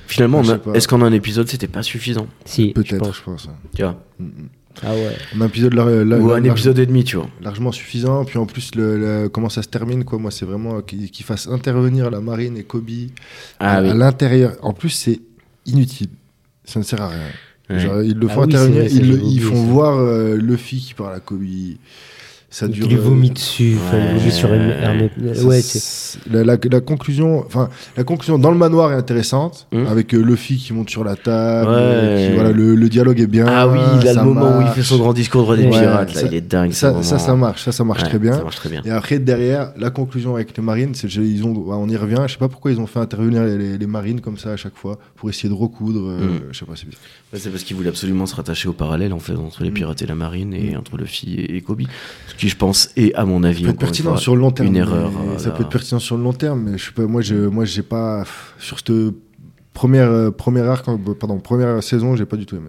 Speaker 3: Finalement,
Speaker 5: Je
Speaker 3: on a-
Speaker 5: sais pas.
Speaker 3: est-ce qu'en un épisode, c'était pas suffisant
Speaker 4: Si. je
Speaker 5: peut-être,
Speaker 4: pense.
Speaker 5: je pense.
Speaker 3: Tu vois
Speaker 5: Mm, mm.
Speaker 4: Ah ouais.
Speaker 5: Un épisode, là, là-
Speaker 3: Ou
Speaker 5: là-
Speaker 3: un
Speaker 5: large-
Speaker 3: épisode et demi, tu vois
Speaker 5: largement suffisant. Puis en plus, le, le- comment ça se termine, quoi. Moi, c'est vraiment euh, qu'il qu'il fasse intervenir la marine et Kobe
Speaker 3: Ah
Speaker 5: à,
Speaker 3: oui.
Speaker 5: à l'intérieur. En plus, c'est inutile. Ça ne sert à rien.
Speaker 3: Ouais.
Speaker 5: Genre, ils le
Speaker 4: Ah
Speaker 5: font
Speaker 4: oui,
Speaker 5: intervenir,
Speaker 4: c'est vrai, ça,
Speaker 5: ils, le-
Speaker 4: j'avais oublié
Speaker 5: ils font
Speaker 4: ça.
Speaker 5: voir euh, Luffy qui parle à Kobe. Ça dure.
Speaker 4: Il lui
Speaker 5: euh,
Speaker 4: vomit dessus. enfin, il vomit sur une- un-
Speaker 5: ça-
Speaker 4: Ouais. c'est-
Speaker 5: c'est- la, la- la conclusion, enfin la conclusion dans le manoir est intéressante
Speaker 3: Mhm.
Speaker 5: avec euh, Luffy qui monte sur la table.
Speaker 3: Ouais.
Speaker 5: euh, qui- voilà, le, le dialogue est bien.
Speaker 3: Ah oui, il a
Speaker 5: ça
Speaker 3: le moment où il
Speaker 5: marche.
Speaker 3: fait son grand discours droit des
Speaker 4: Ouais,
Speaker 3: pirates, là,
Speaker 5: ça-
Speaker 3: il est dingue. ce
Speaker 5: Ça,
Speaker 3: moment.
Speaker 5: ça, ça marche, ça, ça marche
Speaker 3: Ouais,
Speaker 5: très bien.
Speaker 3: Ça marche très bien.
Speaker 5: Et après, derrière, la conclusion avec les marines, c'est ils ont, ouais, on y revient. Je sais pas pourquoi ils ont fait intervenir les, les- les marines comme ça à chaque fois pour essayer de recoudre.
Speaker 3: Hum.
Speaker 5: euh, Je sais pas, c'est bizarre.
Speaker 3: Ouais, c'est parce qu'il voulait absolument se rattacher au parallèle en fait entre les
Speaker 5: Mm.
Speaker 3: pirates et la marine et
Speaker 5: Mm.
Speaker 3: entre Luffy et, et Kobe, ce qui je pense est à mon avis encore
Speaker 5: peut être
Speaker 3: une
Speaker 5: pertinent
Speaker 3: fois,
Speaker 5: sur le long terme.
Speaker 3: une
Speaker 5: mais
Speaker 3: erreur. euh,
Speaker 5: ça
Speaker 3: là.
Speaker 5: peut être pertinent sur le long terme, mais je sais pas. Moi, je, moi, j'ai pas pff, sur cette première euh, première arc, euh, pardon, première saison, j'ai pas du tout aimé.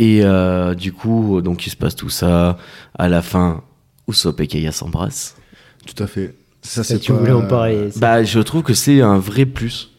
Speaker 3: Et euh, du coup, euh, donc il se passe tout ça. À la fin, Usopp et Kaya s'embrassent.
Speaker 5: Tout à fait. Ça,
Speaker 4: ça,
Speaker 5: c'est
Speaker 4: tu
Speaker 5: pas-
Speaker 4: voulais en parler. ça.
Speaker 3: Bah, je trouve que c'est un vrai plus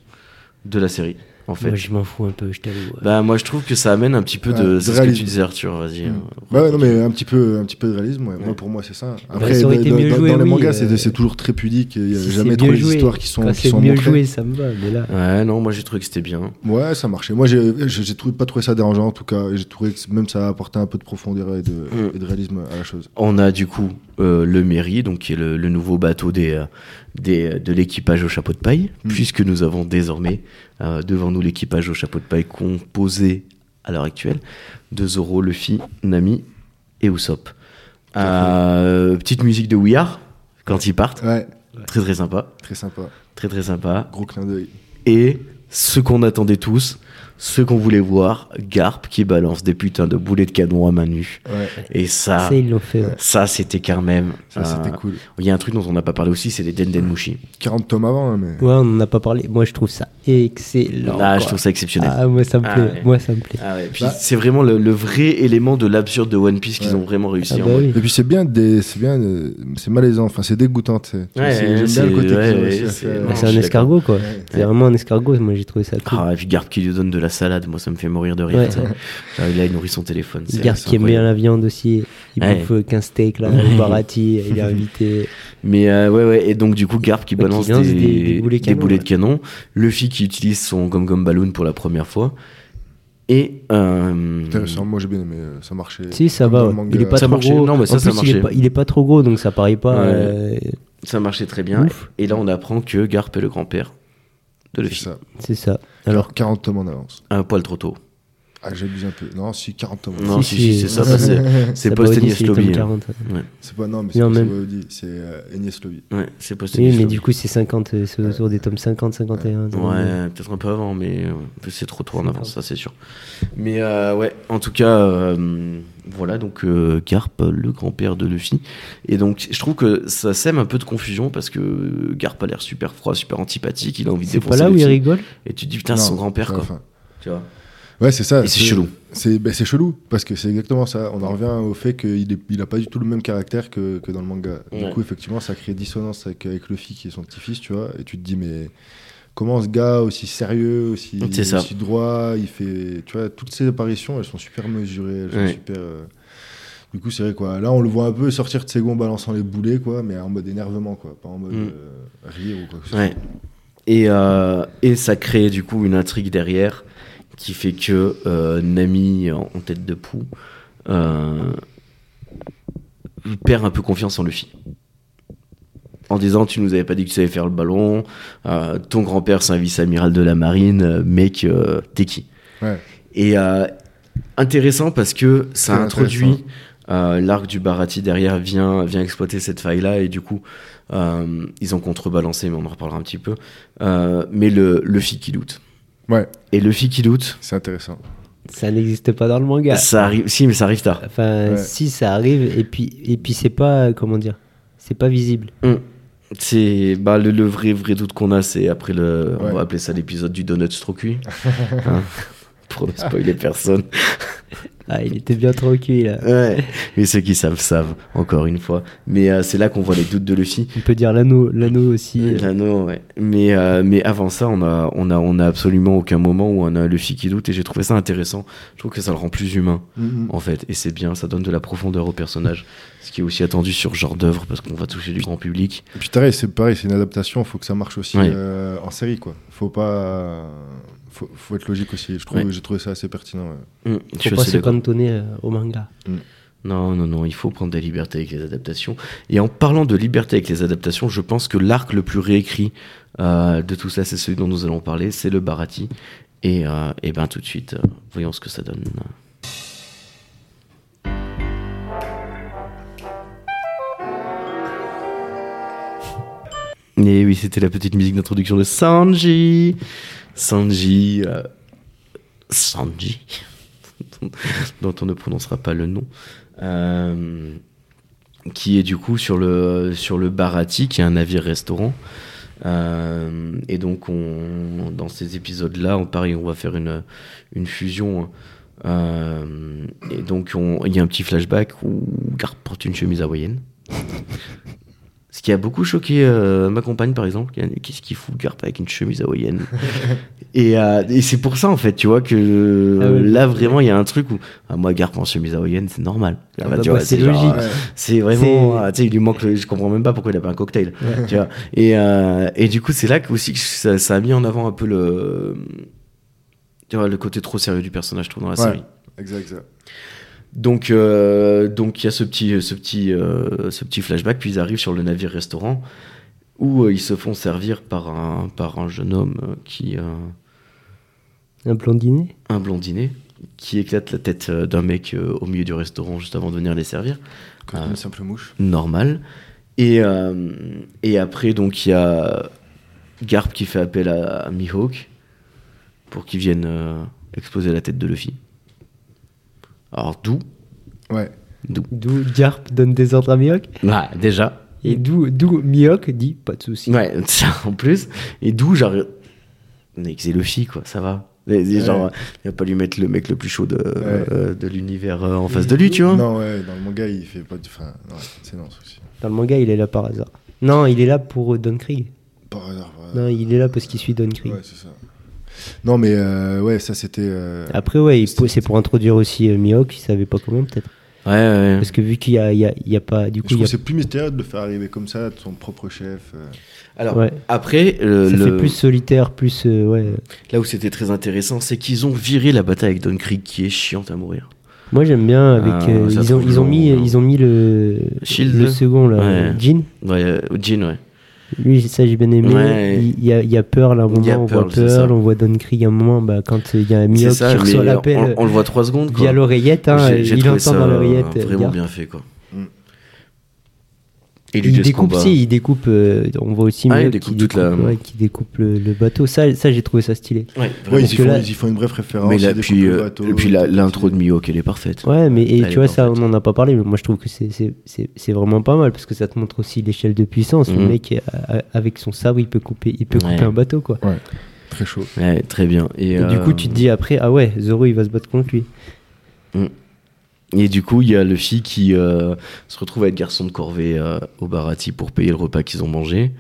Speaker 3: de la série en fait.
Speaker 4: Moi je m'en fous un peu. Je t'avoue. ouais.
Speaker 3: bah, moi je trouve que ça amène un petit peu
Speaker 5: Ouais,
Speaker 3: de.
Speaker 5: de
Speaker 3: C'est ce que
Speaker 5: réalisme.
Speaker 3: tu disais, Arthur. Vas-y.
Speaker 5: Mm.
Speaker 3: euh,
Speaker 5: Bah ouais, non, mais un petit peu, un petit peu de réalisme. ouais. Moi, pour moi, c'est ça. Après,
Speaker 4: Bah, ça aurait
Speaker 5: dans,
Speaker 4: été
Speaker 5: dans-
Speaker 4: mieux
Speaker 5: dans-
Speaker 4: joué,
Speaker 5: dans les
Speaker 4: oui,
Speaker 5: mangas,
Speaker 4: euh,
Speaker 5: c'est- c'est toujours très pudique. et Il y a
Speaker 4: Si
Speaker 5: jamais
Speaker 4: c'est
Speaker 5: trop
Speaker 4: bien
Speaker 5: les
Speaker 4: joué,
Speaker 5: histoires qui sont
Speaker 4: Quand
Speaker 5: qui
Speaker 4: c'est
Speaker 5: sont
Speaker 4: mieux
Speaker 5: montrées.
Speaker 4: joué, ça me va. Mais là.
Speaker 3: Ouais, non, moi j'ai trouvé que c'était bien.
Speaker 5: Ouais, ça marchait. Moi, j'ai j'ai- j'ai trouvé pas trouvé ça dérangeant en tout cas. J'ai trouvé que même ça apportait un peu de profondeur et de,
Speaker 3: Mm.
Speaker 5: et de réalisme à la chose.
Speaker 3: On a du coup euh, le Mairie, donc qui est le, le nouveau bateau des, euh, des, euh, de l'équipage au chapeau de paille,
Speaker 5: Mm.
Speaker 3: puisque nous avons désormais euh, devant nous l'équipage au chapeau de paille composé à l'heure actuelle de Zoro, Luffy, Nami et Usopp. Euh, petite musique de We Are quand ils partent,
Speaker 5: Ouais,
Speaker 3: très très sympa,
Speaker 5: très sympa.
Speaker 3: très très sympa.
Speaker 5: Gros clin d'œil.
Speaker 3: Et ce qu'on attendait tous, ce qu'on voulait voir, Garp qui balance des putains de boulets de canon à main nue.
Speaker 5: Ouais,
Speaker 3: Et ça,
Speaker 4: Ça, ils l'ont fait. ouais.
Speaker 3: ça c'était quand même.
Speaker 5: ça c'était
Speaker 3: euh,
Speaker 5: cool.
Speaker 3: Il y a un truc dont on n'a pas parlé aussi, c'est les Dendenmushi.
Speaker 5: 40 tomes avant, hein, mais.
Speaker 4: Ouais, on n'en a pas parlé. Moi, je trouve ça excellent.
Speaker 3: Là, je
Speaker 4: quoi.
Speaker 3: trouve ça exceptionnel.
Speaker 4: Ah, moi, ça me
Speaker 3: Ah,
Speaker 4: plaît.
Speaker 3: ouais.
Speaker 4: Moi, ça me plaît.
Speaker 3: Ah ouais, puis
Speaker 5: Bah-
Speaker 3: c'est vraiment le, le vrai élément de l'absurde de One Piece qu'ils
Speaker 5: Ouais.
Speaker 3: ont vraiment réussi.
Speaker 4: Ah
Speaker 3: en
Speaker 4: bah
Speaker 3: mode-
Speaker 4: oui.
Speaker 5: Et puis c'est bien, des... c'est bien, euh, c'est malaisant, enfin c'est dégoûtant. tu sais.
Speaker 3: Ouais,
Speaker 5: C'est- J'aime bien le
Speaker 3: c'est-
Speaker 5: côté qu'ils
Speaker 3: ouais,
Speaker 5: ont réussi
Speaker 3: ouais,
Speaker 5: à
Speaker 3: c'est-
Speaker 5: faire.
Speaker 3: Non,
Speaker 4: Ah,
Speaker 3: je
Speaker 4: c'est un
Speaker 3: suis
Speaker 4: escargot, quoi.
Speaker 5: Ouais.
Speaker 4: C'est vraiment un escargot. Moi, j'ai trouvé ça cool.
Speaker 3: Ah, et puis Garp qui lui donne de la salade, moi ça me fait mourir de rire.
Speaker 4: Ouais.
Speaker 3: tu sais. Ah, il a nourri son téléphone. c'est-
Speaker 4: Garde
Speaker 3: c'est
Speaker 4: qui aime bien
Speaker 3: incroyable.
Speaker 4: la viande aussi. Il
Speaker 3: Ouais.
Speaker 4: bouffe euh, qu'un steak, là,
Speaker 3: Ouais.
Speaker 4: au Barati. Il est invité.
Speaker 3: Mais euh, ouais, ouais, et donc du coup, Garp qui
Speaker 4: Ouais, qui
Speaker 3: balance
Speaker 4: lance
Speaker 3: des,
Speaker 4: des- des boulets canon,
Speaker 3: de canon, Luffy qui utilise son Gum Gum Balloon pour la première fois, et. euh,
Speaker 5: Intéressant, moi j'ai bien aimé, euh, ça marchait.
Speaker 4: Mm. Si, ça
Speaker 5: Comme
Speaker 4: va.
Speaker 5: dans
Speaker 4: ouais.
Speaker 5: le manga.
Speaker 4: Il est pas
Speaker 3: Ça
Speaker 4: trop
Speaker 3: marchait.
Speaker 4: gros.
Speaker 3: Non, mais ça,
Speaker 4: en
Speaker 3: ça
Speaker 4: plus, il, est
Speaker 3: marchait.
Speaker 4: pas, il est pas trop gros, donc ça paraît pas.
Speaker 3: Ouais.
Speaker 4: euh,
Speaker 3: Ça marchait très bien,
Speaker 4: Ouf.
Speaker 3: et là on apprend que Garp est le grand-père de
Speaker 5: C'est
Speaker 3: Luffy.
Speaker 5: ça.
Speaker 4: c'est ça.
Speaker 5: Alors 40 tomes en avance.
Speaker 3: Un poil trop tôt.
Speaker 5: Ah, j'abuse un peu. Non, si 40 tomes. en
Speaker 3: Non,
Speaker 5: avance.
Speaker 3: si, si,
Speaker 4: Si, si,
Speaker 3: c'est ça,
Speaker 4: ouais.
Speaker 3: bah, c'est- c'est
Speaker 4: Ça
Speaker 3: post
Speaker 4: Barati,
Speaker 3: Agnès
Speaker 4: c'est les tomes
Speaker 3: Lobby. hein.
Speaker 4: 40, ouais.
Speaker 5: C'est pas non, mais c'est
Speaker 4: Non,
Speaker 5: pas
Speaker 4: même.
Speaker 5: ça, Woody, c'est euh, Agnès Lobby.
Speaker 3: Ouais, c'est post
Speaker 4: Oui,
Speaker 3: Agnès
Speaker 4: mais
Speaker 3: Lobby.
Speaker 4: du coup, c'est 50, euh, c'est autour des tomes 50, 51.
Speaker 3: Ouais, peut-être un peu avant, mais euh, c'est trop tôt en avance, ça c'est sûr. Mais euh, ouais, en tout cas, euh, voilà, donc euh, Garp, le grand-père de Luffy. Et donc, je trouve que ça sème un peu de confusion parce que Garp a l'air super froid, super antipathique, il a envie de
Speaker 4: C'est
Speaker 3: défoncer
Speaker 4: pas là où il
Speaker 3: Luffy.
Speaker 4: rigole
Speaker 3: Et tu te dis, putain, c'est son
Speaker 5: Non,
Speaker 3: grand-père, quoi.
Speaker 5: enfin,
Speaker 3: Tu vois
Speaker 5: Ouais, c'est ça.
Speaker 3: Et c'est chelou.
Speaker 5: C'est ben, c'est chelou, parce que c'est exactement ça. On en revient au fait qu'il est- il a pas du tout le même caractère que, que dans le manga.
Speaker 3: Ouais.
Speaker 5: Du coup, effectivement, ça crée dissonance avec, avec Luffy, qui est son petit-fils, tu vois. Et tu te dis, mais comment ce gars aussi sérieux, aussi,
Speaker 3: C'est ça.
Speaker 5: aussi droit, il fait. Tu vois, toutes ses apparitions, elles sont super mesurées, elles sont
Speaker 3: Ouais.
Speaker 5: super. euh, Du coup, c'est vrai, quoi. Là, on le voit un peu sortir de ses gonds en balançant les boulets, quoi, mais en mode énervement, quoi. Pas en mode
Speaker 3: Mm.
Speaker 5: euh, rire ou quoi que ce soit.
Speaker 3: Ouais. Et, euh, et ça crée du coup une intrigue derrière qui fait que euh, Nami en en tête de pou euh, perd un peu confiance en Luffy. En disant, tu nous avais pas dit que tu savais faire le ballon, euh, ton grand-père c'est un vice-amiral de la marine, euh, mec, euh, t'es qui
Speaker 5: Ouais.
Speaker 3: Et euh, intéressant parce que ça
Speaker 5: Très
Speaker 3: introduit euh, l'arc du Barati derrière, vient, vient exploiter cette faille-là, et du coup, euh, ils ont contrebalancé, mais on en reparlera un petit peu. Euh, mais le, Luffy qui doute.
Speaker 5: Ouais,
Speaker 3: Et Luffy qui doute,
Speaker 5: c'est intéressant.
Speaker 4: Ça n'existe pas dans le manga.
Speaker 3: ça arrive. Si, mais ça arrive tard.
Speaker 4: Enfin,
Speaker 5: Ouais.
Speaker 4: si ça arrive, et puis, et puis c'est pas, euh, comment dire, c'est pas visible.
Speaker 3: C'est bah, le, le vrai vrai doute qu'on a, c'est après le. On
Speaker 5: Ouais.
Speaker 3: va appeler ça l'épisode du donut trop cuit. Hein, pour ne spoiler personne.
Speaker 4: Ah, il était bien trop cuit là.
Speaker 3: Ouais. Mais ceux qui savent savent. Encore une fois. Mais euh, c'est là qu'on voit les doutes de Luffy.
Speaker 4: On peut dire l'anneau, l'anneau aussi. euh,
Speaker 3: Oui, L'anneau, ouais. Mais, euh, mais avant ça, on a, on, a, on a absolument aucun moment où on a Luffy qui doute et j'ai trouvé ça intéressant. Je trouve que ça le rend plus humain,
Speaker 5: Mm, mm.
Speaker 3: en fait. Et c'est bien, ça donne de la profondeur au personnage. Ce qui est aussi attendu sur ce genre d'œuvre parce qu'on va toucher du grand public.
Speaker 5: Et puis pareil, c'est pareil, c'est une adaptation, faut que ça marche aussi
Speaker 3: Ouais.
Speaker 5: euh, en série, quoi. Faut pas, faut, faut être logique aussi. Je trouve,
Speaker 3: Ouais.
Speaker 5: j'ai trouvé ça assez pertinent. ouais.
Speaker 3: Hum, je suis
Speaker 4: Mm. Faut pas
Speaker 3: assez
Speaker 4: se
Speaker 3: d'accord.
Speaker 4: cantonner euh, au manga.
Speaker 3: Non, non, non, il faut prendre des libertés avec les adaptations. Et en parlant de liberté avec les adaptations, je pense que l'arc le plus réécrit euh, de tout ça, c'est celui dont nous allons parler, c'est le Barati. Et, euh, et ben tout de suite, euh, voyons ce que ça donne. Et oui, c'était la petite musique d'introduction de Sanji. Sanji. euh, Sanji. dont on ne prononcera pas le nom. Euh, qui est du coup sur le, sur le Barati, qui est un navire-restaurant. Euh, et donc, on, dans ces épisodes-là, on pareil, on va faire une, une fusion. hein. Euh, et donc, on- il y a un petit flashback où Garp porte une chemise hawaïenne. Ce qui a beaucoup choqué euh, ma compagne, par exemple. qui a dit, Qu'est-ce qu'il fout, Garp, avec une chemise hawaïenne Et, euh, et c'est pour ça, en fait, tu vois, que
Speaker 4: Ah ouais.
Speaker 3: là, vraiment, il y a un truc où, ah, moi, Garp en chemise hawaïenne, c'est normal. Ah bah,
Speaker 4: bah,
Speaker 3: tu
Speaker 4: bah,
Speaker 3: vois,
Speaker 4: c'est
Speaker 3: genre,
Speaker 4: logique.
Speaker 3: euh, c'est vraiment,
Speaker 4: C'est-
Speaker 3: ah, tu sais, il lui manque, le- je comprends même pas pourquoi il a pas un cocktail. tu vois. Et, euh, et du coup, c'est là que aussi que ça, ça a mis en avant un peu le, tu vois, le côté trop sérieux du personnage, je trouve, dans la
Speaker 5: Ouais.
Speaker 3: série.
Speaker 5: Exact, exact.
Speaker 3: Donc, euh, donc il y a ce petit, ce petit, euh, ce petit flashback. Puis ils arrivent sur le navire restaurant où euh, ils se font servir par un, par un jeune homme euh, qui, euh,
Speaker 4: Un blondinet
Speaker 3: un blondinet, qui éclate la tête euh, d'un mec euh, au milieu du restaurant juste avant de venir les servir.
Speaker 5: Comme
Speaker 3: Ah.
Speaker 5: une simple mouche.
Speaker 3: normal. Et, euh, et après, donc, il y a Garp qui fait appel à, à Mihawk pour qu'il vienne euh, exploser la tête de Luffy. Alors d'où
Speaker 5: Ouais.
Speaker 3: D'où
Speaker 4: D'où Garp donne des ordres à Mihawk.
Speaker 3: Ouais, déjà.
Speaker 4: Et d'où d'où Mihawk dit pas de soucis.
Speaker 3: Mm. Ouais, ça en plus. Et d'où, genre. Mec, c'est Luffy, quoi, ça va. Et- et Genre, il va pas lui mettre le mec le plus chaud de, euh, de l'univers euh, en face de lui, tu vois.
Speaker 5: Non, ouais, dans le manga, il fait pas de. Enfin, ouais, c'est non, souci.
Speaker 4: Dans le manga, il est là par hasard. Non, il est là pour euh, Don Krieg.
Speaker 5: Par hasard. par hasard.
Speaker 4: Non, il est là parce qu'il suit Don Krieg.
Speaker 5: Ouais, c'est ça. Non, mais euh, ouais, ça c'était. euh,
Speaker 3: Ah,
Speaker 4: Après, ouais, il- c'est pour introduire aussi euh, Mihawk, il savait pas comment peut-être.
Speaker 3: Ouais, ouais.
Speaker 4: Parce que vu qu'il y a, il y a- il y a pas, du
Speaker 5: je
Speaker 4: coup,
Speaker 5: trouve
Speaker 4: il y
Speaker 5: que
Speaker 4: a-
Speaker 5: c'est plus mystérieux de le faire arriver comme ça, de son propre chef. euh.
Speaker 3: Alors,
Speaker 4: Ouais.
Speaker 3: après, euh,
Speaker 4: ça
Speaker 3: le-
Speaker 4: fait plus solitaire, plus euh, ouais.
Speaker 3: là où c'était très intéressant, c'est qu'ils ont viré la bataille avec Don Krieg, qui est chiante à mourir.
Speaker 4: Moi, j'aime bien avec
Speaker 3: Ah,
Speaker 4: euh,
Speaker 3: ça
Speaker 4: ils ont
Speaker 3: trouve
Speaker 4: ils ont mis
Speaker 3: long, hein.
Speaker 4: ils ont mis le
Speaker 3: Shield.
Speaker 4: le second là,
Speaker 3: Ouais.
Speaker 4: Jin.
Speaker 3: Ouais, euh, Jin, ouais.
Speaker 4: Lui, j'ai- ça j'ai bien aimé.
Speaker 3: Ouais.
Speaker 4: Il, il y a, il y a Pearl à un moment,
Speaker 3: y a
Speaker 4: on
Speaker 3: Pearl,
Speaker 4: voit
Speaker 3: c'est ça.
Speaker 4: Pearl, on voit Don Krieg à un moment, bah, quand euh, il y a
Speaker 3: C'est
Speaker 4: Mihawk
Speaker 3: ça,
Speaker 4: qui reçoit
Speaker 3: mais
Speaker 4: l'appel
Speaker 3: on, on le voit trois secondes, quoi.
Speaker 4: via l'oreillette, hein,
Speaker 3: J'ai- j'ai
Speaker 4: il
Speaker 3: trouvé
Speaker 4: entend
Speaker 3: ça,
Speaker 4: dans
Speaker 3: euh,
Speaker 4: l'oreillette. euh,
Speaker 3: Vraiment
Speaker 4: Garp.
Speaker 3: bien fait, quoi.
Speaker 5: Mm.
Speaker 3: Et lui,
Speaker 4: Il
Speaker 3: de ce
Speaker 4: découpe,
Speaker 3: combat.
Speaker 4: si, il découpe, euh, on voit aussi
Speaker 3: Ah, il
Speaker 4: Mihawk
Speaker 3: découpe
Speaker 4: qui
Speaker 3: toute la-
Speaker 4: découpe, ouais, qui découpe le, le bateau. Ça, ça j'ai trouvé ça stylé.
Speaker 3: Ouais,
Speaker 5: Ouais,
Speaker 3: vraiment.
Speaker 5: ils
Speaker 4: Parce
Speaker 5: y,
Speaker 4: que
Speaker 5: font,
Speaker 4: là-
Speaker 5: ils y font une brève référence.
Speaker 3: mais là,
Speaker 5: ils découpent
Speaker 3: puis,
Speaker 5: le
Speaker 3: euh,
Speaker 5: bateau,
Speaker 3: et puis
Speaker 5: tout
Speaker 3: la-
Speaker 5: ça.
Speaker 3: l'intro de Mihawk, elle est parfaite.
Speaker 4: Ouais, mais et
Speaker 3: Elle est
Speaker 4: tu vois, ça,
Speaker 3: parfaite.
Speaker 4: on n'en a pas parlé, mais moi je trouve que c'est- c'est- c'est c'est vraiment pas mal parce que ça te montre aussi l'échelle de puissance. Le
Speaker 3: Mhm.
Speaker 4: mec, euh, a- a- avec son sabre, il peut couper, il peut
Speaker 3: Ouais.
Speaker 4: couper un bateau, quoi.
Speaker 5: Très chaud.
Speaker 3: Ouais, très bien. Et,
Speaker 4: Et
Speaker 3: euh,
Speaker 4: du coup, tu te dis après, ah ouais, Zoro, il va se battre contre lui.
Speaker 3: Et du coup, il y a Luffy qui euh, se retrouve à être garçon de corvée euh, au Barati pour payer le repas qu'ils ont mangé.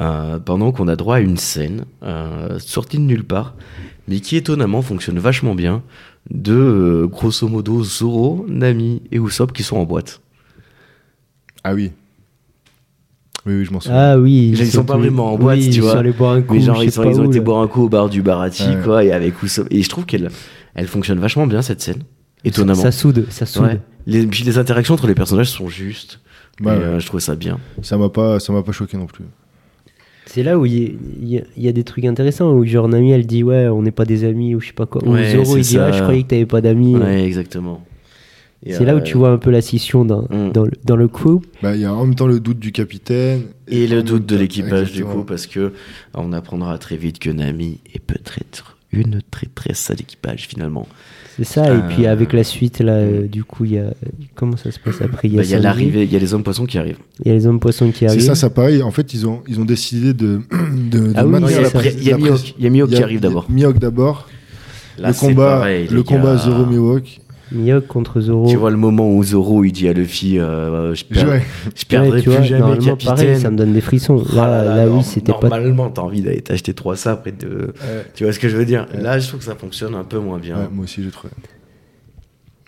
Speaker 3: Euh, pendant qu'on a droit à une scène, euh, sortie de nulle part, mais qui étonnamment fonctionne vachement bien, de euh, grosso modo Zoro, Nami et Usopp qui sont en boîte.
Speaker 5: Ah oui. Oui, oui, je m'en souviens.
Speaker 4: Ah oui,
Speaker 3: Ils sont pas
Speaker 4: tous-
Speaker 3: vraiment en
Speaker 4: oui,
Speaker 3: boîte, tu
Speaker 4: ils
Speaker 3: vois.
Speaker 4: sont allés boire un coup.
Speaker 3: mais genre, ils,
Speaker 4: je sais
Speaker 3: sont-
Speaker 4: pas
Speaker 3: ils ont
Speaker 4: où,
Speaker 3: été
Speaker 4: là.
Speaker 3: boire un coup au bar du Barati,
Speaker 5: Ouais.
Speaker 3: quoi, et avec Usopp. Et je trouve qu'elle elle fonctionne vachement bien cette scène, étonnamment.
Speaker 4: Ça soude, ça soude.
Speaker 3: Ouais. Les, puis les interactions entre les personnages sont justes.
Speaker 5: Bah
Speaker 3: et,
Speaker 5: ouais.
Speaker 3: euh, je trouve ça bien.
Speaker 5: Ça m'a pas, ça m'a pas choqué non plus.
Speaker 4: C'est là où il y, il y a- il y a des trucs intéressants où genre Nami elle dit ouais on n'est pas des amis ou je sais pas quoi ou
Speaker 3: Ouais,
Speaker 4: Zoro
Speaker 3: c'est
Speaker 4: il dit
Speaker 3: ça.
Speaker 4: ah je croyais que t'avais pas d'amis
Speaker 3: Ouais, exactement. Et,
Speaker 4: c'est là
Speaker 3: euh,
Speaker 4: où tu vois un peu la scission dans,
Speaker 3: Mm.
Speaker 4: dans, le, dans le groupe
Speaker 5: Bah, il y a en même temps le doute du capitaine.
Speaker 3: Et
Speaker 5: en
Speaker 3: le
Speaker 5: même
Speaker 3: doute de
Speaker 5: temps-
Speaker 3: l'équipage, du coup,
Speaker 5: Exactement.
Speaker 3: parce que on apprendra très vite que Nami est peut-être une traîtresse à l'équipage, finalement.
Speaker 4: c'est ça
Speaker 3: Euh. mm.
Speaker 4: et puis avec la suite là euh, du coup il y a comment ça se passe après
Speaker 3: Bah, Il y a
Speaker 4: Sanji,
Speaker 3: l'arrivée, il y a les hommes poissons qui arrivent.
Speaker 4: il y a les hommes poissons qui
Speaker 5: C'est
Speaker 4: arrivent
Speaker 5: ça, ça pareil. En fait, ils ont, ils ont décidé de, de, de
Speaker 4: Ah oui,
Speaker 3: Non, Il y
Speaker 5: maintenir
Speaker 3: a
Speaker 5: la
Speaker 4: c'est ça.
Speaker 3: après-
Speaker 5: presse-
Speaker 3: il y a
Speaker 5: la presse-
Speaker 3: Mihawk il y a Mihawk
Speaker 5: Il y
Speaker 3: qui
Speaker 5: a-
Speaker 3: arrive
Speaker 5: il y a
Speaker 3: d'abord.
Speaker 5: Mihawk d'abord.
Speaker 3: Là,
Speaker 5: le
Speaker 3: c'est
Speaker 5: combat,
Speaker 3: pareil, les
Speaker 5: le combat
Speaker 3: gars.
Speaker 5: Zoro Mihawk.
Speaker 4: Mihawk contre Zoro
Speaker 3: Tu vois le moment où Zoro il dit à Luffy euh, je, per-
Speaker 5: Ouais.
Speaker 3: je perdrai
Speaker 4: Ouais, tu
Speaker 3: plus
Speaker 4: vois,
Speaker 3: jamais
Speaker 4: normalement pareil ça
Speaker 3: capitaine.
Speaker 4: me donne des frissons
Speaker 3: Oh
Speaker 4: là, là,
Speaker 3: norm-
Speaker 4: oui c'était pas
Speaker 3: Normalement, t'as envie d'aller t'acheter trois ça après de.
Speaker 5: Ouais.
Speaker 3: Tu vois ce que je veux dire
Speaker 5: Ouais.
Speaker 3: Là, je trouve que ça fonctionne un peu moins bien.
Speaker 5: Ouais, moi aussi, j'ai trouvé.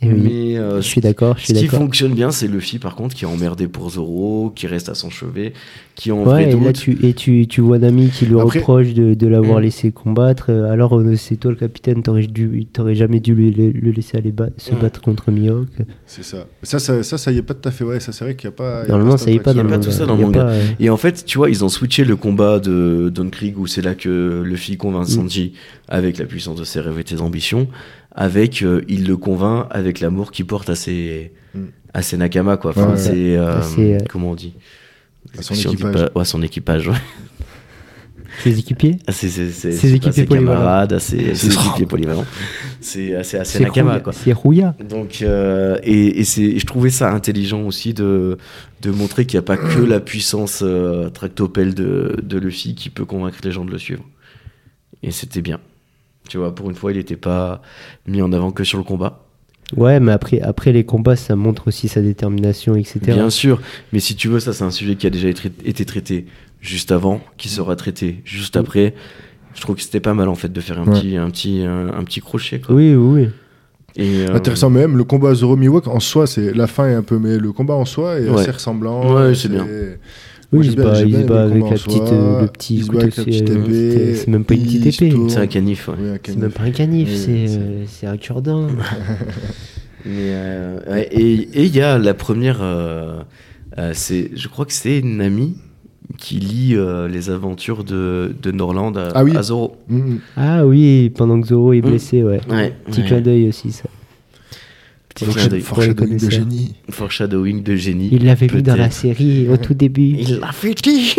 Speaker 4: Eh oui,
Speaker 3: Mais euh,
Speaker 4: je suis d'accord
Speaker 3: Ce
Speaker 4: je suis
Speaker 3: qui
Speaker 4: d'accord
Speaker 3: fonctionne bien, c'est Luffy par contre qui est emmerdé pour Zoro, qui reste à son chevet, qui en vrai
Speaker 4: Ouais, et là
Speaker 3: doute.
Speaker 4: tu, et tu, tu vois Nami qui lui
Speaker 5: Après-
Speaker 4: reproche de, de
Speaker 3: Mm.
Speaker 4: l'avoir laissé combattre. euh, Alors euh, c'est toi le capitaine, t'aurais, dû, t'aurais jamais dû le, le- le laisser aller ba-
Speaker 3: Mm.
Speaker 4: se battre contre Mihawk.
Speaker 5: C'est ça. Ça, ça, ça, ça y est pas tout à fait. Ouais, ça, c'est vrai qu'il n'y a pas. il y a
Speaker 4: Normalement
Speaker 5: cette
Speaker 4: ça y est pas dans le
Speaker 5: interaction.
Speaker 3: Il y a
Speaker 4: manga.
Speaker 3: pas tout ça dans le
Speaker 4: Il y a
Speaker 3: manga.
Speaker 4: pas, euh,
Speaker 3: Et en fait, tu vois, ils ont switché le combat de Don Krieg où c'est là que Luffy convainc
Speaker 4: Mm.
Speaker 3: Sanji avec la puissance de ses rêves et de ses ambitions, avec euh, il le convainc avec l'amour qu'il porte à ses
Speaker 5: Mm.
Speaker 3: à ses nakama quoi. Enfin,
Speaker 5: Ouais.
Speaker 3: c'est euh,
Speaker 4: À ses, euh,
Speaker 3: comment on dit
Speaker 5: À son
Speaker 3: Si on dit
Speaker 5: équipage.
Speaker 3: pas- euh, ouais, à son équipage. ouais.
Speaker 4: ses équipiers
Speaker 3: À ses, ses, ses,
Speaker 4: Ses
Speaker 3: ses
Speaker 4: équipiers polyvalents.
Speaker 3: camarades, à ses, ses
Speaker 5: ça.
Speaker 3: équipiers polyvalents. C'est à ses- à ses
Speaker 4: C'est
Speaker 3: nakama
Speaker 4: Rouya-
Speaker 3: quoi.
Speaker 4: C'est Rouya.
Speaker 3: Donc, euh, et, et c'est, je trouvais ça intelligent aussi de, de montrer qu'il n'y a pas que la puissance euh, tractopelle de, de Luffy qui peut convaincre les gens de le suivre. Et c'était bien. Tu vois, pour une fois, il n'était pas mis en avant que sur le combat.
Speaker 4: Ouais, mais après, après les combats, ça montre aussi sa détermination, etc.
Speaker 3: Bien sûr. Mais si tu veux, ça, c'est un sujet qui a déjà été été traité juste avant, qui sera traité juste après. Je trouve que c'était pas mal en fait de faire un
Speaker 5: Ouais.
Speaker 3: petit, un petit, un, un petit crochet. Quoi.
Speaker 4: Oui, oui, oui.
Speaker 3: Et, euh,
Speaker 5: Intéressant, mais même le combat Zoro Mihawk en soi, c'est la fin est un peu, mais le combat en soi est
Speaker 3: Ouais.
Speaker 5: assez ressemblant.
Speaker 3: Ouais, c'est bien.
Speaker 5: Moi,
Speaker 4: Oui, il
Speaker 5: j'ai
Speaker 4: se
Speaker 5: bien-
Speaker 4: bat,
Speaker 5: j'ai
Speaker 4: il
Speaker 5: bien
Speaker 4: se
Speaker 5: aimé
Speaker 4: bat
Speaker 5: le
Speaker 4: avec
Speaker 5: combat
Speaker 4: la
Speaker 5: en
Speaker 4: petite,
Speaker 5: soi,
Speaker 4: euh, le petit
Speaker 5: il se bat avec la
Speaker 4: couteau,
Speaker 5: petite
Speaker 4: c'est- euh,
Speaker 5: épée,
Speaker 4: c'est même pas une petite
Speaker 5: il se
Speaker 4: épée.
Speaker 5: tourne.
Speaker 3: C'est un canif. Ouais.
Speaker 5: Oui, un
Speaker 4: C'est
Speaker 5: canif.
Speaker 4: même pas un canif,
Speaker 5: Oui,
Speaker 4: c'est,
Speaker 5: c'est-
Speaker 4: euh, c'est un cure-dent.
Speaker 3: Mais, euh, ouais, et et il y a la première, euh, euh, c'est, je crois que c'est une amie qui lit euh, les aventures de, de Norland à,
Speaker 5: Ah oui.
Speaker 3: à Zoro.
Speaker 5: Mm, mm.
Speaker 4: Ah oui, pendant que Zoro est
Speaker 3: Mm.
Speaker 4: blessé, ouais.
Speaker 3: Ouais,
Speaker 4: Petit
Speaker 3: ouais.
Speaker 4: clin d'œil aussi, ça.
Speaker 3: Petit
Speaker 5: Fourche-
Speaker 3: clin d'œil.
Speaker 5: foreshadowing de
Speaker 4: connaisseurs.
Speaker 5: génie.
Speaker 3: Foreshadowing de génie.
Speaker 4: Il l'avait vu dans la
Speaker 3: Peut-être.
Speaker 4: série au tout début.
Speaker 3: Il l'a fait qui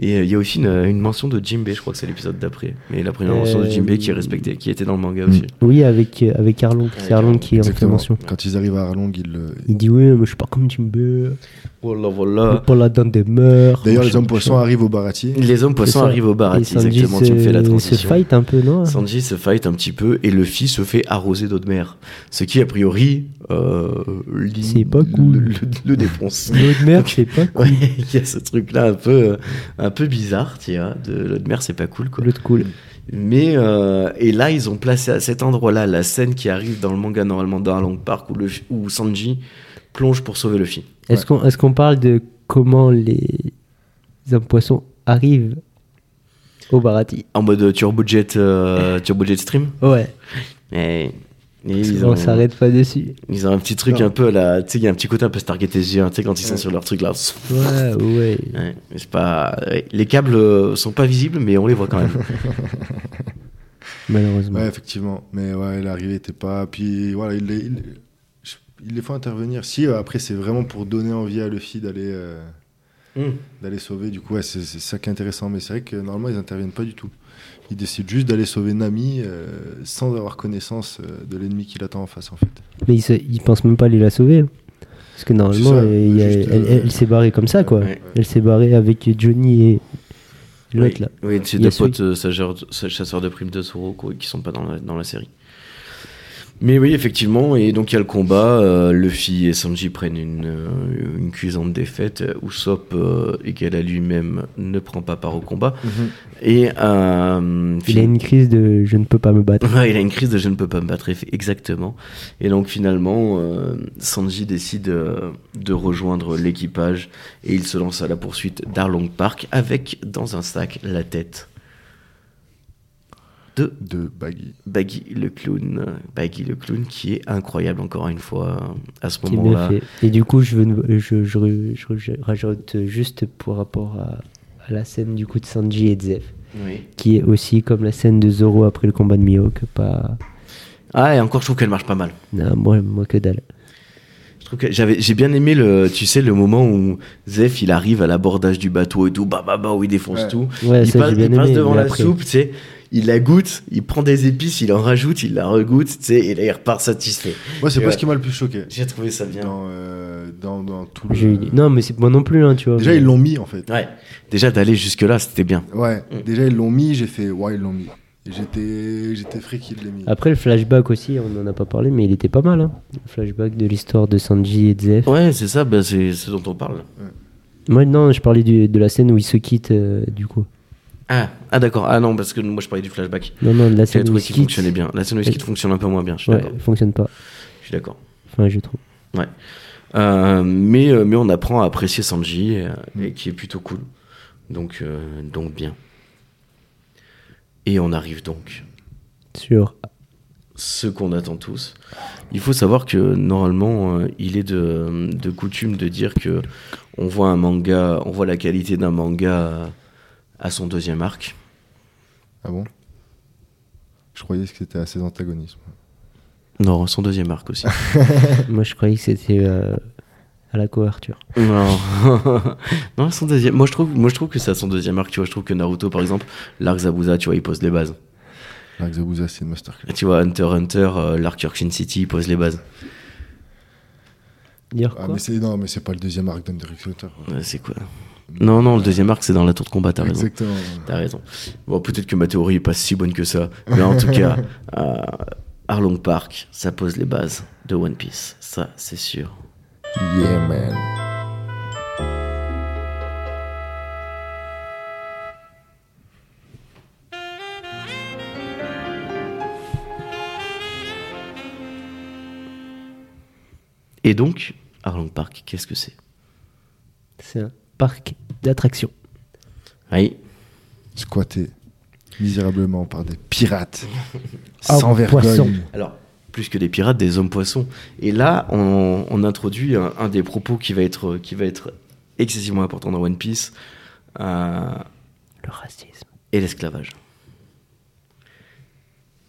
Speaker 3: Et euh, il y a aussi une, une mention de Jimbei, je crois que c'est l'épisode d'après. Mais la première mention de
Speaker 4: Euh,
Speaker 3: Jimbei qui est respectée, qui était dans le manga aussi.
Speaker 4: Oui, avec, euh, avec Arlong. C'est Arlong qui est en
Speaker 5: Exactement.
Speaker 4: mention.
Speaker 5: Quand ils arrivent à Arlong, ils le-
Speaker 4: Il dit Oui, mais je suis pas comme Jimbe.
Speaker 3: Voilà,
Speaker 4: Je
Speaker 3: voilà.
Speaker 4: pas la dent des mœurs.
Speaker 5: Euh. D'ailleurs, les
Speaker 4: machin,
Speaker 5: hommes poissons
Speaker 4: machin.
Speaker 5: arrivent au baratier.
Speaker 3: Les hommes poissons
Speaker 4: ça.
Speaker 3: arrivent au bar,
Speaker 4: Et Sanji
Speaker 3: exactement, tu me
Speaker 4: se-
Speaker 3: fais la
Speaker 4: se
Speaker 3: transition.
Speaker 4: fight un peu, non
Speaker 3: Sanji se fight un petit peu et Luffy se fait arroser d'eau de mer. Ce qui, a priori, euh, li-
Speaker 4: C'est pas cool.
Speaker 3: le, le- le défonce.
Speaker 4: L'eau de mer, c'est pas cool.
Speaker 3: Ouais, il y a ce truc-là un peu, euh, un peu bizarre, tu vois. De l'eau de mer, c'est pas cool, quoi.
Speaker 4: L'autre cool.
Speaker 3: Mais, euh, et là, ils ont placé à cet endroit-là la scène qui arrive dans le manga, normalement, dans Long Park, où, Luffy- où Sanji plonge pour sauver Luffy.
Speaker 4: Est-ce qu'on est qu'on parle de comment les hommes poissons arrivent au Barati
Speaker 3: En mode turbojet, euh, turbojet stream.
Speaker 4: Ouais,
Speaker 3: Et, et ils
Speaker 4: on
Speaker 3: ont-
Speaker 4: s'arrête pas dessus.
Speaker 3: Ils ont un petit truc
Speaker 5: Non.
Speaker 3: un peu à la. Tu sais, il y a un petit côté un peu Stargate SG1, tu sais, quand ils sont
Speaker 5: Ouais.
Speaker 3: sur leur truc là.
Speaker 4: Ouais, ouais.
Speaker 3: Ouais, mais c'est pas... ouais, Les câbles euh, sont pas visibles, mais on les voit quand même.
Speaker 4: Malheureusement.
Speaker 5: Ouais, effectivement. Mais ouais, l'arrivée était pas. Puis voilà, il les, il- je- il les faut intervenir. Si, euh, après, c'est vraiment pour donner envie à Luffy d'aller euh,
Speaker 3: Mm.
Speaker 5: d'aller sauver. Du coup, ouais, c'est c'est ça qui est intéressant. Mais c'est vrai que normalement, ils interviennent pas du tout. Ils décident juste d'aller sauver Nami euh, sans avoir connaissance euh, de l'ennemi qui l'attend en face, en fait.
Speaker 4: Mais ils, se- ils pensent même pas aller la sauver. hein. Parce que normalement,
Speaker 5: ça,
Speaker 4: euh, il y a-
Speaker 5: juste,
Speaker 4: elle,
Speaker 5: euh,
Speaker 4: elle s'est barrée comme ça, quoi.
Speaker 3: ouais.
Speaker 4: Elle s'est barrée avec Johnny et l'autre, là.
Speaker 3: Oui, c'est deux
Speaker 4: Yasui.
Speaker 3: potes euh, sageurs- sa- chasseurs de primes de Zoro quoi, qui sont pas dans la, dans la série. Mais oui, effectivement, et donc il y a le combat. euh, Luffy et Sanji prennent une, euh, une cuisante défaite. euh, Usopp, euh, égal à lui-même, ne prend pas part au combat. Et. Euh,
Speaker 4: Il a une crise de je ne peux pas me battre.
Speaker 3: Ouais, il a une crise de je ne peux pas me battre, eff- exactement. Et donc finalement, euh, Sanji décide euh, de rejoindre l'équipage et il se lance à la poursuite d'Arlong Park avec dans un sac la tête de
Speaker 5: De Baggy.
Speaker 3: Baggy le clown. Baggy le clown qui est incroyable encore une fois à ce
Speaker 4: C'est bien
Speaker 3: moment-là.
Speaker 4: fait. Et du coup, je, veux, ne- je, je- je- je rajoute juste pour rapport à, à la scène du coup de Sanji et de Zef,
Speaker 3: Oui.
Speaker 4: qui est aussi comme la scène de Zoro après le combat de Mihawk, pas.
Speaker 3: Ah et encore je trouve qu'elle marche pas mal.
Speaker 4: Non, moi, moi que dalle.
Speaker 3: Je trouve que j'avais, j'ai bien aimé le, tu sais, le moment où Zef il arrive à l'abordage du bateau et tout, bah bah bah, où il défonce
Speaker 5: Ouais.
Speaker 3: tout.
Speaker 4: Ouais,
Speaker 3: il
Speaker 4: ça,
Speaker 3: passe,
Speaker 4: j'ai bien
Speaker 3: il passe
Speaker 4: aimé,
Speaker 3: devant
Speaker 4: mais
Speaker 3: la
Speaker 4: après-
Speaker 3: soupe, tu sais, il la goûte, il prend des épices, il en rajoute, il la regoutte, tu sais, et là il repart satisfait.
Speaker 5: Moi, c'est
Speaker 3: Et
Speaker 5: pas
Speaker 3: ouais.
Speaker 5: ce qui m'a le plus choqué.
Speaker 3: J'ai trouvé ça bien.
Speaker 5: Dans, euh, dans, dans tout le.
Speaker 4: J'ai- Non, mais c'est moi non plus, hein, tu vois.
Speaker 5: Déjà,
Speaker 4: mais-
Speaker 5: ils l'ont mis, en fait.
Speaker 3: Ouais. Déjà d'aller jusque là, c'était bien.
Speaker 5: Ouais,
Speaker 3: Mm.
Speaker 5: déjà, ils l'ont mis. J'ai fait, ouais, ils l'ont mis. Et J'étais j'étais frais qu'ils l'aient mis.
Speaker 4: Après, le flashback aussi, on n'en a pas parlé, mais il était pas mal. Hein. Le flashback de l'histoire de Sanji et de Zef.
Speaker 3: Ouais, c'est ça, bah, c'est ce dont on parle.
Speaker 4: Moi, non, je parlais du- de la scène où ils se quittent, euh, du coup.
Speaker 3: Ah, ah d'accord. Ah non, parce que moi je parlais du flashback.
Speaker 4: Non, non, de la
Speaker 3: J'ai
Speaker 4: scène où
Speaker 3: trouvé
Speaker 4: ils se
Speaker 3: qu'il
Speaker 4: quittent.
Speaker 3: fonctionnait bien. La scène où il se quitte fonctionne un peu moins bien. Je suis
Speaker 4: Ouais,
Speaker 3: d'accord.
Speaker 4: elle fonctionne pas.
Speaker 3: Je suis d'accord.
Speaker 4: Enfin, je trouve.
Speaker 3: Euh, mais, euh, mais on apprend à apprécier Sanji, euh, et qui est plutôt cool. Donc, euh, donc bien. Et on arrive donc
Speaker 4: Sur.
Speaker 3: ce qu'on attend tous. Il faut savoir que normalement, euh, il est de, de coutume de dire que on voit un manga, on voit la qualité d'un manga à son deuxième arc.
Speaker 5: Ah bon Je croyais que c'était à ses antagonismes.
Speaker 3: Non, son deuxième arc aussi.
Speaker 4: moi, je croyais que c'était euh, à la couverture.
Speaker 3: non, non, son deuxième. Moi, je trouve, moi, je trouve que c'est à son deuxième arc. Tu vois, je trouve que Naruto, par exemple, l'arc Zabuza, tu vois, il pose les bases.
Speaker 5: L'arc Zabuza, c'est une masterclass.
Speaker 3: Tu vois, Hunter x Hunter, euh, l'arc Yorkshin City, il pose les bases.
Speaker 4: Dire
Speaker 5: Ah,
Speaker 4: quoi
Speaker 5: mais c'est non, mais c'est pas le deuxième arc d'Under X Hunter.
Speaker 3: Euh, c'est quoi Non, non, le deuxième arc, c'est dans la tour de combat. T'as raison.
Speaker 5: Exactement.
Speaker 3: T'as raison. Bon, peut-être que ma théorie est pas si bonne que ça, mais en tout cas, euh, Arlong Park, ça pose les bases de One Piece. Ça, c'est sûr.
Speaker 5: Yeah, man.
Speaker 3: Et donc, Arlong Park, qu'est-ce que c'est
Speaker 4: C'est un parc d'attractions.
Speaker 3: Oui,
Speaker 5: Squatté misérablement par des pirates.
Speaker 4: Ah,
Speaker 5: sans vergogne.
Speaker 4: poisson.
Speaker 3: Alors, plus que des pirates, des hommes poissons. Et là, on, on introduit un, un des propos qui va être, qui va être excessivement important dans One Piece euh,
Speaker 4: Le racisme.
Speaker 3: et l'esclavage.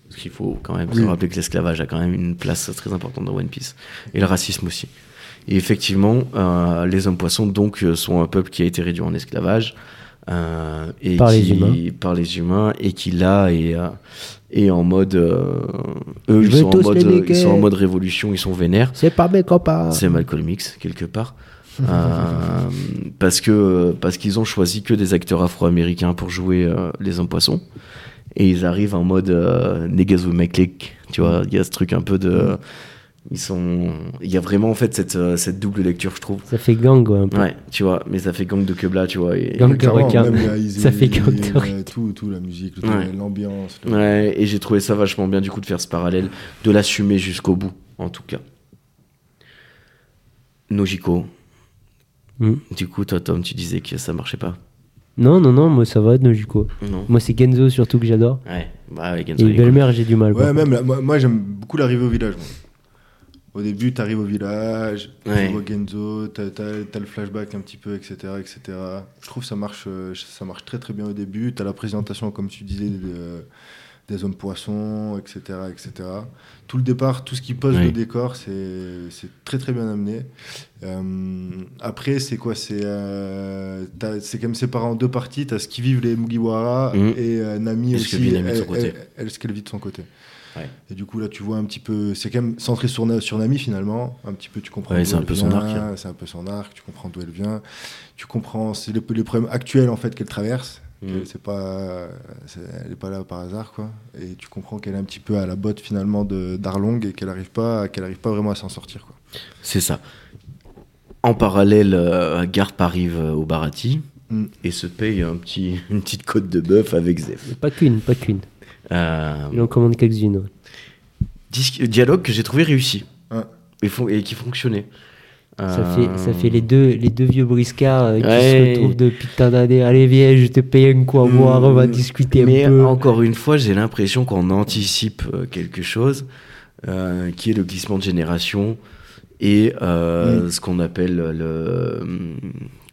Speaker 3: Parce qu'il faut quand même se
Speaker 5: Oui.
Speaker 3: rappeler que l'esclavage a quand même une place très importante dans One Piece. Et le racisme aussi. Et effectivement, euh, les hommes poissons donc euh, sont un peuple qui a été réduit en esclavage. euh, et
Speaker 4: Par les
Speaker 3: qui-
Speaker 4: humains.
Speaker 3: par les humains et qui là est, euh, est en mode euh, eux
Speaker 4: Je
Speaker 3: ils
Speaker 4: vais
Speaker 3: sont, en
Speaker 4: tous
Speaker 3: mode,
Speaker 4: les
Speaker 3: euh, ils
Speaker 4: niquer.
Speaker 3: sont en mode révolution ils sont vénères
Speaker 4: C'est pas mes copains.
Speaker 3: c'est Malcolm X quelque part Euh, parce que parce qu'ils ont choisi que des acteurs afro-américains pour jouer euh, les hommes poissons et ils arrivent en mode euh, niggas with my clique tu vois il y a ce truc un peu de ils sont il y a vraiment en fait cette euh, cette double lecture je trouve
Speaker 4: Ça fait gang, quoi, un peu.
Speaker 3: ouais tu vois mais ça fait gang de quebla tu vois et,
Speaker 4: Gang de
Speaker 5: Clairement,
Speaker 4: requin.
Speaker 5: même, là, ils-
Speaker 4: Ça fait
Speaker 5: ils-
Speaker 4: Gang de
Speaker 5: euh,
Speaker 4: requin.
Speaker 5: Tout, tout, la musique, le-
Speaker 3: Ouais.
Speaker 5: l'ambiance. le-
Speaker 3: Ouais, et j'ai trouvé ça vachement bien du coup de faire ce parallèle de l'assumer jusqu'au bout en tout cas Nojiko
Speaker 4: Mm.
Speaker 3: du coup toi Tom tu disais que ça marchait pas
Speaker 4: Non, non, non, moi ça va, Nojiko.
Speaker 3: non
Speaker 4: Moi c'est Genzo surtout que j'adore.
Speaker 3: Ouais, bah avec
Speaker 4: Et Belle-Mère, j'ai du mal.
Speaker 5: Ouais,
Speaker 4: quoi.
Speaker 5: même là, moi, moi, j'aime beaucoup l'arrivée au village. moi. Au début, t'arrives au village,
Speaker 3: Ouais.
Speaker 5: tu vois Genzo, t'as t'as- t'as le flashback un petit peu, etc., etc. Je trouve que ça marche, euh, ça marche très très bien au début. T'as la présentation, comme tu disais, de- des hommes poissons, etc., etc. Tout le départ, tout ce qui pose
Speaker 3: Ouais.
Speaker 5: le décor, c'est c'est très très bien amené. Euh, après, c'est quoi C'est euh, t'as- c'est quand même séparé en deux parties. T'as ce qui vivent les Mugiwara
Speaker 3: Mhm.
Speaker 5: et euh, Nami
Speaker 3: Et ce
Speaker 5: aussi.
Speaker 3: que vit Nami de son
Speaker 5: elle-
Speaker 3: côté.
Speaker 5: elle- elle, ce qu'elle vit de son côté.
Speaker 3: Ouais.
Speaker 5: Et du coup, là, tu vois un petit peu. C'est quand même centré sur, Na- sur Nami finalement. Un petit peu, tu comprends.
Speaker 3: Ouais,
Speaker 5: d'où
Speaker 3: c'est un
Speaker 5: elle
Speaker 3: peu son
Speaker 5: vient,
Speaker 3: arc, hein.
Speaker 5: C'est un peu son arc. Tu comprends d'où elle vient. Tu comprends c'est les, les problèmes actuels en fait qu'elle traverse.
Speaker 3: Mhm.
Speaker 5: C'est pas, c'est- elle est pas là par hasard quoi. Et tu comprends qu'elle est un petit peu à la botte finalement de d'Arlong et qu'elle arrive pas, qu'elle arrive pas vraiment à s'en sortir quoi.
Speaker 3: C'est ça. En parallèle, euh, Garp arrive euh, au Barati
Speaker 5: Mm.
Speaker 3: et se paye un petit, une petite côte de bœuf avec Zef.
Speaker 4: Pas qu'une, pas qu'une.
Speaker 3: Euh,
Speaker 4: Il en commande quelques-unes. ouais.
Speaker 3: dis- dialogue que j'ai trouvé réussi
Speaker 5: Ouais.
Speaker 3: et, fon- et qui fonctionnait.
Speaker 4: Ça,
Speaker 3: Euh,
Speaker 4: fait, ça fait les deux, les deux vieux briscards euh, qui
Speaker 3: Ouais.
Speaker 4: se retrouvent depuis tant d'années. Allez, viens, je te paye un
Speaker 5: Mm.
Speaker 4: coup à boire, on va discuter
Speaker 3: Mais
Speaker 4: un peu.
Speaker 3: encore une fois, j'ai l'impression qu'on anticipe euh, quelque chose euh, qui est le glissement de génération et euh,
Speaker 4: Mm.
Speaker 3: ce qu'on appelle le.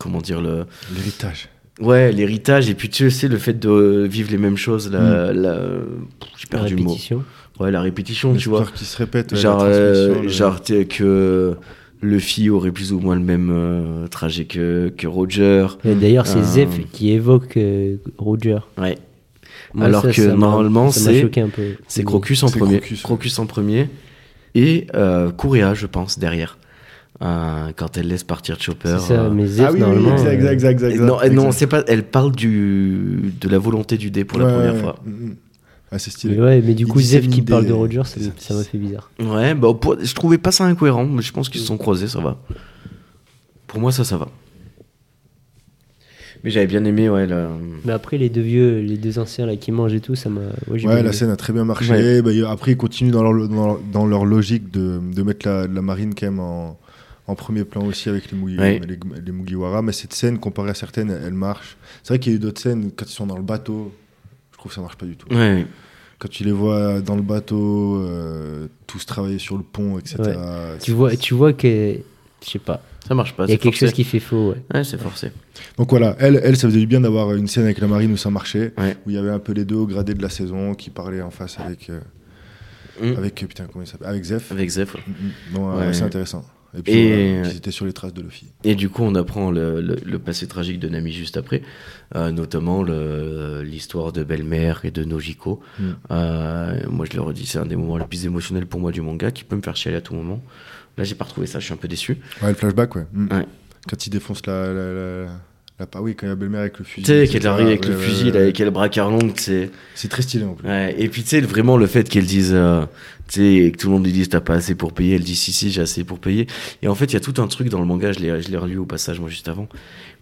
Speaker 3: Comment dire le.
Speaker 5: L'héritage.
Speaker 3: Ouais, l'héritage, et puis tu sais, le fait de vivre les mêmes choses, la. la- pff, J'ai
Speaker 4: La
Speaker 3: perdu le mot.
Speaker 4: Mm. répétition.
Speaker 3: Ouais, la répétition,
Speaker 5: Les
Speaker 3: tu vois.
Speaker 5: histoires qui se répètent. ouais, la
Speaker 3: Genre, euh,
Speaker 5: transmission, le-
Speaker 3: genre t'es- que Luffy aurait plus ou moins le même euh, trajet que, que Roger.
Speaker 4: Et D'ailleurs, c'est
Speaker 3: Euh,
Speaker 4: Zef qui évoque euh, Roger.
Speaker 3: Ouais.
Speaker 4: Moi,
Speaker 3: Alors
Speaker 4: Ah, ça,
Speaker 3: que
Speaker 4: ça m'a-
Speaker 3: normalement,
Speaker 4: ça m'a
Speaker 3: c'est-
Speaker 4: choqué un peu.
Speaker 3: C'est Crocus en
Speaker 5: Mmh. C'est
Speaker 3: premier. Crocus,
Speaker 5: Crocus, ouais.
Speaker 3: en premier. Et euh, Correa, je pense, derrière. Euh, quand elle laisse partir Chopper.
Speaker 4: C'est ça,
Speaker 3: euh,
Speaker 4: mais Zef,
Speaker 5: Ah oui, oui,
Speaker 4: normalement.
Speaker 5: exact, exact, exact, exact,
Speaker 3: et euh, non, et
Speaker 5: exact.
Speaker 3: non, c'est pas. Elle parle du de la volonté du dé pour la
Speaker 5: Ouais,
Speaker 3: première
Speaker 5: ouais,
Speaker 3: fois.
Speaker 5: ouais. Mm, mm. Ah, c'est
Speaker 4: Mais
Speaker 5: stylé.
Speaker 4: ouais, mais du
Speaker 5: Il
Speaker 4: coup, Zef qui
Speaker 5: dissémine
Speaker 4: parle
Speaker 5: des-
Speaker 4: de Roger, ça
Speaker 5: des
Speaker 4: m'a- ça m'a fait bizarre.
Speaker 3: Ouais, bah pour- je trouvais pas ça incohérent, mais je pense qu'ils
Speaker 5: Mmh.
Speaker 3: se sont croisés, ça va. Pour moi, ça, ça va. Mais j'avais bien aimé, ouais. le-
Speaker 4: Mais après, les deux vieux, les deux anciens là qui mangent et tout, ça m'a. Ouais, j'ai bien
Speaker 5: Ouais, la
Speaker 4: aimé.
Speaker 5: scène a très bien marché.
Speaker 3: Ouais.
Speaker 5: Bah, y- après, ils continuent dans leur, dans leur, dans leur logique de, de mettre la, la marine quand même en, en premier plan aussi avec les, Mugi-
Speaker 3: Ouais.
Speaker 5: les, les Mugiwara. Mais cette scène, comparée à certaines, elle marche. C'est vrai qu'il y a eu d'autres scènes quand ils sont dans le bateau. Je trouve que ça marche pas du tout.
Speaker 3: Ouais,
Speaker 5: Quand tu les vois dans le bateau, euh, tous travailler sur le pont, etc.
Speaker 4: Ouais. Tu vois, tu vois que. Je sais pas.
Speaker 3: ça marche pas.
Speaker 4: Il y a
Speaker 3: c'est
Speaker 4: quelque
Speaker 3: forcé.
Speaker 4: chose qui fait faux, ouais.
Speaker 3: Ouais, c'est forcé.
Speaker 5: Donc voilà, elle, elle, ça faisait du bien d'avoir une scène avec la marine où ça marchait,
Speaker 3: Ouais.
Speaker 5: où il y avait un peu les deux au gradé de la saison qui parlaient en face avec, euh,
Speaker 3: Mm.
Speaker 5: avec euh, putain comment il s'appelle, avec Zef.
Speaker 3: Avec Zeph. ouais.
Speaker 5: Mm, mm. Non, euh,
Speaker 3: Ouais.
Speaker 5: c'est intéressant. Et puis
Speaker 3: Et-
Speaker 4: euh,
Speaker 5: voilà, ils étaient sur les traces de Luffy.
Speaker 3: Et du coup, on apprend le, le- le passé tragique de Nami juste après, euh, notamment le- l'histoire de Belle-Mère et de Nojiko.
Speaker 5: Mm.
Speaker 3: Euh, moi, je le redis, c'est un des moments les plus émotionnels pour moi du manga, qui peut me faire chialer à tout moment. Là, j'ai pas retrouvé ça, je suis un peu déçu.
Speaker 5: Ouais, le flashback, ouais. Mm.
Speaker 3: Ouais.
Speaker 5: Quand il défonce la. la, la... la pa- oui, quand il y a belle-mère avec le
Speaker 3: Tu
Speaker 5: fusil.
Speaker 3: sais,
Speaker 5: etc.
Speaker 3: qu'elle arrive avec le
Speaker 5: Ouais,
Speaker 3: fusil,
Speaker 5: ouais,
Speaker 3: là,
Speaker 5: ouais.
Speaker 3: avec le bracard long, c'est.
Speaker 5: C'est très stylé en plus.
Speaker 3: Ouais, et puis tu sais, vraiment le fait qu'elle dise, euh, tu sais, que tout le monde lui dise t'as pas assez pour payer, elle dit si si j'ai assez pour payer. Et en fait, il y a tout un truc dans le manga, je l'ai je l'ai relu au passage moi juste avant,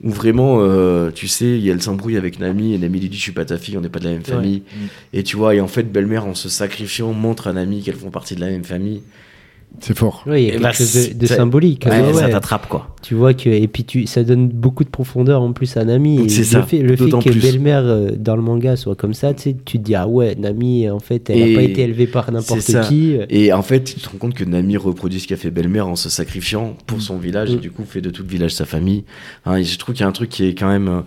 Speaker 3: où vraiment, euh, tu sais, elle s'embrouille avec Nami et Nami lui dit je suis pas ta fille, on n'est pas de la même famille. Et tu vois, et en fait, belle-mère en se sacrifiant montre à Nami qu'elles font partie de la même famille.
Speaker 5: C'est fort.
Speaker 4: Ouais, il y a
Speaker 3: Et
Speaker 4: quelque
Speaker 3: bah,
Speaker 4: chose de, de
Speaker 3: c'est-
Speaker 4: symbolique.
Speaker 3: Ouais,
Speaker 4: ouais,
Speaker 3: Ça
Speaker 4: ouais.
Speaker 3: t'attrape quoi.
Speaker 4: Tu vois que et puis tu, ça donne beaucoup de profondeur en plus à Nami. Et
Speaker 3: C'est
Speaker 4: le
Speaker 3: ça,
Speaker 4: fait, le fait
Speaker 3: d'autant
Speaker 4: que
Speaker 3: plus.
Speaker 4: belle-mère euh, dans le manga soit comme ça, tu sais, tu te dis ah ouais Nami en fait elle
Speaker 3: Et
Speaker 4: a pas été élevée par
Speaker 3: c'est
Speaker 4: n'importe
Speaker 3: ça.
Speaker 4: qui. euh,
Speaker 3: Et en fait, tu te rends compte que Nami reproduit ce qu'a fait belle-mère en se sacrifiant pour son village et
Speaker 4: Mm.
Speaker 3: du coup fait de tout le village sa famille. Hein, et je trouve qu'il y a un truc qui est quand même euh,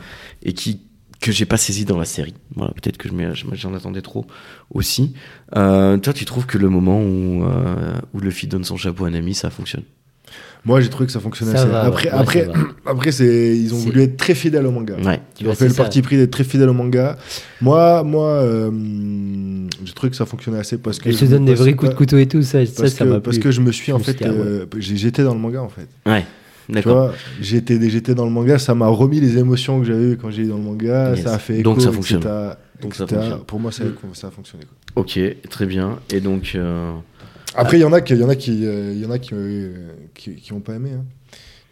Speaker 3: et qui que j'ai pas saisi dans la série. Voilà, peut-être que je m'y- je- j'en attendais trop aussi. Euh, toi, tu trouves que le moment où euh, où Luffy donne son chapeau à Nami, ça fonctionne
Speaker 5: Moi, j'ai trouvé que ça fonctionnait
Speaker 4: Ça
Speaker 5: assez.
Speaker 4: va,
Speaker 5: après,
Speaker 4: ouais, ouais,
Speaker 5: après,
Speaker 4: ça
Speaker 5: après, c'est, ils ont
Speaker 4: C'est-
Speaker 5: voulu être très fidèles au manga.
Speaker 3: Ouais.
Speaker 5: Ils
Speaker 4: Ouais,
Speaker 5: ont fait
Speaker 4: c'est
Speaker 5: le
Speaker 4: ça.
Speaker 5: parti pris d'être très fidèles au manga. Moi, moi, euh, j'ai trouvé que ça fonctionnait assez parce que.
Speaker 4: Ils se
Speaker 5: je me
Speaker 4: donnent des
Speaker 5: passe
Speaker 4: vrais
Speaker 5: pas-
Speaker 4: coups de couteau et tout, ça, ça,
Speaker 5: Parce,
Speaker 4: ça
Speaker 5: que,
Speaker 4: m'a
Speaker 5: parce
Speaker 4: plu.
Speaker 5: que je me suis en
Speaker 4: Je me suis
Speaker 5: fait,
Speaker 4: dit, ah ouais.
Speaker 5: euh, j'ai- j'étais dans le manga en fait.
Speaker 3: Ouais,
Speaker 5: Tu
Speaker 3: d'accord.
Speaker 5: vois, j'étais j'étais dans le manga, ça m'a remis les émotions que j'avais eues quand j'ai eu dans le manga,
Speaker 3: Yes.
Speaker 5: ça a fait écho,
Speaker 3: Donc ça fonctionne.
Speaker 5: etc.,
Speaker 3: Donc ça
Speaker 5: etc..
Speaker 3: fonctionne.
Speaker 5: Pour moi, ça, a- ça a fonctionné. quoi.
Speaker 3: Ok, très bien. Et donc, euh,
Speaker 5: Après, il y en a qui, il y en a qui, euh, il y en a qui, euh, qui, qui ont pas aimé. hein.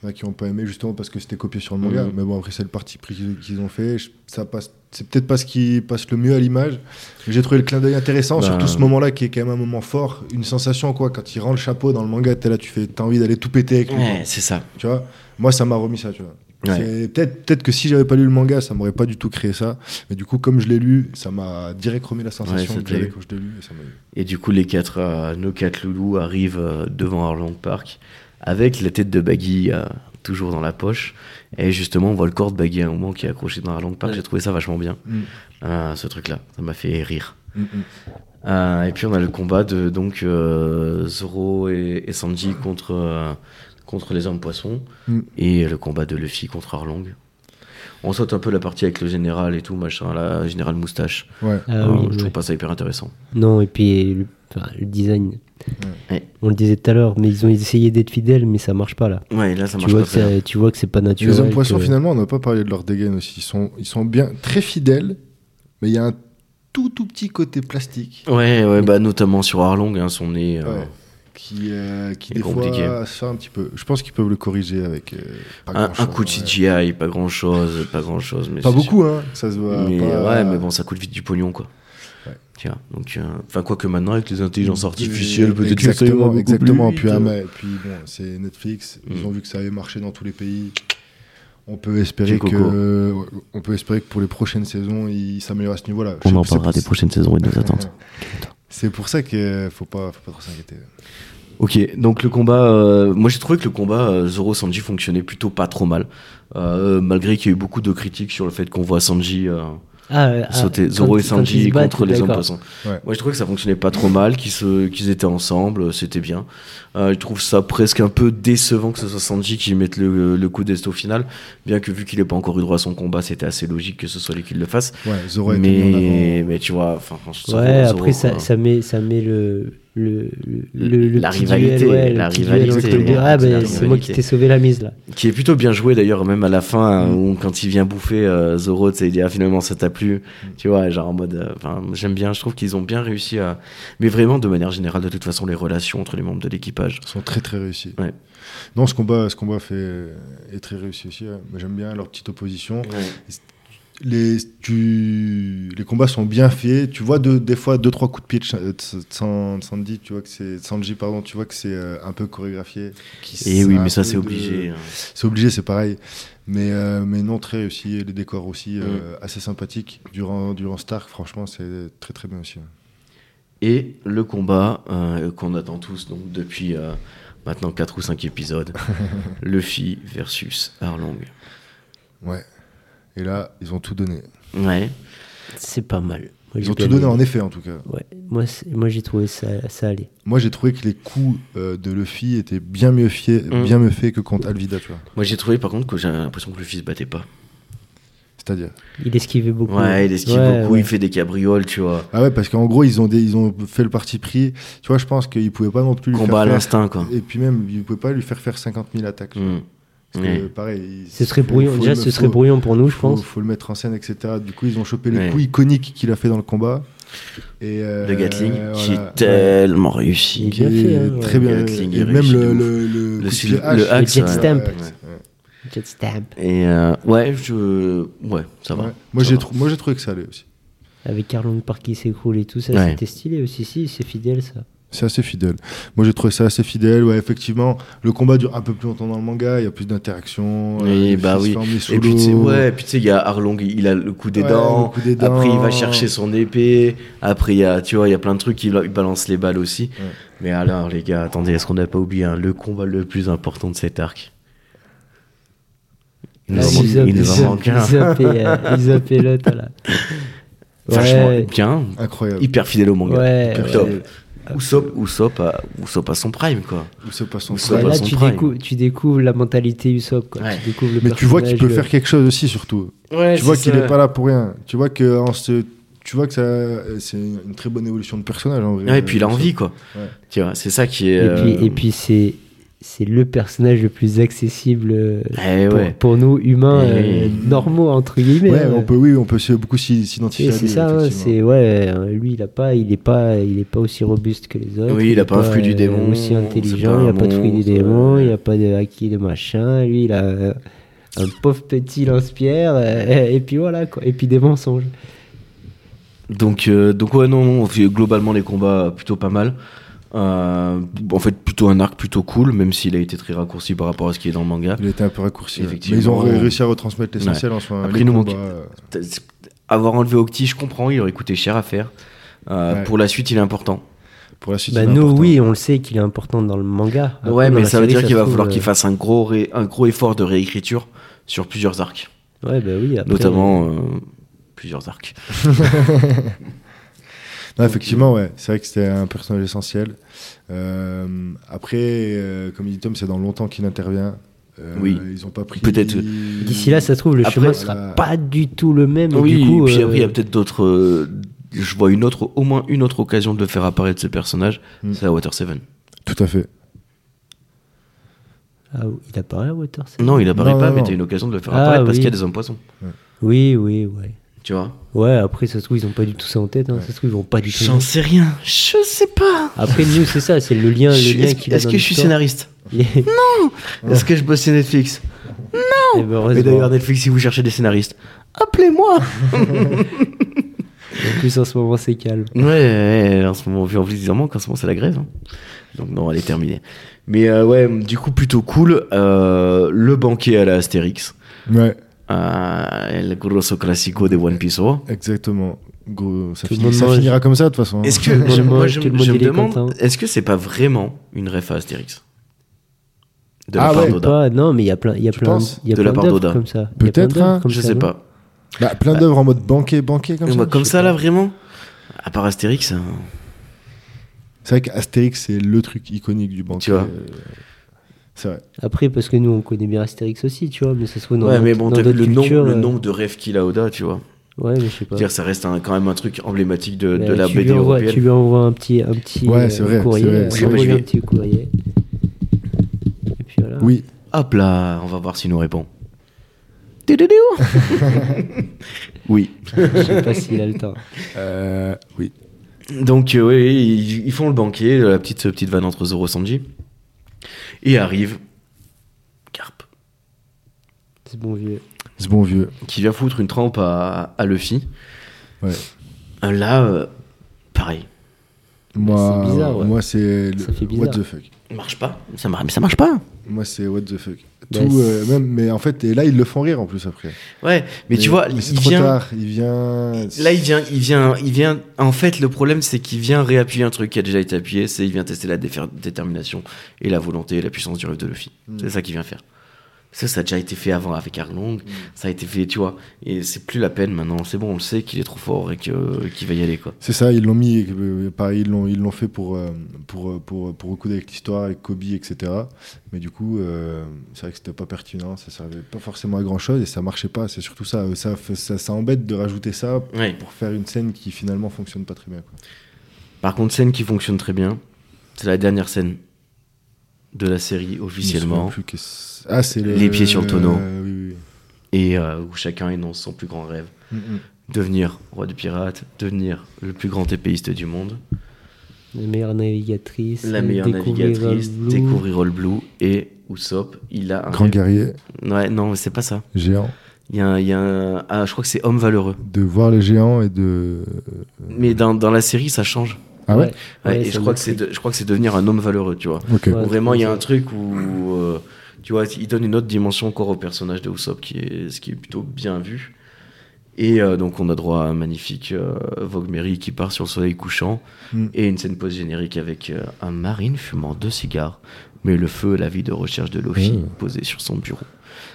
Speaker 5: Il y en a qui ont pas aimé justement parce que c'était copié sur le manga.
Speaker 3: Mhm.
Speaker 5: Mais bon, après, c'est le parti pris qu'ils qu'ils ont fait. Je- Ça passe, c'est peut-être pas ce qui passe le mieux à l'image. mais J'ai trouvé le clin d'œil intéressant,
Speaker 3: Bah,
Speaker 5: surtout ce
Speaker 3: euh,
Speaker 5: moment-là qui est quand même un moment fort, une sensation quoi. Quand il rend le chapeau dans le manga, t'es là, tu fais, t'as envie d'aller tout péter avec lui.
Speaker 3: ouais, c'est ça.
Speaker 5: Tu vois, moi, ça m'a remis ça, tu vois.
Speaker 3: Ouais.
Speaker 5: C'est- Peut-être peut que si j'avais pas lu le manga, ça m'aurait pas du tout créé ça. Mais du coup, comme je l'ai lu, ça m'a direct remis la sensation
Speaker 3: ça
Speaker 5: que
Speaker 3: t'a
Speaker 5: j'avais
Speaker 3: eu.
Speaker 5: quand je l'ai lu. et ça m'a eu.
Speaker 3: Et du coup, les quatre, euh, nos quatre loulous arrivent euh, devant Arlong Park avec la tête de Baggy euh, toujours dans la poche. Et justement, on voit le corps de Baggy à un moment qui est accroché dans Arlong Park.
Speaker 4: Ouais.
Speaker 3: J'ai trouvé ça vachement bien,
Speaker 5: Mm.
Speaker 3: euh, ce truc-là. Ça m'a fait rire.
Speaker 5: Mm, mm.
Speaker 3: Euh, et puis, on a le combat de donc euh, Zoro et, et Sanji contre, euh, contre les hommes poissons.
Speaker 5: Mm.
Speaker 3: Et le combat de Luffy contre Arlong. On saute un peu la partie avec le général et tout, machin, là, général moustache.
Speaker 5: Ouais.
Speaker 3: Euh,
Speaker 4: Ah oui,
Speaker 3: je trouve
Speaker 4: ouais.
Speaker 3: pas ça hyper intéressant.
Speaker 4: Non, et puis le, enfin, le design.
Speaker 3: Ouais.
Speaker 4: On le disait tout à l'heure, mais ils ont essayé d'être fidèles, mais ça marche pas là.
Speaker 3: Ouais, là, ça
Speaker 4: Tu
Speaker 3: marche
Speaker 4: vois,
Speaker 3: pas
Speaker 4: que
Speaker 3: très bien.
Speaker 4: ça- tu vois que c'est pas naturel.
Speaker 5: les hommes poissons,
Speaker 4: que-
Speaker 5: finalement, on n'a pas parlé de leur dégaine aussi. Ils sont, ils sont bien très fidèles, mais il y a un tout tout petit côté plastique
Speaker 3: Ouais, ouais, bah notamment sur Arlong, hein, son nez. euh,
Speaker 5: Ouais. qui, euh, qui
Speaker 3: Il est
Speaker 5: des
Speaker 3: compliqué.
Speaker 5: fois se fait un petit peu. Je pense qu'ils peuvent le corriger avec euh, pas
Speaker 3: un, un
Speaker 5: grand-chose,
Speaker 3: coup de
Speaker 5: ouais.
Speaker 3: CGI, pas grand chose, pas euh, grand chose. Mais
Speaker 5: Pas
Speaker 3: c'est
Speaker 5: beaucoup, hein. Ça se voit.
Speaker 3: sûr. Mais
Speaker 5: pas-
Speaker 3: ouais, mais bon, ça coûte vite du pognon, quoi.
Speaker 5: Ouais.
Speaker 3: Tu vois, donc, euh, enfin, quoi que maintenant, avec les intelligences
Speaker 5: Euh,
Speaker 3: artificielles, peut-être que ça ira
Speaker 5: exactement,
Speaker 3: beaucoup
Speaker 5: exactement.
Speaker 3: plus
Speaker 5: puis,
Speaker 3: vite.
Speaker 5: ah, mais- puis bon, c'est Netflix. Ils
Speaker 3: Mm.
Speaker 5: ont vu que ça avait marché dans tous les pays. On peut espérer
Speaker 3: Du coco.
Speaker 5: que, on peut espérer que pour les prochaines saisons, ils s'améliorent à ce niveau-là.
Speaker 3: On
Speaker 5: Je-
Speaker 3: en
Speaker 5: c'est-
Speaker 3: parlera des prochaines saisons et de nos attentes.
Speaker 5: C'est pour ça qu'il faut pas, faut pas trop s'inquiéter.
Speaker 3: Ok, donc le combat, euh, moi j'ai trouvé que le combat euh, Zoro Sanji fonctionnait plutôt pas trop mal, Euh, malgré qu'il y a eu beaucoup de critiques sur le fait qu'on voit Sanji euh,
Speaker 4: Ah, euh, ah,
Speaker 3: sauter
Speaker 4: quand-
Speaker 3: Zoro et
Speaker 4: quand ils
Speaker 3: Sanji
Speaker 4: se battent,
Speaker 3: contre les hommes
Speaker 4: d'accord.
Speaker 3: poissons.
Speaker 5: Ouais.
Speaker 3: Moi, je trouvais que ça fonctionnait pas trop mal, qu'ils se- qu'ils étaient ensemble, euh, c'était bien. Euh, je trouve ça presque un peu décevant que ce soit Sanji qui mette le, le coup d'est au final, bien que vu qu'il n'ait pas encore eu droit à son combat, c'était assez logique que ce soit lui qui le fasse.
Speaker 5: Ouais, Zoro était mis en
Speaker 3: mais,
Speaker 5: avant.
Speaker 3: mais tu vois, enfin, ça
Speaker 4: Ouais,
Speaker 3: vaut Zoro,
Speaker 4: après ça,
Speaker 3: quoi.
Speaker 4: ça met, ça met le. Le, le, le-
Speaker 3: La
Speaker 4: le petit
Speaker 3: rivalité,
Speaker 4: duel, ouais, le
Speaker 3: la
Speaker 4: petit
Speaker 3: rivalité,
Speaker 4: duel entre les deux.
Speaker 3: la
Speaker 4: Ah, bah,
Speaker 3: rivalité.
Speaker 4: c'est moi qui t'ai sauvé la mise là.
Speaker 3: qui est plutôt bien joué d'ailleurs même à la fin
Speaker 5: Mm.
Speaker 3: euh, où quand il vient bouffer euh, Zoro tu sais il dit ah finalement ça t'a plu
Speaker 5: Mm.
Speaker 3: tu vois genre en mode euh, enfin j'aime bien je trouve qu'ils ont bien réussi à mais vraiment de manière générale de toute façon les relations entre les membres de l'équipage
Speaker 5: Ils sont très très réussis.
Speaker 3: Ouais.
Speaker 5: Non, ce combat, ce combat fait, est très réussi aussi. ouais. Mais j'aime bien leur petite opposition. les, tu- les combats sont bien faits. Tu vois deux- des fois deux trois coups de euh, pied de, Cha- de San- de Sandy, tu vois que c'est de Sanji pardon, tu vois que c'est euh, un peu chorégraphié. qui-
Speaker 3: et oui
Speaker 5: un
Speaker 3: mais ça
Speaker 5: peu
Speaker 3: c'est
Speaker 5: de-
Speaker 3: obligé hein.
Speaker 5: C'est obligé, c'est pareil. Mais euh, mais non très réussi. Et Les décors aussi euh,
Speaker 3: Mm.
Speaker 5: assez sympathiques. Durant durant Stark, franchement, c'est très très bien aussi. ouais.
Speaker 3: et le combat euh, qu'on attend tous donc depuis euh, maintenant 4 ou 5 épisodes Luffy versus Arlong
Speaker 5: Ouais. Et là, ils ont tout donné.
Speaker 3: ouais
Speaker 4: C'est pas mal. Moi,
Speaker 5: Ils
Speaker 4: j'ai
Speaker 5: ont tout
Speaker 4: bien
Speaker 5: donné
Speaker 4: aimé.
Speaker 5: en effet en tout cas.
Speaker 4: Ouais. Moi, c'est- moi j'ai trouvé ça, ça allait.
Speaker 5: Moi, j'ai trouvé que les coups euh, de Luffy étaient bien mieux faits,
Speaker 3: Mm.
Speaker 5: bien mieux faits que contre Alvida, tu vois.
Speaker 3: moi j'ai trouvé par contre que j'avais l'impression que Luffy se battait pas
Speaker 5: C'est-à-dire.
Speaker 4: Il esquivait beaucoup.
Speaker 3: ouais il esquive
Speaker 4: Ouais,
Speaker 3: beaucoup
Speaker 4: ouais.
Speaker 3: il fait des cabrioles tu vois
Speaker 5: Ah ouais, parce qu'en gros, ils ont, des, ils ont fait le parti pris. Tu vois, je pense qu'ils pouvaient pas non plus lui
Speaker 3: combat à
Speaker 5: faire faire.
Speaker 3: l'instinct quoi
Speaker 5: Et puis même, ils pouvaient pas lui faire faire 50 000 attaques. tu vois.
Speaker 3: Mm.
Speaker 5: Parce que,
Speaker 3: Ouais.
Speaker 5: pareil. il-
Speaker 4: Ce serait
Speaker 5: faut-
Speaker 4: brouillon.
Speaker 5: faut
Speaker 4: Déjà,
Speaker 5: le-
Speaker 4: ce
Speaker 5: faut-
Speaker 4: serait brouillon pour nous, je
Speaker 5: Faut,
Speaker 4: pense.
Speaker 5: faut le mettre en scène, etc. Du coup, ils ont chopé le
Speaker 3: Ouais.
Speaker 5: coup iconique qu'il a fait dans le combat. Et euh,
Speaker 3: Le Gatling, qui
Speaker 5: voilà.
Speaker 3: est tellement
Speaker 5: Ouais.
Speaker 3: réussi.
Speaker 5: Qui
Speaker 4: bien fait, hein,
Speaker 5: est
Speaker 4: ouais.
Speaker 5: très bien.
Speaker 3: Le Gatling est
Speaker 5: Et même
Speaker 3: réussi de
Speaker 5: le,
Speaker 3: ouf.
Speaker 5: le, le, coup de
Speaker 3: sil-
Speaker 5: pied hache.
Speaker 3: le axe,
Speaker 4: jet
Speaker 3: ouais.
Speaker 4: stamp.
Speaker 5: Ouais.
Speaker 4: Jet stamp.
Speaker 3: Et euh, ouais, je. Ouais, ça va.
Speaker 5: Ouais. Moi,
Speaker 3: Ça
Speaker 5: j'ai
Speaker 3: va.
Speaker 5: trou- moi, j'ai trouvé que ça allait aussi.
Speaker 4: Avec Arlong Park qui s'écroule et tout ça,
Speaker 3: Ouais.
Speaker 4: c'était stylé aussi. Si, c'est fidèle ça.
Speaker 5: C'est assez fidèle. Moi, j'ai trouvé ça assez fidèle. Ouais, effectivement, le combat dure un peu plus longtemps dans le manga. Il y a plus d'interactions. Euh,
Speaker 3: Oui,
Speaker 5: les
Speaker 3: bah
Speaker 5: filles
Speaker 3: oui.
Speaker 5: se forment les sous
Speaker 3: Et puis, tu sais,
Speaker 5: l'eau.
Speaker 3: ouais, et puis tu sais, il y a Arlong, il a le coup des
Speaker 5: Ouais,
Speaker 3: dents.
Speaker 5: le coup des
Speaker 3: Après, il
Speaker 5: dents.
Speaker 3: va chercher son épée. Après, il y a, tu vois, il y a plein de trucs, il il balance les balles aussi.
Speaker 5: Ouais.
Speaker 3: Mais alors, les gars, attendez, est-ce qu'on n'a pas oublié hein, le combat le plus important de cet arc Il nous
Speaker 4: Ah,
Speaker 3: en manque-
Speaker 4: Isop-
Speaker 3: il nous en
Speaker 4: Isop-
Speaker 3: manque un.
Speaker 4: Isop et, euh, Isop et l'autre là.
Speaker 3: Franchement,
Speaker 4: Ouais.
Speaker 3: bien,
Speaker 5: Incroyable.
Speaker 3: hyper fidèle au manga.
Speaker 4: Ouais,
Speaker 5: Hyper
Speaker 3: Top.
Speaker 5: fidèle.
Speaker 3: Usopp, Usopp, à, Usopp à son prime, quoi.
Speaker 5: Ou c'est pas son
Speaker 3: Ou c'est
Speaker 5: frère.
Speaker 3: pas
Speaker 4: là,
Speaker 3: son
Speaker 4: tu,
Speaker 3: prime.
Speaker 4: décou- tu découvres la mentalité Usopp. Quoi.
Speaker 3: Ouais.
Speaker 4: Tu découvres le
Speaker 5: Mais tu vois qu'il peut
Speaker 4: personnage,
Speaker 5: faire quelque chose aussi, surtout.
Speaker 3: Ouais,
Speaker 5: tu vois qu'il est pas là pour rien. Tu vois que en ce- tu vois que ça, c'est une très bonne évolution de personnage en vrai. Euh,
Speaker 3: et puis il a envie, quoi.
Speaker 5: Ouais.
Speaker 3: Tu vois, c'est ça qui est.
Speaker 4: euh, Et
Speaker 3: euh,
Speaker 4: puis, et puis c'est, c'est le personnage le plus accessible euh,
Speaker 3: eh
Speaker 4: pour,
Speaker 3: ouais.
Speaker 4: pour nous humains
Speaker 3: Et-
Speaker 4: euh, normaux entre guillemets.
Speaker 5: Ouais,
Speaker 4: hein.
Speaker 5: on peut, oui, on peut se- beaucoup s'y-
Speaker 4: Tu sais,
Speaker 5: s'identifier à
Speaker 4: c'est
Speaker 5: lui.
Speaker 4: ça, ouais,
Speaker 5: effectivement.
Speaker 4: c'est ouais. euh, Lui, il a pas, il est pas, il est pas aussi robuste que les autres.
Speaker 3: Oui, il a
Speaker 4: est
Speaker 3: pas un fruit du
Speaker 4: euh,
Speaker 3: démon,
Speaker 4: Aussi
Speaker 3: c'est pas
Speaker 4: intelligent, il
Speaker 3: un
Speaker 4: a pas de fruit du
Speaker 3: monstre, euh.
Speaker 4: démon,
Speaker 3: ouais.
Speaker 4: il a pas de acquis de machin. Lui, il a euh, un pauvre petit lance-pierre. euh, et puis voilà quoi. Et puis des mensonges.
Speaker 3: Donc, euh, donc ouais, non, non, on fait globalement les combats euh, plutôt pas mal. Euh, en fait, plutôt un arc plutôt cool, même s'il a été très raccourci par rapport à ce qui est dans le manga.
Speaker 5: Il était un peu raccourci. ouais. Mais
Speaker 3: Effectivement.
Speaker 5: ils ont ré- réussi à retransmettre l'essentiel en soi.
Speaker 3: Après, il
Speaker 5: les
Speaker 3: nous
Speaker 5: combats,
Speaker 3: manque-
Speaker 5: euh,
Speaker 3: T'as- c'est- Avoir enlevé Octi, je comprends, il aurait coûté cher à faire. Euh,
Speaker 5: Ouais.
Speaker 3: Pour la suite, il est important.
Speaker 5: Pour la suite,
Speaker 4: Bah
Speaker 5: c'est
Speaker 4: nous,
Speaker 5: important.
Speaker 4: oui, on le sait qu'il est important dans le manga. Après,
Speaker 3: ouais,
Speaker 4: dans
Speaker 3: mais
Speaker 4: la
Speaker 3: ça veut dire
Speaker 4: série,
Speaker 3: qu'il
Speaker 4: se
Speaker 3: va
Speaker 4: trouve,
Speaker 3: falloir
Speaker 4: euh,
Speaker 3: qu'il fasse un gros, ré- un gros effort de réécriture sur plusieurs arcs.
Speaker 4: Ouais, bah oui. après,
Speaker 3: Notamment euh, plusieurs arcs.
Speaker 5: Non, effectivement, ouais. C'est vrai que c'était un personnage essentiel. Euh, après, euh, comme il dit Tom, c'est dans longtemps qu'il intervient. Euh,
Speaker 3: Oui.
Speaker 5: Ils ont pas pris.
Speaker 3: Peut-être.
Speaker 4: D'ici là, ça se trouve, le
Speaker 3: Après, euh,
Speaker 4: chemin sera
Speaker 5: voilà.
Speaker 4: pas du tout le même. et
Speaker 3: oui,
Speaker 4: du coup,
Speaker 3: et puis
Speaker 4: euh,
Speaker 3: après, il y a peut-être d'autres. euh, je vois une autre, au moins une autre occasion de le faire apparaître ce personnage.
Speaker 5: Mm.
Speaker 3: C'est à Water Seven.
Speaker 5: Tout à fait.
Speaker 4: ah, il apparaît à Water Seven
Speaker 3: Non, il apparaît
Speaker 5: Non,
Speaker 3: pas,
Speaker 5: non,
Speaker 3: mais
Speaker 5: non.
Speaker 3: t'as une occasion de le faire
Speaker 4: Ah,
Speaker 3: apparaître parce
Speaker 4: oui.
Speaker 3: qu'il y a des hommes poissons.
Speaker 4: Oui, oui, ouais.
Speaker 3: Tu vois
Speaker 4: Ouais, après, ça se trouve, ils ont pas du tout ça en tête. Hein. Ça se trouve, ils vont pas du tout.
Speaker 3: J'en sais rien. Je sais pas.
Speaker 4: Après, nous, c'est ça, c'est le lien,
Speaker 3: Je suis-
Speaker 4: le lien
Speaker 3: Est-ce
Speaker 4: qu'il
Speaker 3: que,
Speaker 4: a
Speaker 3: est-ce
Speaker 4: dans
Speaker 3: que je suis
Speaker 4: l'histoire.
Speaker 3: scénariste
Speaker 4: Les-
Speaker 3: Est-ce que je bosse chez Netflix
Speaker 4: Eh ben, heureusement.
Speaker 3: Et d'ailleurs, Netflix, si vous cherchez des scénaristes, appelez-moi
Speaker 4: En plus, en ce moment, c'est calme.
Speaker 3: Ouais, ouais, ouais, en ce moment, vu en plus, ils en manquent en ce moment, c'est la grève. hein. Donc, non, elle est terminée. Mais euh, ouais, du coup, plutôt cool. euh, le banquier à la Astérix.
Speaker 5: Ouais,
Speaker 3: Euh, el grosso classico de One Piece. oh.
Speaker 5: exactement. Gros, ça,
Speaker 4: Tout le
Speaker 5: finit-
Speaker 4: monde
Speaker 5: ça
Speaker 4: mange.
Speaker 5: finira comme ça de toute façon.
Speaker 3: Est-ce que,
Speaker 4: Tout le monde
Speaker 3: je- moi,
Speaker 4: mange,
Speaker 3: je,
Speaker 4: tout le
Speaker 3: je
Speaker 4: monde,
Speaker 3: me
Speaker 4: il est hein.
Speaker 3: demande,
Speaker 4: content.
Speaker 3: est-ce que c'est pas vraiment une ref à Astérix De la
Speaker 5: Ah
Speaker 3: part
Speaker 5: ouais.
Speaker 3: d'Oda
Speaker 4: Pas, non, mais il y a plein, il y a
Speaker 5: Tu
Speaker 4: plein,
Speaker 5: penses
Speaker 4: il y a
Speaker 3: De la
Speaker 4: plein
Speaker 3: part
Speaker 4: d'œuvres
Speaker 3: d'Oda.
Speaker 4: comme ça. Il y a plein
Speaker 5: Peut-être,
Speaker 4: d'œuvres
Speaker 5: hein,
Speaker 4: comme
Speaker 3: Je
Speaker 4: ça,
Speaker 3: sais
Speaker 4: non
Speaker 3: pas.
Speaker 5: Bah, plein d'œuvres en mode banquet, banquet comme
Speaker 3: Moi,
Speaker 5: ça.
Speaker 3: bah, Comme,
Speaker 5: je sais
Speaker 3: ça,
Speaker 5: pas.
Speaker 3: là, vraiment À part Astérix, hein,
Speaker 5: C'est vrai qu'Astérix, c'est le truc iconique du banquet.
Speaker 3: Tu vois.
Speaker 5: euh, C'est vrai.
Speaker 4: Après, parce que nous, on connaît bien Astérix aussi, tu vois, mais ça se trouve dans
Speaker 3: ouais,
Speaker 4: d'autres-
Speaker 3: mais bon,
Speaker 4: dans
Speaker 3: t'as vu
Speaker 4: d'autres
Speaker 3: le, nombre-
Speaker 4: cultures,
Speaker 3: le
Speaker 4: euh,
Speaker 3: nombre de rêves qu'il a Oda, tu vois.
Speaker 4: Ouais, mais je sais pas.
Speaker 3: C'est-à-dire, ça reste un- quand même un truc emblématique de, de
Speaker 4: Euh,
Speaker 3: la
Speaker 4: tu lui
Speaker 3: BD
Speaker 4: envoies-
Speaker 3: européenne.
Speaker 4: Tu lui envoies un petit, un petit
Speaker 5: Ouais,
Speaker 4: euh,
Speaker 5: c'est vrai,
Speaker 4: courrier.
Speaker 5: c'est vrai,
Speaker 4: euh,
Speaker 5: c'est
Speaker 4: tu
Speaker 3: vrai.
Speaker 4: envoies un petit courrier. Et puis voilà.
Speaker 5: Oui,
Speaker 3: Hop là, on va voir s'il nous répond. Tididou. oui.
Speaker 4: Je sais pas s'il a le temps.
Speaker 5: Euh, oui.
Speaker 3: Donc, euh, oui, ils, ils font le banquier, la petite, petite vanne entre Zoro et Sanji. Et arrive Carpe,
Speaker 4: C'est bon vieux.
Speaker 5: Ce bon vieux.
Speaker 3: qui vient foutre une trempe à, à Luffy.
Speaker 5: Ouais.
Speaker 3: Euh, Là, euh, pareil.
Speaker 5: Moi,
Speaker 4: C'est bizarre, ouais.
Speaker 5: moi c'est le-
Speaker 4: Ça fait
Speaker 5: what
Speaker 4: bizarre.
Speaker 5: the fuck.
Speaker 3: Ça marche pas. Ça, mar- mais ça marche pas.
Speaker 5: Moi, c'est what the fuck.
Speaker 4: Bah,
Speaker 5: Tout,
Speaker 4: c'est-
Speaker 5: euh, même, mais en fait, et là, ils le font rire en plus après.
Speaker 3: Ouais, mais, tu vois,
Speaker 5: mais
Speaker 3: il
Speaker 5: c'est trop
Speaker 3: vient.
Speaker 5: tard. Il vient.
Speaker 3: Là, il vient, il vient, il vient. En fait, le problème, c'est qu'il vient réappuyer un truc qui a déjà été appuyé. C'est il vient tester la défer- détermination et la volonté et la puissance du rêve de Luffy.
Speaker 5: Mm.
Speaker 3: C'est ça qu'il vient faire. Ça, ça a déjà été fait avant avec Arlong. Ça a été fait, tu vois. Et c'est plus la peine maintenant. C'est bon, on le sait qu'il est trop fort et que- qu'il va y aller, quoi.
Speaker 5: C'est ça, ils l'ont mis, euh, pareil, ils l'ont, ils l'ont fait pour, euh, pour, euh, pour, pour recoudre avec l'histoire, avec Kobe, etc. Mais du coup, euh, c'est vrai que c'était pas pertinent, ça servait pas forcément à grand chose et ça marchait pas. C'est surtout ça, euh, ça, f- ça, ça embête de rajouter ça
Speaker 3: Ouais.
Speaker 5: pour faire une scène qui finalement fonctionne pas très bien. quoi.
Speaker 3: Par contre, scène qui fonctionne très bien, c'est la dernière scène de la série
Speaker 5: Je me souviens
Speaker 3: officiellement
Speaker 5: plus qu'est-ce- Ah, c'est le-
Speaker 3: Les pieds sur le tonneau.
Speaker 5: euh, oui, oui,
Speaker 3: et euh, où chacun énonce son plus grand rêve.
Speaker 5: oui. Mm, mm.
Speaker 3: Devenir roi du pirate, devenir le plus grand épéiste du monde.
Speaker 4: La meilleure navigatrice.
Speaker 3: La meilleure
Speaker 4: découvrir
Speaker 3: navigatrice,
Speaker 4: All Blue.
Speaker 3: découvrir All Blue et Usopp, il a un.
Speaker 5: Grand
Speaker 3: rêve.
Speaker 5: guerrier,
Speaker 3: Ouais, non, mais c'est pas ça.
Speaker 5: géant,
Speaker 3: Il y a un. il y a un- Ah, je crois que c'est Homme Valeureux.
Speaker 5: de voir les géants et de. euh,
Speaker 3: Mais dans, dans la série, ça change.
Speaker 5: Ah ouais,
Speaker 3: Ouais,
Speaker 4: Ouais,
Speaker 3: et
Speaker 4: ça
Speaker 3: je crois,
Speaker 4: me
Speaker 3: que c'est de- je crois que c'est devenir un homme valeureux, tu vois.
Speaker 5: Ok.
Speaker 4: Ouais.
Speaker 3: Où vraiment, il y a un truc où. euh, tu vois, il donne une autre dimension encore au personnage de Usopp, qui est, ce qui est plutôt bien vu. Et euh, donc, on a droit à un magnifique euh, Vogue Mary qui part sur le soleil couchant
Speaker 5: Mm.
Speaker 3: et une scène post-générique avec euh, un marine fumant deux cigares, mais le feu et la vie de recherche de Luffy
Speaker 5: Mm.
Speaker 3: posé sur son bureau.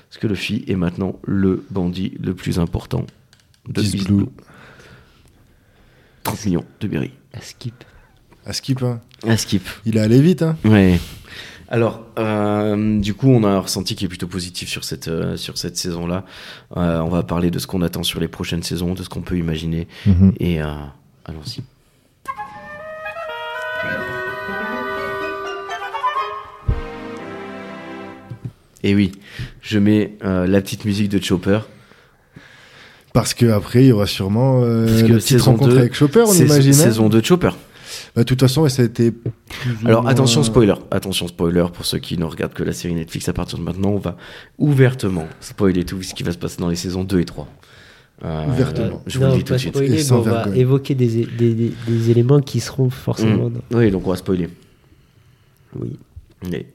Speaker 3: Parce que Luffy est maintenant le bandit le plus important de
Speaker 5: East
Speaker 3: East
Speaker 5: Blue.
Speaker 3: Blue. 30 millions de berry.
Speaker 4: La skip.
Speaker 5: Ah, à Skip. hein.
Speaker 3: Ah, skip.
Speaker 5: Il est allé vite. Hein.
Speaker 3: Ouais. Alors, euh, du coup, on a un ressenti qui est plutôt positif sur cette, euh, sur cette saison-là. Euh, on va parler de ce qu'on attend sur les prochaines saisons, de ce qu'on peut imaginer.
Speaker 5: Mm-hmm.
Speaker 3: Et euh, allons-y. Et oui, je mets euh, la petite musique de Chopper.
Speaker 5: Parce que après, il y aura sûrement euh,
Speaker 3: Parce que
Speaker 5: la petite
Speaker 3: saison
Speaker 5: rencontre
Speaker 3: deux,
Speaker 5: avec Chopper, on
Speaker 3: C'est
Speaker 5: imagine. hein.
Speaker 3: saison 2 de Chopper.
Speaker 5: Bah, de toute façon, ouais, ça a été. plus ou
Speaker 3: Alors
Speaker 5: moins- euh,
Speaker 3: attention spoiler, attention spoiler pour ceux qui ne regardent que la série Netflix à partir de maintenant, on va ouvertement spoiler tout ce qui va se passer dans les saisons 2 et 3. Euh,
Speaker 5: Ouvertement.
Speaker 3: Je vous le dis tout de suite.
Speaker 5: Et
Speaker 4: spoiler, mais
Speaker 5: sans
Speaker 4: on va
Speaker 5: vergogne.
Speaker 4: évoquer des, des- des- des éléments qui seront forcément.
Speaker 5: Mmh.
Speaker 3: Mm.
Speaker 4: dans-
Speaker 3: Oui, donc on va spoiler.
Speaker 4: Oui.
Speaker 3: Mais-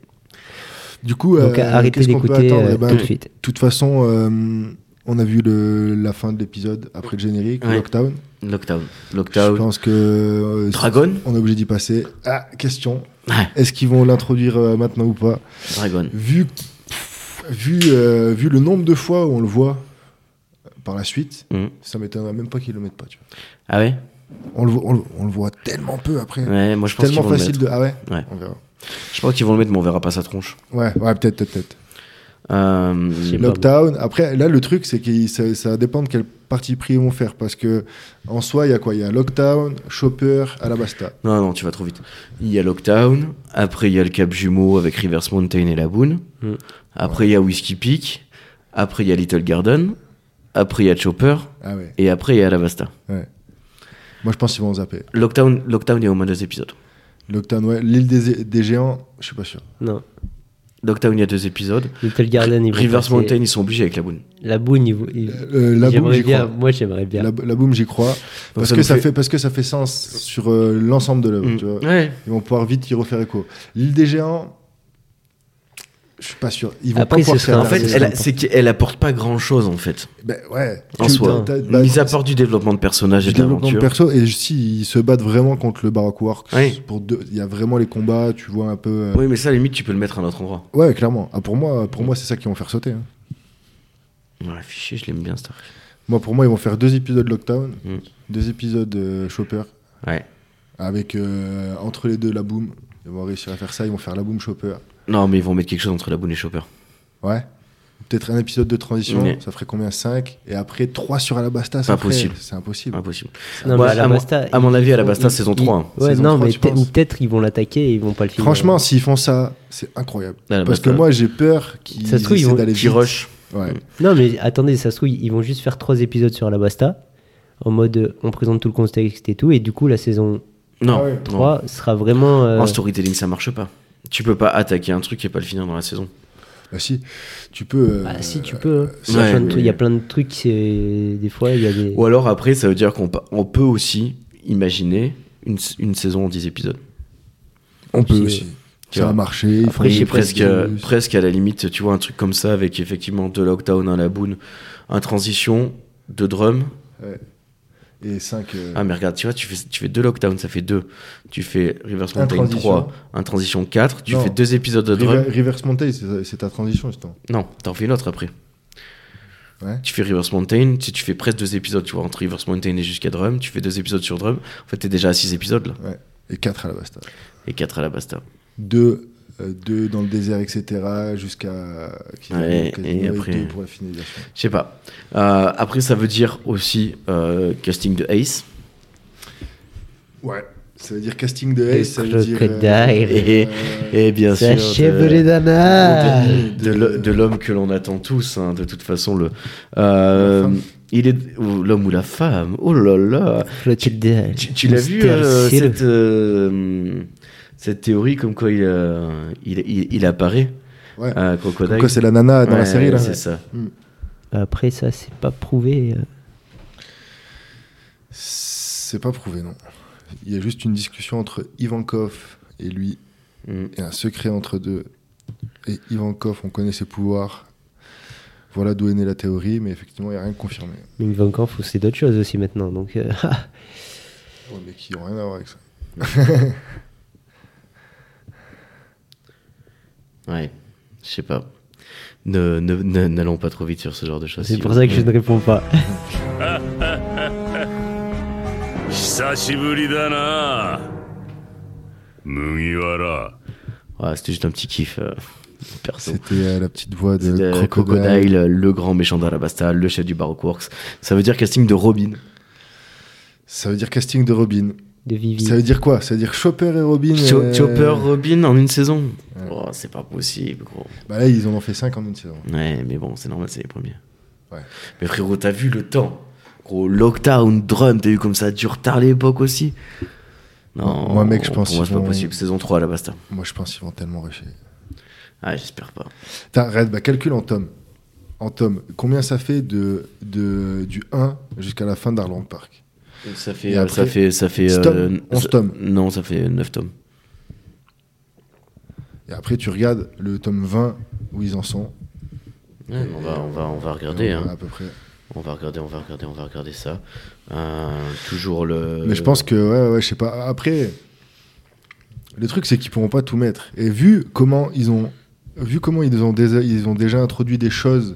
Speaker 5: Du coup,
Speaker 4: Donc
Speaker 5: euh,
Speaker 4: arrêtez
Speaker 5: qu'est-ce qu'on peut
Speaker 4: d'écouter
Speaker 5: attendre
Speaker 4: euh,
Speaker 5: Eh ben,
Speaker 4: tout de suite.
Speaker 5: De toute façon, euh, on a vu le, la fin de l'épisode après le générique,
Speaker 3: Ouais.
Speaker 5: Lockdown.
Speaker 3: Lockdown.
Speaker 5: Je
Speaker 3: Lockdown.
Speaker 5: pense que. euh,
Speaker 3: Dragon
Speaker 5: On est obligé d'y passer. Ah, question.
Speaker 3: Ouais.
Speaker 5: Est-ce qu'ils vont l'introduire euh, maintenant ou pas
Speaker 3: Dragon.
Speaker 5: Vu, vu, euh, vu le nombre de fois où on le voit euh, par la suite,
Speaker 3: Mhm.
Speaker 5: ça m'étonnerait même pas qu'ils le mettent pas. Tu
Speaker 3: Ah ouais
Speaker 5: vois. On, le, vo- on, le- on le voit tellement peu après.
Speaker 3: Ouais, moi je pense qu'ils vont
Speaker 5: tellement
Speaker 3: le
Speaker 5: facile
Speaker 3: mettre.
Speaker 5: de. Ah ouais,
Speaker 3: Ouais.
Speaker 5: On verra.
Speaker 3: Je pense qu'ils vont le mettre, mais on verra pas sa tronche.
Speaker 5: Ouais, ouais peut-être, peut-être, peut-être.
Speaker 3: Euh,
Speaker 4: sais pas.
Speaker 5: Lockdown. Après, là, le truc, c'est que ça, ça dépend de quel parti pris ils vont faire. Parce que, en soi, il y a quoi Il y a Lockdown, Chopper, Alabasta.
Speaker 3: Non, non, tu vas trop vite. Il y a Lockdown, après il y a le Cap Jumeau avec Rivers Mountain et Laboon,
Speaker 4: Mm.
Speaker 3: après il y a Whiskey Peak, après il y a Little Garden, après il y a Chopper,
Speaker 5: Ah ouais.
Speaker 3: et après il y a Alabasta.
Speaker 5: Moi, je pense qu'ils vont zapper.
Speaker 3: Lockdown, Lockdown est au moins deux épisodes.
Speaker 5: Lockdown, ouais. L'île des, des géants, je suis pas sûr.
Speaker 4: Non.
Speaker 3: Lockdown, il y a deux épisodes.
Speaker 4: Little Garden, ils vont
Speaker 3: Rivers
Speaker 4: passer-
Speaker 3: Mountain, ils sont obligés avec Laboon.
Speaker 4: La boune, ils vont- ils-
Speaker 5: Euh, la boum,
Speaker 4: j'aimerais
Speaker 5: j'y
Speaker 4: bien.
Speaker 5: crois.
Speaker 4: Moi, j'aimerais bien.
Speaker 5: La, la boum, j'y crois. Parce
Speaker 3: ça
Speaker 5: que
Speaker 3: nous
Speaker 5: ça
Speaker 3: fait-
Speaker 5: fait... parce que ça fait sens sur euh, l'ensemble de l'œuvre.
Speaker 3: Mm.
Speaker 5: tu vois.
Speaker 3: Ouais.
Speaker 5: Ils vont pouvoir vite y refaire écho. L'île des géants, je suis pas sûr. Ils vont
Speaker 4: Après,
Speaker 5: pas pouvoir
Speaker 4: ce
Speaker 5: faire
Speaker 4: sera-
Speaker 3: En
Speaker 5: la
Speaker 3: fait,
Speaker 5: raison.
Speaker 3: elle, a- Ah, c'est qu'elle apporte pas grand chose en fait.
Speaker 5: Ben, ouais.
Speaker 3: En
Speaker 5: Tu-
Speaker 3: soi.
Speaker 5: t'as- t'as-
Speaker 3: Mis à part du développement de personnage et
Speaker 5: du
Speaker 3: de
Speaker 5: développement de
Speaker 3: l'aventure.
Speaker 5: perso et s'ils se battent vraiment contre le Baroque Works
Speaker 3: Oui.
Speaker 5: pour deux il y a vraiment les combats tu vois un peu euh,
Speaker 3: Oui, mais ça, à la limite, tu peux le mettre à un autre endroit.
Speaker 5: ouais clairement ah, pour moi pour moi c'est ça qu'ils vont faire sauter hein.
Speaker 3: Ouais, fichier, je l'aime bien, Star.
Speaker 5: moi pour moi ils vont faire deux épisodes Lockdown
Speaker 3: Mm.
Speaker 5: deux épisodes euh, Chopper
Speaker 3: Ouais.
Speaker 5: avec euh, entre les deux la boom ils vont réussir à faire ça ils vont faire la boom Chopper
Speaker 3: Non, mais ils vont mettre quelque chose entre Laboon et Chopper.
Speaker 5: ouais peut-être un épisode de transition
Speaker 3: Oui.
Speaker 5: ça ferait combien 5 et après 3 sur Alabasta
Speaker 3: Mm. Pas
Speaker 5: ça ferait-
Speaker 3: possible.
Speaker 5: c'est impossible
Speaker 3: Impossible.
Speaker 4: Non,
Speaker 3: Ouais,
Speaker 4: mais
Speaker 3: à mon-
Speaker 4: Alabasta,
Speaker 3: à mon
Speaker 4: ils
Speaker 3: avis,
Speaker 4: font-
Speaker 3: Alabasta,
Speaker 4: ils-
Speaker 3: saison
Speaker 4: ils-
Speaker 3: 3, hein.
Speaker 4: Ouais,
Speaker 5: Saison
Speaker 4: non,
Speaker 5: 3,
Speaker 4: mais
Speaker 5: tu
Speaker 4: peut-
Speaker 5: penses
Speaker 4: ou peut-être ils vont l'attaquer et ils vont pas le finir.
Speaker 5: franchement s'ils font ça c'est incroyable
Speaker 3: Alabasta.
Speaker 5: parce que moi j'ai peur qu'ils
Speaker 4: Ça se trouve, ils
Speaker 5: essaient
Speaker 4: vont-
Speaker 5: d'aller
Speaker 3: Qui
Speaker 5: vite
Speaker 3: rush.
Speaker 5: ouais
Speaker 4: Non, mais attendez, ça se trouve, ils vont juste faire trois épisodes sur Alabasta. En mode, euh, on présente tout le contexte et tout. Et du coup, la saison
Speaker 3: Non.
Speaker 5: Ah ouais.
Speaker 3: non.
Speaker 4: 3 sera vraiment. euh,
Speaker 3: En storytelling, ça marche pas. Tu peux pas attaquer un truc et pas le finir dans la saison.
Speaker 5: Bah si, tu peux. euh,
Speaker 4: Ah, si tu peux. hein.
Speaker 5: si,
Speaker 4: Il y a
Speaker 3: ouais,
Speaker 4: plein de
Speaker 3: oui,
Speaker 4: trucs- il y a plein de trucs, c'est- des fois, il y a des.
Speaker 3: Ou alors après, ça veut dire qu'on pa- on peut aussi imaginer une, s- une saison en 10 épisodes.
Speaker 5: On peut
Speaker 4: Si,
Speaker 5: aussi.
Speaker 3: Tu
Speaker 5: Ça
Speaker 3: vois.
Speaker 5: a marché. il faut
Speaker 3: Après,
Speaker 5: que-
Speaker 3: presque,
Speaker 5: que-
Speaker 3: euh, presque à la limite, tu vois, un truc comme ça avec effectivement deux lockdown, un laboon, un transition, deux drums.
Speaker 5: Et euh, 5.
Speaker 3: Ah, mais regarde, tu vois, tu fais, tu fais deux lockdown, ça fait deux. Tu fais Reverse
Speaker 5: Un
Speaker 3: Mountain
Speaker 5: transition.
Speaker 3: 3, un transition 4, tu
Speaker 5: Non.
Speaker 3: fais deux épisodes de drum.
Speaker 5: Reverse Mountain, c'est c'est ta transition, justement.
Speaker 3: Non, t'en fais une autre après.
Speaker 5: Ouais.
Speaker 3: Tu fais Reverse Mountain, tu, tu fais presque deux épisodes, tu vois, entre Reverse Mountain et jusqu'à Drum, tu fais deux épisodes sur Drum. En fait, t'es déjà à six épisodes là,
Speaker 5: Et 4 à la basta.
Speaker 3: et quatre à la basta.
Speaker 5: 2 deux dans le désert, etc. Jusqu'à. euh, qui
Speaker 3: Ouais,
Speaker 5: quasiment
Speaker 3: et
Speaker 5: les
Speaker 3: après-
Speaker 5: deux pour la finalisation.
Speaker 3: Je sais pas. Euh, après, ça veut dire aussi euh, casting de Ace.
Speaker 5: Ouais. Ça veut dire casting de
Speaker 4: Le
Speaker 5: Ace, ça veut dire. euh,
Speaker 4: crocodile.
Speaker 3: Et- Et Eh bien
Speaker 4: Ça
Speaker 3: sûr.
Speaker 4: chèvre
Speaker 3: de-
Speaker 4: les damas.
Speaker 3: de l'ho- de l'homme que l'on attend tous, hein, de toute façon, le, euh,
Speaker 5: La femme.
Speaker 3: il est ou l'homme ou la femme. Oh là là,
Speaker 4: Clotilde.
Speaker 3: Tu, tu l'as vu,
Speaker 4: Mystère
Speaker 3: euh,
Speaker 4: Cyril.
Speaker 3: cette, euh, cette théorie comme quoi il, euh, il, il, il apparaît
Speaker 5: Ouais.
Speaker 3: euh, Crocodile.
Speaker 5: Pourquoi c'est la nana dans
Speaker 3: Ouais,
Speaker 5: la série, là
Speaker 3: C'est ça.
Speaker 4: Après, ça, c'est pas prouvé. euh.
Speaker 5: C'est pas prouvé, non. Il y a juste une discussion entre Ivankov et lui.
Speaker 3: Mm.
Speaker 5: et un secret entre deux. Et Ivankov, on connaît ses pouvoirs. Voilà d'où est née la théorie, mais effectivement, il n'y a rien de confirmé.
Speaker 4: Mais Ivankov, c'est d'autres choses aussi maintenant. Donc, euh,
Speaker 5: Ouais, mais qui n'ont rien à voir avec ça.
Speaker 3: Ouais, je sais pas. Ne- ne- ne- N'allons pas trop vite sur ce genre de choses.
Speaker 4: c'est
Speaker 3: si
Speaker 4: pour
Speaker 3: vous
Speaker 4: ça que je
Speaker 3: voulez.
Speaker 4: ne réponds pas.
Speaker 7: 久しぶりだな Mugiwara.
Speaker 3: Ouais, c'était juste un petit kiff. euh, perso.
Speaker 5: C'était euh, la petite voix de
Speaker 3: C'était
Speaker 5: Crocodile.
Speaker 3: Crocodile, euh, le grand méchant d'Alabasta, le chef du Baroque Works. Ça veut dire casting de Robin.
Speaker 5: Ça veut dire casting de Robin.
Speaker 4: de Vivi.
Speaker 5: Ça veut dire quoi Ça veut dire Chopper et Robin.
Speaker 3: Cho-
Speaker 5: euh,
Speaker 3: Chopper, Robin en une saison.
Speaker 5: Ouais.
Speaker 3: Oh, c'est pas possible, gros.
Speaker 5: Bah là, ils en ont fait 5 en une saison.
Speaker 3: Ouais, mais bon, c'est normal, c'est les premiers.
Speaker 5: Ouais.
Speaker 3: Mais frérot, t'as vu le temps Gros, Lockdown, Drum, t'as eu comme ça dur tard l'époque aussi Non,
Speaker 5: Moi, mec, je pense
Speaker 3: Pour moi, c'est
Speaker 5: qu'ils
Speaker 3: pas
Speaker 5: vont-
Speaker 3: possible. Saison 3, là, basta.
Speaker 5: Moi, je pense qu'ils vont tellement rusher.
Speaker 3: Ah, j'espère pas.
Speaker 5: T'as- Red, bah, calcule en tome. En tome, combien ça fait de, de, du 1 jusqu'à la fin d'Arland Park
Speaker 3: Ça fait.
Speaker 5: Et
Speaker 3: euh,
Speaker 5: après,
Speaker 3: ça fait. Ça fait euh,
Speaker 5: onze tomes, onze
Speaker 3: ça-
Speaker 5: tomes.
Speaker 3: Non, ça fait 9 tomes.
Speaker 5: Et après, tu regardes le tome 20 où ils en sont.
Speaker 3: Ouais, on, va, on, va, on va regarder.
Speaker 5: Et on
Speaker 3: hein.
Speaker 5: verra À peu près.
Speaker 3: On va regarder, on va regarder, on va regarder ça. Euh, toujours le.
Speaker 5: Mais je pense que, ouais, ouais, je sais pas. Après, le truc, c'est qu'ils pourront pas tout mettre. Et vu comment ils ont, vu comment ils ont, dés- ils ont déjà introduit des choses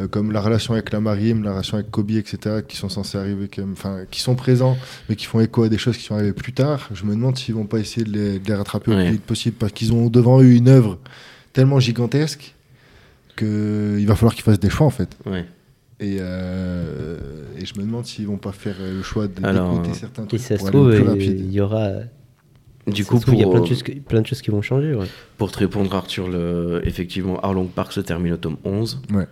Speaker 5: euh, comme la relation avec la marine, la relation avec Kobe, etc., qui sont censés arriver, quand même- enfin, qui sont présents, mais qui font écho à des choses qui sont arrivées plus tard. Je me demande s'ils vont pas essayer de les, de les rattraper au
Speaker 3: Ouais.
Speaker 5: plus vite possible parce qu'ils ont devant eux une œuvre tellement gigantesque que il va falloir qu'ils fassent des choix en fait.
Speaker 3: Ouais.
Speaker 5: Et, euh, et je me demande s'ils vont pas faire euh, le choix de
Speaker 3: Alors,
Speaker 5: d'écouter certains
Speaker 4: Et
Speaker 5: trucs
Speaker 4: ça se
Speaker 5: pour aller
Speaker 4: trouve,
Speaker 5: plus
Speaker 4: euh,
Speaker 5: rapide.
Speaker 4: il y aura.
Speaker 3: Du
Speaker 4: ça
Speaker 3: coup,
Speaker 4: se trouve,
Speaker 3: pour,
Speaker 4: il y a plein de
Speaker 3: euh,
Speaker 4: choses, que- plein de choses qui vont changer. ouais.
Speaker 3: Pour te répondre, Arthur, le... effectivement, Arlong Park se termine au tome 11.
Speaker 5: Ouais.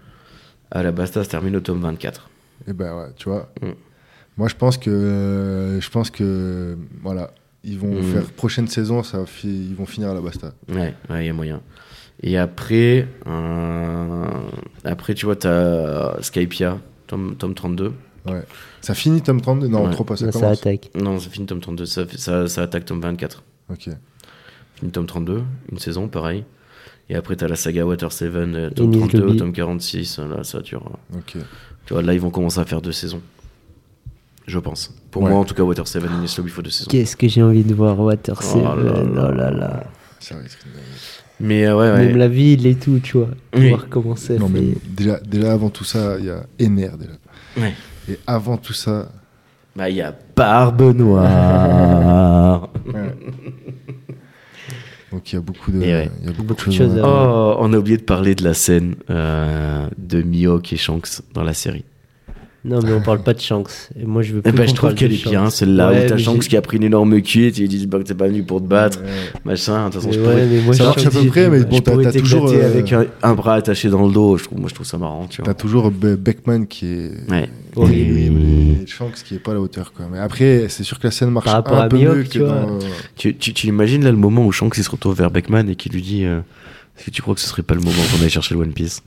Speaker 3: Alabasta se termine au tome 24.
Speaker 5: Et ben ouais, tu vois.
Speaker 3: Mm.
Speaker 5: Moi, je pense que, je pense que, voilà, ils vont
Speaker 3: Mm.
Speaker 5: faire prochaine saison, ça fi- ils vont finir à la basta.
Speaker 3: Ouais, il y a moyen. Et après, euh, après tu vois, t'as Skypia, tome, tome 32.
Speaker 5: Ça finit tome 32 Non,
Speaker 3: Ouais.
Speaker 5: trop pas, ça
Speaker 4: Là, ça
Speaker 5: commence.
Speaker 4: attaque.
Speaker 3: Non, ça finit tome 32, ça, fait- ça, ça attaque tome 24.
Speaker 5: ok.
Speaker 3: Finit tome 32, une saison, pareil. Et après, t'as la saga Water 7, euh, tome
Speaker 4: Enies
Speaker 3: 32,
Speaker 4: Lobby.
Speaker 3: tome 46. euh, Là, ça dure. euh,
Speaker 5: Ok.
Speaker 3: Tu vois, là, ils vont commencer à faire deux saisons. Je pense. Pour
Speaker 5: Ouais.
Speaker 3: moi, en tout cas, Water 7 et Enies Lobby, il faut deux saisons.
Speaker 4: Qu'est-ce que j'ai envie de voir Water
Speaker 3: Oh
Speaker 4: Seven,
Speaker 3: là là.
Speaker 4: oh là là.
Speaker 5: Ça risque de-
Speaker 3: Mais euh, ouais, ouais.
Speaker 4: Même la ville et tout, tu vois.
Speaker 3: Oui.
Speaker 4: Voir comment ça
Speaker 5: Non,
Speaker 4: fait.
Speaker 5: mais déjà, déjà avant tout ça, il y a Ener déjà.
Speaker 3: Ouais.
Speaker 5: Et avant tout ça,
Speaker 3: Bah, il y a Barbe Noire.
Speaker 5: donc il y a beaucoup de, il
Speaker 3: Et ouais.
Speaker 5: y a beaucoup,
Speaker 4: Beaucoup
Speaker 5: de choses. à-
Speaker 3: oh, on a oublié de parler de la scène euh, de Mihawk et Shanks dans la série.
Speaker 4: Non, mais on parle pas de Shanks. Et moi, je veux
Speaker 3: Eh
Speaker 4: plus.
Speaker 3: ben,
Speaker 4: qu'on
Speaker 3: je trouve
Speaker 4: parle
Speaker 3: qu'elle
Speaker 4: de
Speaker 3: est bien,
Speaker 4: Shanks.
Speaker 3: celle-là
Speaker 4: Ouais,
Speaker 3: où t'as
Speaker 4: mais
Speaker 3: Shanks
Speaker 4: j'ai-
Speaker 3: qui a pris une énorme cuite et tu dis bah, que t'es pas venu pour te battre,
Speaker 5: Ouais.
Speaker 3: machin. De toute façon, je
Speaker 4: Mais
Speaker 3: pourrais,
Speaker 4: ouais, mais moi,
Speaker 5: Ça
Speaker 4: je
Speaker 5: marche
Speaker 4: suis
Speaker 5: à peu
Speaker 4: obligé-
Speaker 5: près, mais
Speaker 4: ouais.
Speaker 5: bon,
Speaker 3: je pourrais
Speaker 5: t'as t'as
Speaker 3: t'éclater
Speaker 5: toujours. euh,
Speaker 3: avec un, un bras attaché dans le dos. Je trouve, moi, je trouve ça marrant, tu vois.
Speaker 5: T'as toujours Be- Beckman qui est.
Speaker 3: Ouais.
Speaker 4: Horrible.
Speaker 5: Et- et- et Shanks qui est pas à la hauteur quoi. Mais après, c'est sûr que la scène marche
Speaker 4: Par rapport
Speaker 5: un
Speaker 4: à
Speaker 5: peu
Speaker 4: Mihawk,
Speaker 5: mieux que
Speaker 4: tu
Speaker 5: dans.
Speaker 3: Tu, tu, tu imagines là le moment où Shanks il se retourne vers Beckman et qui lui dit euh, Est-ce que tu crois que ce serait pas le moment qu'on aille chercher le One Piece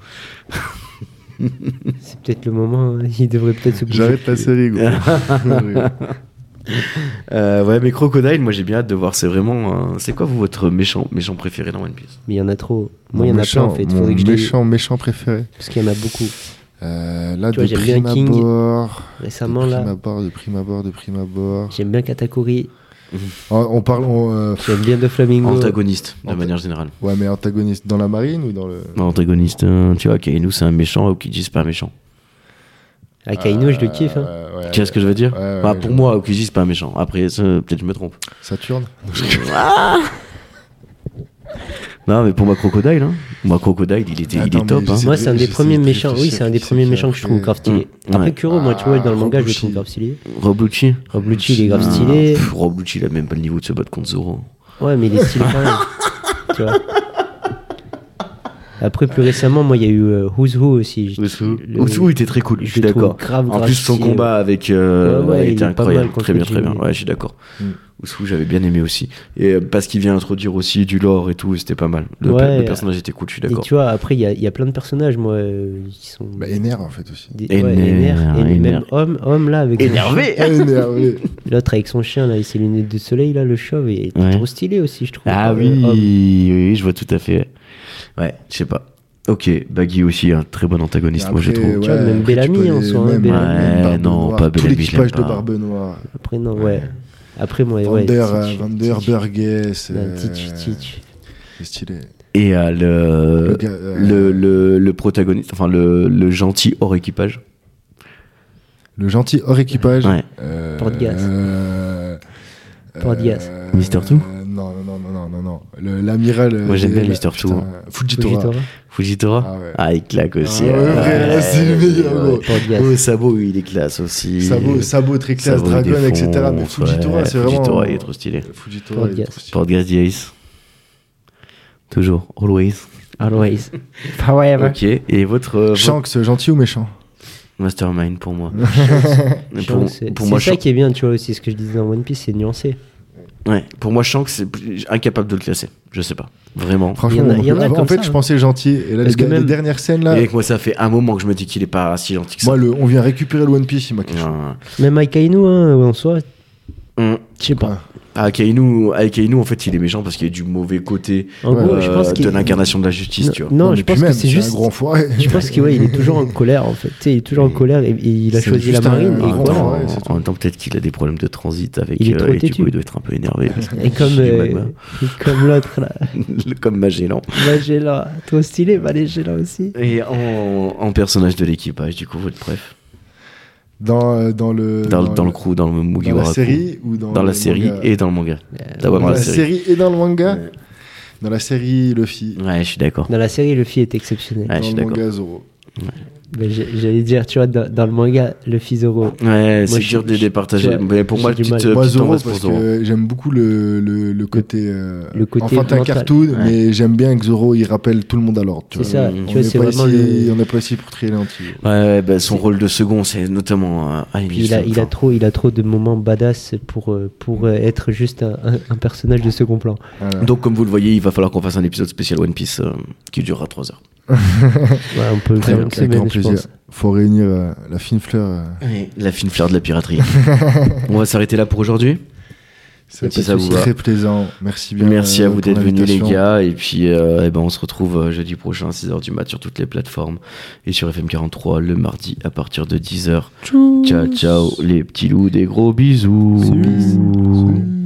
Speaker 4: C'est peut-être le moment. hein. Il devrait peut-être se bouger.
Speaker 5: J'arrête la série, gros.
Speaker 3: Euh, Ouais, mais Crocodile, moi j'ai bien hâte de voir. C'est vraiment. euh, c'est quoi vous, votre méchant, méchant préféré dans One Piece
Speaker 4: Mais il y en a trop. Moi, il y en a
Speaker 5: méchant,
Speaker 4: plein en fait.
Speaker 5: Mon
Speaker 4: Faudrait que je les-
Speaker 5: méchant, méchant préféré.
Speaker 4: Parce qu'il y en a beaucoup.
Speaker 5: Euh, là,
Speaker 4: Tu vois,
Speaker 5: de
Speaker 4: j'aime bien
Speaker 5: prime
Speaker 4: King.
Speaker 5: abord.
Speaker 4: Récemment,
Speaker 5: de prime
Speaker 4: là,
Speaker 5: abord, de prime abord, de prime abord.
Speaker 4: j'aime bien Katakuri.
Speaker 5: On, on parle. on, euh,
Speaker 4: J'aime bien De Flamingo.
Speaker 3: Antagoniste, de
Speaker 5: Anta-
Speaker 3: manière générale.
Speaker 5: ouais, mais antagoniste dans la marine ou dans le.
Speaker 3: Antagoniste, euh, tu vois, Kainu c'est un méchant, Aokiji c'est pas un méchant.
Speaker 4: Ah, Kaino, je le kiffe. hein.
Speaker 5: Euh, ouais,
Speaker 3: tu vois ce que je veux dire
Speaker 5: Ouais, ouais,
Speaker 3: Bah,
Speaker 5: ouais,
Speaker 3: Pour
Speaker 5: je-
Speaker 3: moi, Aokiji c'est pas un méchant. Après, ça, peut-être je me trompe.
Speaker 5: euh, Saturne
Speaker 3: Non, mais pour moi, Crocodile, hein. Moi, Crocodile, il, était, il
Speaker 5: Attends,
Speaker 3: est top.
Speaker 5: mais
Speaker 3: hein.
Speaker 5: j'ai-
Speaker 4: Moi, c'est un des
Speaker 5: j'essaie
Speaker 4: premiers
Speaker 5: de
Speaker 4: méchants. Oui,
Speaker 5: réfléchir
Speaker 4: c'est un des
Speaker 5: qui
Speaker 4: premiers
Speaker 5: c'est qui
Speaker 4: méchants
Speaker 5: a
Speaker 4: que je trouve
Speaker 5: fait-
Speaker 4: grave stylé.
Speaker 3: Mm,
Speaker 4: Après
Speaker 3: ouais.
Speaker 4: Kuro, moi, tu vois, dans le
Speaker 5: Ah,
Speaker 4: manga, je le
Speaker 5: Robuchi.
Speaker 4: trouve grave stylé.
Speaker 3: Robluchi.
Speaker 4: Robluchi, il est grave stylé.
Speaker 3: Ah, pff, Robluchi, il a même pas le niveau de se battre contre Zoro.
Speaker 4: Ouais, mais il est stylé quand même. tu vois. Après, plus récemment, moi, il y a eu euh, Who's Who aussi. Je- le-
Speaker 3: Otsu était très cool, je
Speaker 4: je
Speaker 3: suis
Speaker 4: le trouve
Speaker 3: d'accord.
Speaker 4: grave,
Speaker 3: En
Speaker 4: grave
Speaker 3: plus, son
Speaker 4: stylé.
Speaker 3: combat avec euh,
Speaker 4: Ouais, ouais, il
Speaker 3: était
Speaker 4: est pas
Speaker 3: incroyable.
Speaker 4: mal contre
Speaker 3: Très bien, très bien.
Speaker 4: Jimmy.
Speaker 3: Ouais, je suis d'accord.
Speaker 5: Mm.
Speaker 3: Ousu, j'avais bien aimé aussi. Et euh, parce qu'il vient introduire aussi du lore et tout, et c'était pas mal. Le,
Speaker 4: Ouais.
Speaker 3: pe- le personnage était cool, je suis
Speaker 4: Et
Speaker 3: d'accord.
Speaker 4: tu vois, après, il y a, il y a plein de personnages, moi, euh, qui sont.
Speaker 5: Bah, Ener en fait aussi.
Speaker 4: des,
Speaker 3: Éner-
Speaker 4: Éner, et
Speaker 3: Éner.
Speaker 4: même homme, homme là, avec son
Speaker 3: Énervé
Speaker 5: Ener, oui.
Speaker 4: chien- L'autre avec son chien, là, et ses lunettes de soleil, là, le chauve, il était
Speaker 3: Ouais.
Speaker 4: trop stylé aussi, je trouve.
Speaker 3: Ah
Speaker 4: Euh,
Speaker 3: oui,
Speaker 4: homme.
Speaker 3: oui, oui, je vois tout à fait. Ouais, je sais pas. Ok, Baggy aussi, un très bon antagoniste, moi je
Speaker 5: Après,
Speaker 3: trouve.
Speaker 4: vois, même
Speaker 5: après, tu
Speaker 4: Bellamy,
Speaker 5: peux
Speaker 4: en
Speaker 5: les-
Speaker 4: soi, hein,
Speaker 5: même-
Speaker 4: Bellamy.
Speaker 5: même
Speaker 3: Ouais,
Speaker 5: Barbe
Speaker 3: non,
Speaker 5: Noire,
Speaker 3: pas
Speaker 5: Tout
Speaker 3: Bellamy, je
Speaker 5: l'équipage
Speaker 3: l'aime
Speaker 5: de
Speaker 3: pas.
Speaker 5: Barbe Noire.
Speaker 4: Après, non, ouais. Après, moi, ouais.
Speaker 5: Vander, euh,
Speaker 4: Titch,
Speaker 5: Vander
Speaker 4: Titch.
Speaker 5: Burgess.
Speaker 4: Ouais,
Speaker 5: euh,
Speaker 4: Titch, Titch.
Speaker 5: C'est stylé.
Speaker 3: Et euh, le,
Speaker 5: Le gars, euh,
Speaker 3: le, le- le protagoniste, enfin le, le gentil hors équipage.
Speaker 5: Le gentil hors équipage.
Speaker 3: Ouais.
Speaker 5: Euh,
Speaker 4: Porte-gaz.
Speaker 5: euh,
Speaker 4: Porte-gaz.
Speaker 5: euh,
Speaker 3: Mister Two
Speaker 5: euh, Non, non, non, non, non, non, non. Le- L'amiral. euh,
Speaker 3: Moi, j'aime bien hein.
Speaker 5: la-
Speaker 3: Mr. Chou,
Speaker 5: putain, Fujitora.
Speaker 4: Fujitora.
Speaker 3: Fujitora
Speaker 5: Ah ouais.
Speaker 3: Ah, il claque aussi.
Speaker 5: Ah ouais, ah,
Speaker 3: hein.
Speaker 5: frère,
Speaker 3: Ouais,
Speaker 5: c'est le meilleur,
Speaker 3: ouais.
Speaker 5: gros.
Speaker 4: Porgas.
Speaker 3: Oh, Sabo, il est classe aussi.
Speaker 5: Sabot, Sabot, très classe,
Speaker 3: Sabo, il
Speaker 5: Dragon,
Speaker 3: défonce,
Speaker 5: etc. Mais
Speaker 3: ouais.
Speaker 5: Fujitora, c'est vraiment. Euh,
Speaker 3: Fujitora, il est trop stylé.
Speaker 5: Fujitora, il est trop
Speaker 4: Podcast.
Speaker 5: stylé.
Speaker 3: Portgas Diace. Toujours, always.
Speaker 4: Always. Forever.
Speaker 3: Ok, et votre, euh,
Speaker 5: Shanks, gentil ou méchant
Speaker 3: votre mastermind pour moi
Speaker 4: Shanks,
Speaker 3: pour,
Speaker 4: c'est
Speaker 3: pour
Speaker 4: c'est
Speaker 3: moi,
Speaker 4: ça
Speaker 3: Shanks,
Speaker 4: qui est bien, tu vois, aussi ce que je disais dans One Piece, c'est nuancé.
Speaker 3: ouais, pour moi, Shanks, c'est plus- incapable de le classer. Je sais pas, vraiment.
Speaker 5: Franchement,
Speaker 4: Il y en a-
Speaker 5: on
Speaker 4: il y en
Speaker 5: peut-
Speaker 4: a
Speaker 5: en
Speaker 4: comme
Speaker 5: fait,
Speaker 4: ça,
Speaker 5: je
Speaker 4: hein.
Speaker 5: pensais gentil. Et là,
Speaker 4: Parce
Speaker 5: les,
Speaker 4: que
Speaker 5: gars- les
Speaker 4: même-
Speaker 5: dernières scènes, là,
Speaker 3: Et avec moi, ça fait un moment que je me dis qu'il est pas si gentil que ça.
Speaker 5: moi, le, on vient récupérer le One Piece, il m'a caché.
Speaker 3: Ouais.
Speaker 4: Même Akainu, hein, en soi,
Speaker 3: Hum.
Speaker 4: je sais pas.
Speaker 3: Ah, Kainu, avec Kainu, en fait, il est méchant parce qu'il est du mauvais côté
Speaker 4: En
Speaker 5: Ouais,
Speaker 4: gros,
Speaker 3: euh,
Speaker 4: je pense qu'il.
Speaker 3: de l'incarnation de la justice,
Speaker 4: Non,
Speaker 3: tu vois.
Speaker 4: non,
Speaker 5: mais
Speaker 4: je
Speaker 5: puis
Speaker 4: pense que
Speaker 5: même,
Speaker 4: c'est juste.
Speaker 5: un grand foiré.
Speaker 4: Je pense qu'il ouais, il est toujours en colère en fait. Tu sais, il est toujours en colère et, et il a
Speaker 5: C'est
Speaker 4: choisi la
Speaker 5: juste un-
Speaker 4: marine. Et,
Speaker 5: un
Speaker 3: en,
Speaker 5: voilà,
Speaker 3: temps,
Speaker 5: ouais, c'est
Speaker 3: en même temps, peut-être qu'il a des problèmes de transit avec euh,
Speaker 4: Il est trop
Speaker 3: et du
Speaker 4: têtu.
Speaker 3: coup, il doit être un peu énervé. parce qu'il
Speaker 4: et comme,
Speaker 3: chie du
Speaker 4: euh,
Speaker 3: magma.
Speaker 4: et comme l'autre là,
Speaker 3: comme Magellan.
Speaker 4: Magellan, trop stylé, Magellan aussi.
Speaker 3: Et en, en personnage de l'équipage, du coup, votre préf
Speaker 5: Dans, euh, dans le.
Speaker 3: dans, le- dans le crew, dans le
Speaker 5: Dans
Speaker 3: Mugiwara
Speaker 5: la
Speaker 3: crew.
Speaker 5: série ou dans
Speaker 3: dans la
Speaker 5: le
Speaker 3: série
Speaker 5: manga
Speaker 3: et dans le manga. D'abord
Speaker 5: Dans
Speaker 3: dans
Speaker 5: la
Speaker 3: la série.
Speaker 5: série et dans le manga
Speaker 3: Ouais.
Speaker 5: Dans la série Luffy.
Speaker 3: Ouais, je suis d'accord.
Speaker 4: Dans la série, Luffy est exceptionnel.
Speaker 3: Ouais, je
Speaker 5: Dans
Speaker 3: suis
Speaker 5: le
Speaker 3: d'accord.
Speaker 5: manga Zoro.
Speaker 4: Mais j'ai- J'allais dire, tu vois, dans, dans le manga, Luffy Zoro.
Speaker 3: Ouais, c'est
Speaker 4: je-
Speaker 3: dur de
Speaker 4: je-
Speaker 3: départager.
Speaker 4: j'ai-
Speaker 3: Mais pour
Speaker 4: j'ai
Speaker 3: moi,
Speaker 4: du
Speaker 3: petite,
Speaker 4: mal.
Speaker 3: euh,
Speaker 5: Moi,
Speaker 3: petite
Speaker 5: Zoro,
Speaker 3: embrasse
Speaker 5: parce
Speaker 3: pour Zoro.
Speaker 5: que j'aime beaucoup le, le, le côté, euh,
Speaker 4: Le côté
Speaker 5: enfantin
Speaker 4: mental.
Speaker 5: cartoon,
Speaker 3: Ouais. Mm.
Speaker 5: mais j'aime bien que Zoro il rappelle tout le monde à l'ordre. tu
Speaker 4: C'est
Speaker 5: vois.
Speaker 4: ça,
Speaker 3: on
Speaker 4: tu
Speaker 5: On
Speaker 4: vois,
Speaker 5: n'est
Speaker 4: c'est
Speaker 5: pas
Speaker 4: vraiment
Speaker 5: ici-
Speaker 4: le.
Speaker 5: on n'est pas ici pour trier les lentilles.
Speaker 3: Ouais, ouais, bah, son
Speaker 4: C'est-
Speaker 3: rôle de second, c'est notamment. euh, ah, il,
Speaker 4: Puis il, a, il, a
Speaker 3: enfin,
Speaker 4: trop, il a trop de moments badass pour, euh, pour euh, être juste un, un- un personnage de second plan.
Speaker 5: Voilà.
Speaker 3: Donc, comme vous le voyez, il va falloir qu'on fasse un épisode spécial One Piece euh, qui durera 3 heures.
Speaker 4: Ouais, on peut le
Speaker 5: Très
Speaker 4: faire
Speaker 5: bien,
Speaker 4: une
Speaker 5: avec grand
Speaker 4: semaine, je
Speaker 5: plaisir.
Speaker 4: pense.
Speaker 5: Faut réunir euh, la fine fleur. euh,
Speaker 3: La fine fleur de la piraterie. On va s'arrêter là pour aujourd'hui.
Speaker 5: C'est
Speaker 3: Si ça vous va.
Speaker 5: très plaisant. Merci bien.
Speaker 3: Merci à
Speaker 5: euh,
Speaker 3: vous
Speaker 5: pour
Speaker 3: d'être venus, les
Speaker 5: l'invitation.
Speaker 3: gars. Et puis, euh, eh ben, on se retrouve euh, jeudi prochain à 6h du mat sur toutes les plateformes et sur FM43 le mardi à partir de 10h. Ciao, ciao, les petits loups, des gros bisous.
Speaker 5: Bisous.